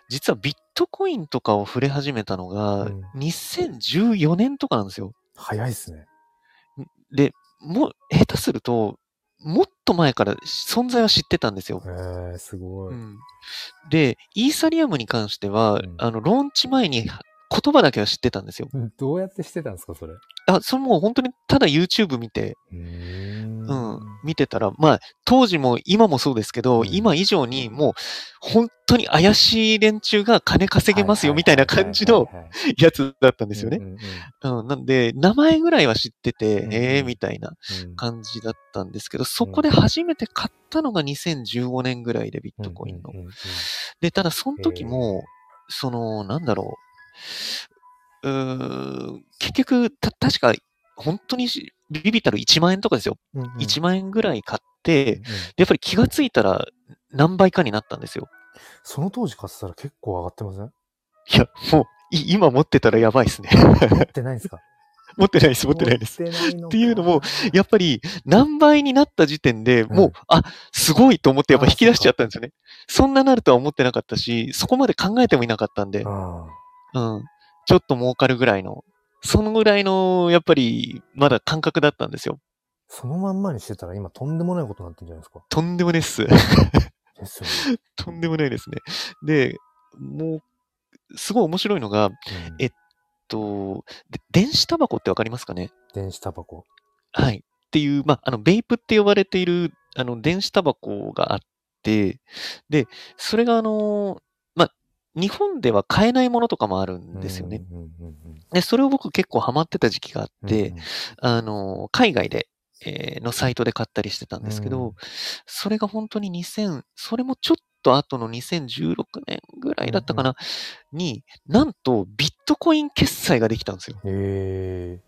実はビットコインとかを触れ始めたのがうん、 2014年とかなんですよ。早いですね。で、もう、下手すると、もっと前から存在は知ってたんですよへ。ーすごい。うんで、イーサリアムに関しては、うんあの、ローンチ前に言葉だけは知ってたんですよ。どうやってしてたんですか、それ。あ、それもう本当にただ YouTube 見て、ううんん、見てたら、まあ、当時も今もそうですけど、うん今以上にもう、本当に怪しい連中が金稼げますよみたいな感じのやつだったんですよねう。んうんうん、なんで、名前ぐらいは知ってて、うんええみたいなうん感じだったんですけど、そこで初めて買ったのが2015年ぐらいで、ビットコインのうん。うんうんで、ただその時へもえ、その、なんだろう。うーん結局、た、確か、本当にしビビたる1万円とかですよ。うんうん1万円ぐらい買って、うでんやっぱり気がついたら、何倍かになったんですよ。その当時買ってたら結構上がってませんいや、もう、い今持ってたらやばいですね。 持ってないんですか持ってないです、持ってないです。持ってないのっかていうのも、やっぱり何倍になった時点でもう、あ、すごいと思ってやっぱ引き出しちゃったんですよね。そんななるとは思ってなかったし、そこまで考えてもいなかったんで、あうん。ちょっと儲かるぐらいの、そのぐらいの、やっぱり、まだ感覚だったんですよ。そのまんまにしてたら今とんでもないことになってるんじゃないですか。とんでもないっす。 ですよね。とんでもないですね。で、もう、すごい面白いのが、うんえっと、で電子タバコってわかりますかね電子タバコ。はい。っていう、まあ、あの、ベイプって呼ばれている、あの、電子タバコがあって、で、それが、あの、まあ、日本では買えないものとかもあるんですよね。うんうんうんうん。で、それを僕結構ハマってた時期があって、うんうん、あの、海外で、えーのサイトで買ったりしてたんですけど、うんそれが本当に2000、それもちょっと後の2016年ぐらいだったかな、に、なんとビットコイン決済ができたんですよ。え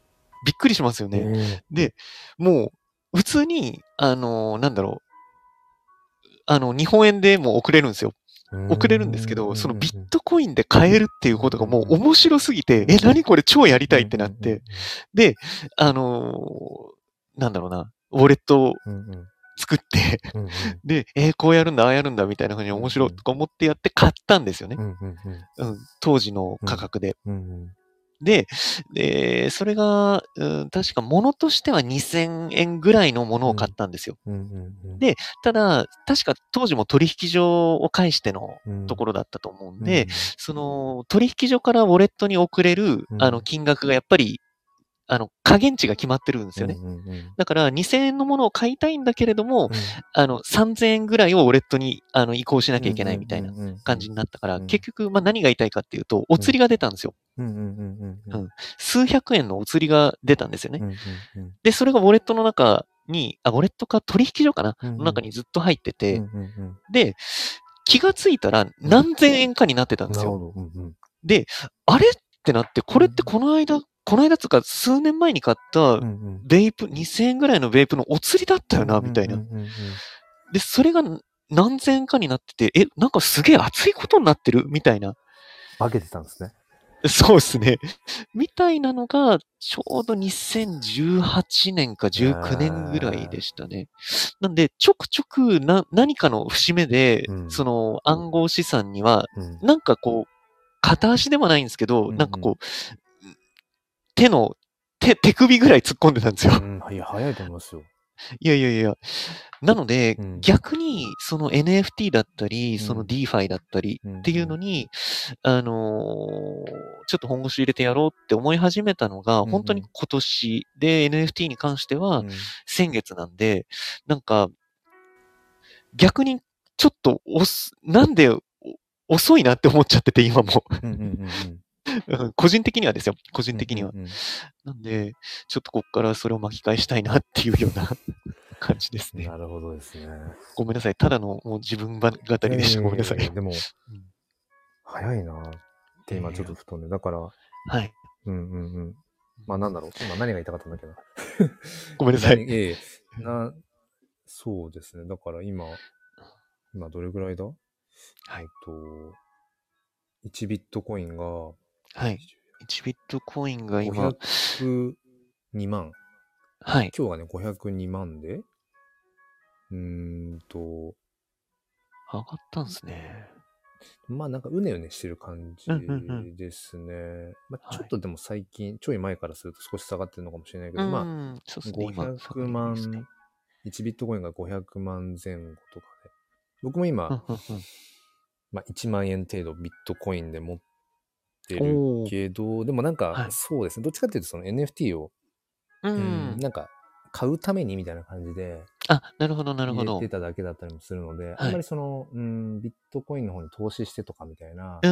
びっくりしますよー、ね。えで、もう、普通に、あの、なんだろう、あの、日本円でもう送れるんですよ。ー送れるんですけど、そのビうんうんットコインで買えるっていうことがもう面白すぎて、うんえ、何これ超やりたいってなっうてん、で、あのーなんだろうな、ウォレットをうんうんうん作って、うんうんで、えーこうやるんだ、ああやるんだ、みたいな風に面白いとか思ってやって買ったんですよねう。んうんうんうん、当時の価格で。うんうんで、でそれが、うん確か物としては2000円ぐらいのものを買ったんですよ。うんうんうんでただ、確か当時も取引所を介してのところだったと思うんで、、その取引所からウォレットに送れるうんあの金額がやっぱり、あの、加減値が決まってるんですよね。うんうんうんうんだから2000円のものを買いたいんだけれども、うあの3000円ぐらいをウォレットにあの移行しなきゃいけないみたいなな感じになったから、うん結局、まあ、何が言いたいかっていうと、お釣りが出たんですよ。うんうんうんうんうん数百円のお釣りが出たんですよねう。んうんで、それがウォレットの中に、あ、ウォレットか取引所かなうんうんの中にずっと入ってうんて、うんうんで、気がついたら何千円かになってたんでなするよ。ほど。うんうんで、あれってなって、これってこの間、この間つうか数年前に買ったうんうんベイプ、2000円ぐらいのベイプのお釣りだったよな、みたいうんな。うんうんうんで、それが何千円かになってて、え、なんかすげえ熱いことになってるみたいな。化けてたんですね。そうですね。みたいなのが、ちょうど2018年か19年ぐらいでしたね。なんで、ちょくちょくな何かの節目で、うんその暗号資産には、うんなんかこう、片足ではないんですけど、うんうんなんかこう、手の、手、手首ぐらい突っ込んでたんですよ。うんいや早いと思いますよ。いやいやいや。なので、うん逆に、その NFT だったり、そのうん DeFi だったりうんっていうのに、あのーちょっと本腰入れてやろうって思い始めたのが、んうん本当に今年で NFT に関してはうん先月なんで、なんか、逆にちょっとおす、なんでお遅いなって思っちゃってて、今も。うんうんうんうんうん個人的にはですよ。個人的にはう。んうんうんなんで、ちょっとこっからそれを巻き返したいなっていうよう な感じですね。なるほどですね。ごめんなさい。ただのもう自分ば語りでした。ごめんなさややいや。でも、早いなって今ちょっと布団で。だから、はい。うんうんうん。まあなんだろう。今何が言いたかったんだっけど。ごめんなさい。何ええな、そうですね。だから今、今どれぐらいだはいえっと、1ビットコインが、はい。1ビットコインが今、 502万。はい。今日がね、502万で、うーんと、上がったんですね。まあなんかうねうねしてる感じうんうんうですね。まあ、はいちょっとでも最近、ちょい前からすると少し下がってるのかもしれないけうど、まあん。そうですね。今、 500下がりですね万、1ビットコインが500万前後とかで、僕も今、うんうんまあ、1万円程度ビットコインで持っておるーけど、でもなんはかいそうですね、どっちかっていうとその NFT を、うん。ううんんなんか買うためにみたいな感じであ、なるほど、なるほ入どれて。ただけだったりもするので、はいあんまりその、うん、ビットコインの方に投資してとかみたいなう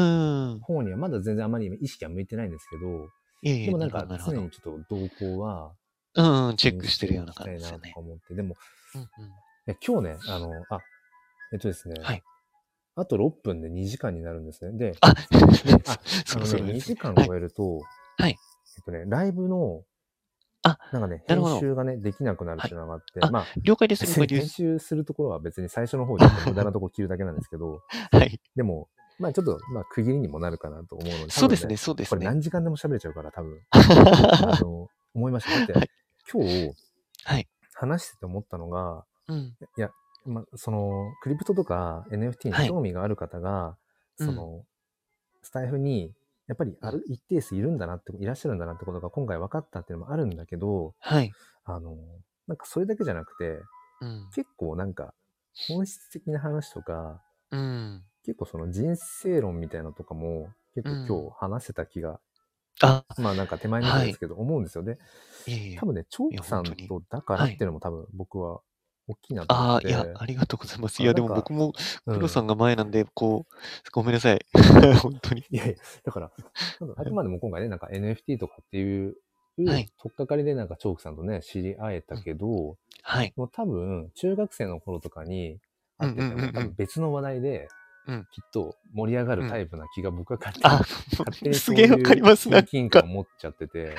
ん。方にはまだ全然あまり意識は向いてないんですけど、いえいえ、でもなんるかほどなるほ常どにちょっと動向はうんうん、チェックしてるような感じですよ気にしていきねたいなとか。思って、でもうんうんいや今日ね、あの、あ、えっとですね、はいあと6分で2時間になるんですね。で、あ、であそろ あのそろね、で2すね時間超えると、はいえっとね、ライブのあ、なんかね、なるほど編集がね、できなくなるっていうのがあって、はいあまあ、了解です、別了解にで編す。集するところは別に最初の方で無駄なとこ切るだけなんですけど、はい。でも、まあちょっと、まあ区切りにもなるかなと思うので、多分そうですね、そうでこすれね。何時間でも喋れちゃうから、多 分、はあの、思いました。だってはい、今日い。話してて思ったのが、うん。まあ、その、クリプトとか NFT はいに興味がある方が、うんその、スタイフに、やっぱりある一定数いるんだなって、いらっしゃるんだなってことが今回分かったっていうのもあるんだけど、 はい。あの、なんかそれだけじゃなくて、うん。結構なんか、本質的な話とか、うん。結構その人生論みたいなのとかも、結構う今日話せた気が、あ、まあなんか手前みたいですけど、思うんですよね。いえいえ多。分ね、チョークさん本当にとだからっていうのも多分僕は大きいなと思あっあ、て。いや、ありがとうございます。あいや、でもなんか僕も、う黒さん。んが前なんで、こう、ごめんなさい。 本当に。いやいや、だから、なんかあくまでも今回ね、なんか NFT とかっていう、はいとっかかりでなんかチョークさんとね、知り合えたけど、はい。もう多分、中学生の頃とかに会っててうんうんうんうも、ん多分別の話題でうん、きっと盛り上がるタイプな気が僕は勝手に、あ、勝手 にすそうげえわかります。いなうんか親近感を持っちゃってて。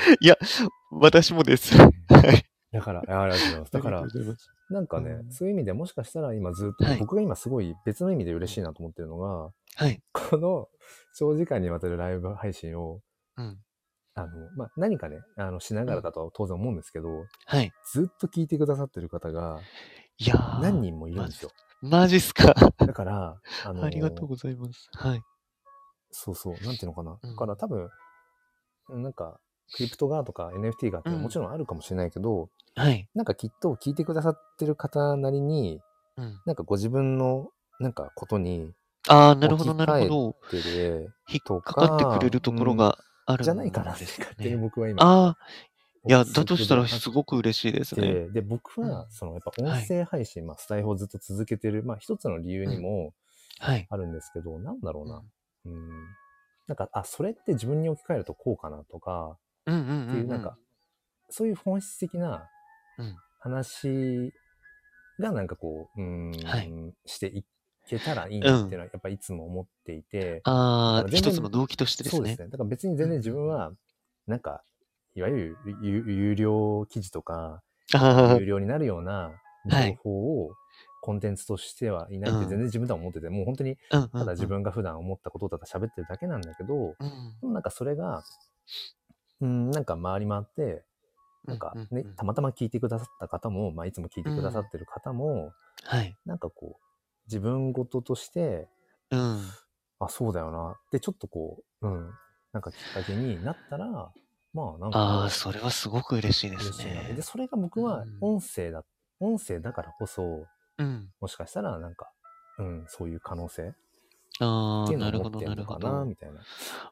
私もです。はい。 だから、あありがとうございます。だかあらりが、とうございますなんかねう、んそういう意味でもしかしたら今ずっと、はい僕が今すごい別の意味で嬉しいなと思ってるのが、はい。この長時間にわたるライブ配信を、うん。あの、まあ、何かね、あの、しながらだとは当然思うんですけど、はい。ずっと聞いてくださってる方がいやー何人もいるんですよ。マジっすか。だから、あの、ありがとうございます。はい。そうそう、なんていうのかな。うんだから多分、なんか、クリプトがとか NFT がっていうのうんはもちろんあるかもしれないけど、はい。なんかきっと聞いてくださってる方なりに、うん。なんかご自分の、なんかことに、ああ、なるほど、置き換なえるほど。ってで、引っかかってくれるところがあるんですね。じゃないかなって勝手に僕は今。ああ、いや、だとしたらすごく嬉しいですね。で、で僕はう、んその、やっぱ音声配信、まあ、スタイフをずっと続けてる、まあ、一つの理由にもはい。あるんですけど、なんだろううんな。うん。なんか、あ、それって自分に置き換えるとこうかなとか、うんうんっうてんいうう、ん。なんか、そういう本質的なうん話が、なんかこう、うん、はいしていけたらいいなっていうのは、やっぱいつも思っていて、ああ、だから全一然つの動機としてですそうでねす。ね。だから別に全然自分は、なんか、いわゆる有有料記事とか、あ有料になるようなはい情報をコンテンツとしてはいないってうん全然自分では思ってて、もう本当にあ、うんうんうんただ自。分が普段思ったことをただ喋ってるだけなんだけど、うんでもなんかそれが、うん、なんか回り回って、なんかうんうねんうん、たまたま聞いてくださった方も、まあいつも聞いてくださってる方も、はい。なんかこう、自分事として、うん。あ、そうだよなって、ちょっとこう、うん、なんかきっかけになったら、まあなんああ、かそれはすごく嬉しいで嬉すしいなって。ねで、。それが僕はうん音声だ、音声だからこそ、うん。もしかしたらなんか、うん、そういう可能性あっていあ、うのなるをほ持っど、てるなるのほかど。うな、んみたいなと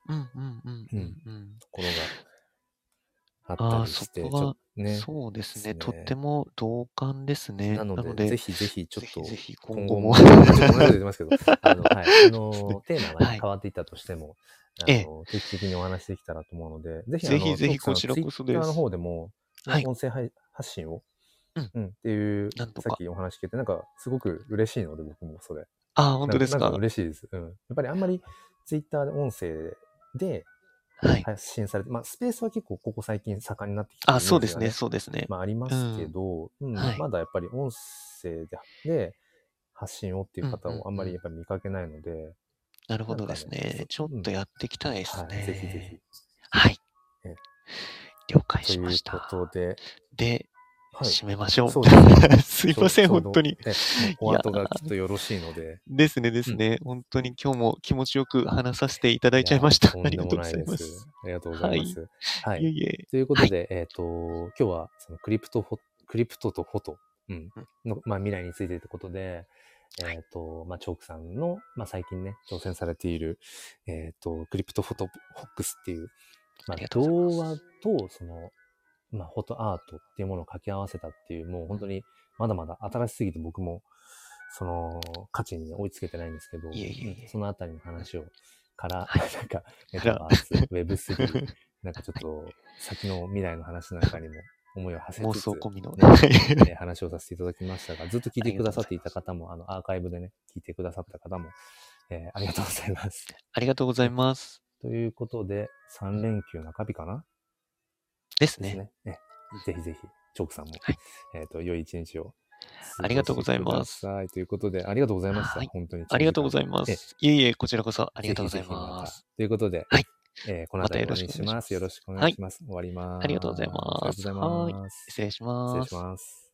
うんうんうんうん。ころがああったあ、りしそて、こちょはっとね。そうですね。ですねとっても同感ですね。なので、ぜひぜひちょぜっひとぜ、ひ今今後後もも、。ちょっと 同じこと言っ てますけど、あの、はい、あの、テーマがはいね変わっていったとしても、あええの、定期的にお話しできたらと思うので、ぜひ、ぜひぜひあのこちらこそですトークさんの Twitter の方でも、はい音声配発信を、うんっていう、なさんとかっきお話聞いて、なんか、すごく嬉しいので、僕もそれ。ああ、本当ですなんか。か嬉しいです。うん。やっぱりあんまり、ツイッターで音声ではい。発信されて、まあ、スペースは結構ここ最近盛んになってきてるあ、そうですイメージがね、そうですね。まあ、ありますけど、うんはいまだやっぱり音声でで発信をっていう方うんうんうんをあんまりやっぱり見かけないので、なるほどですなんかねねそ。ちょっとやっていきたいですはい、ぜひぜね。はいええ。了解ひ。しとまいうした。ことで、で、はい締めましょそうう ですね。。すいません、ちょうど本当に。。えもうお後がきっとよろしいので。ですね、ですね。本当に今日も気持ちよく話させていただいちゃいました。やありがとうござといんでま。。もなですありがとうございます。はい。いえい え。ということで、えっ、と、今日はそのクリプトフォ、クリプトとフォト、うんうんのまあ、未来についてということで、はえいっ、と、まあ、チョークさんの、まあ、最近ね、挑戦されている、えっ、と、クリプトフォトフォックスっていう、あまりがあ、とうござ童いま話と、その、まあ、フォトアートっていうものを掛け合わせたっていう、もう本当にまだまだ新しすぎて僕も、その価値に追いつけてないんですけど、いえいえいえうんそのあたりの話を、から、はい なんか、メかタらバース、Web3、なんかちょっと先の未来の話なんかにも思いを馳せ妄つつ、想込みのね。 ねえー話をさせていただきましたが、ずっと聞いてくださっていた方も、あのアーカイブでね、聞いてくださった方も、えーありがとうござ います。ありがとうございます。ということで、3連休中日かなですですね。ね。えぜひぜひ、チョークさんも、はいえっ、と、良い一日を。ありがとうございます過ごしてください。ということで、ありがとうございました。はい本当に。ありがとうございまえす。いえいえ、こちらこそあありがとうございます。。ということで、はいえーこの辺りまたよろで終わりしくにしお願いしまますす。よろしくお願いします。終わります。ありがとうございますありがとうございます。失礼します失礼し。ます。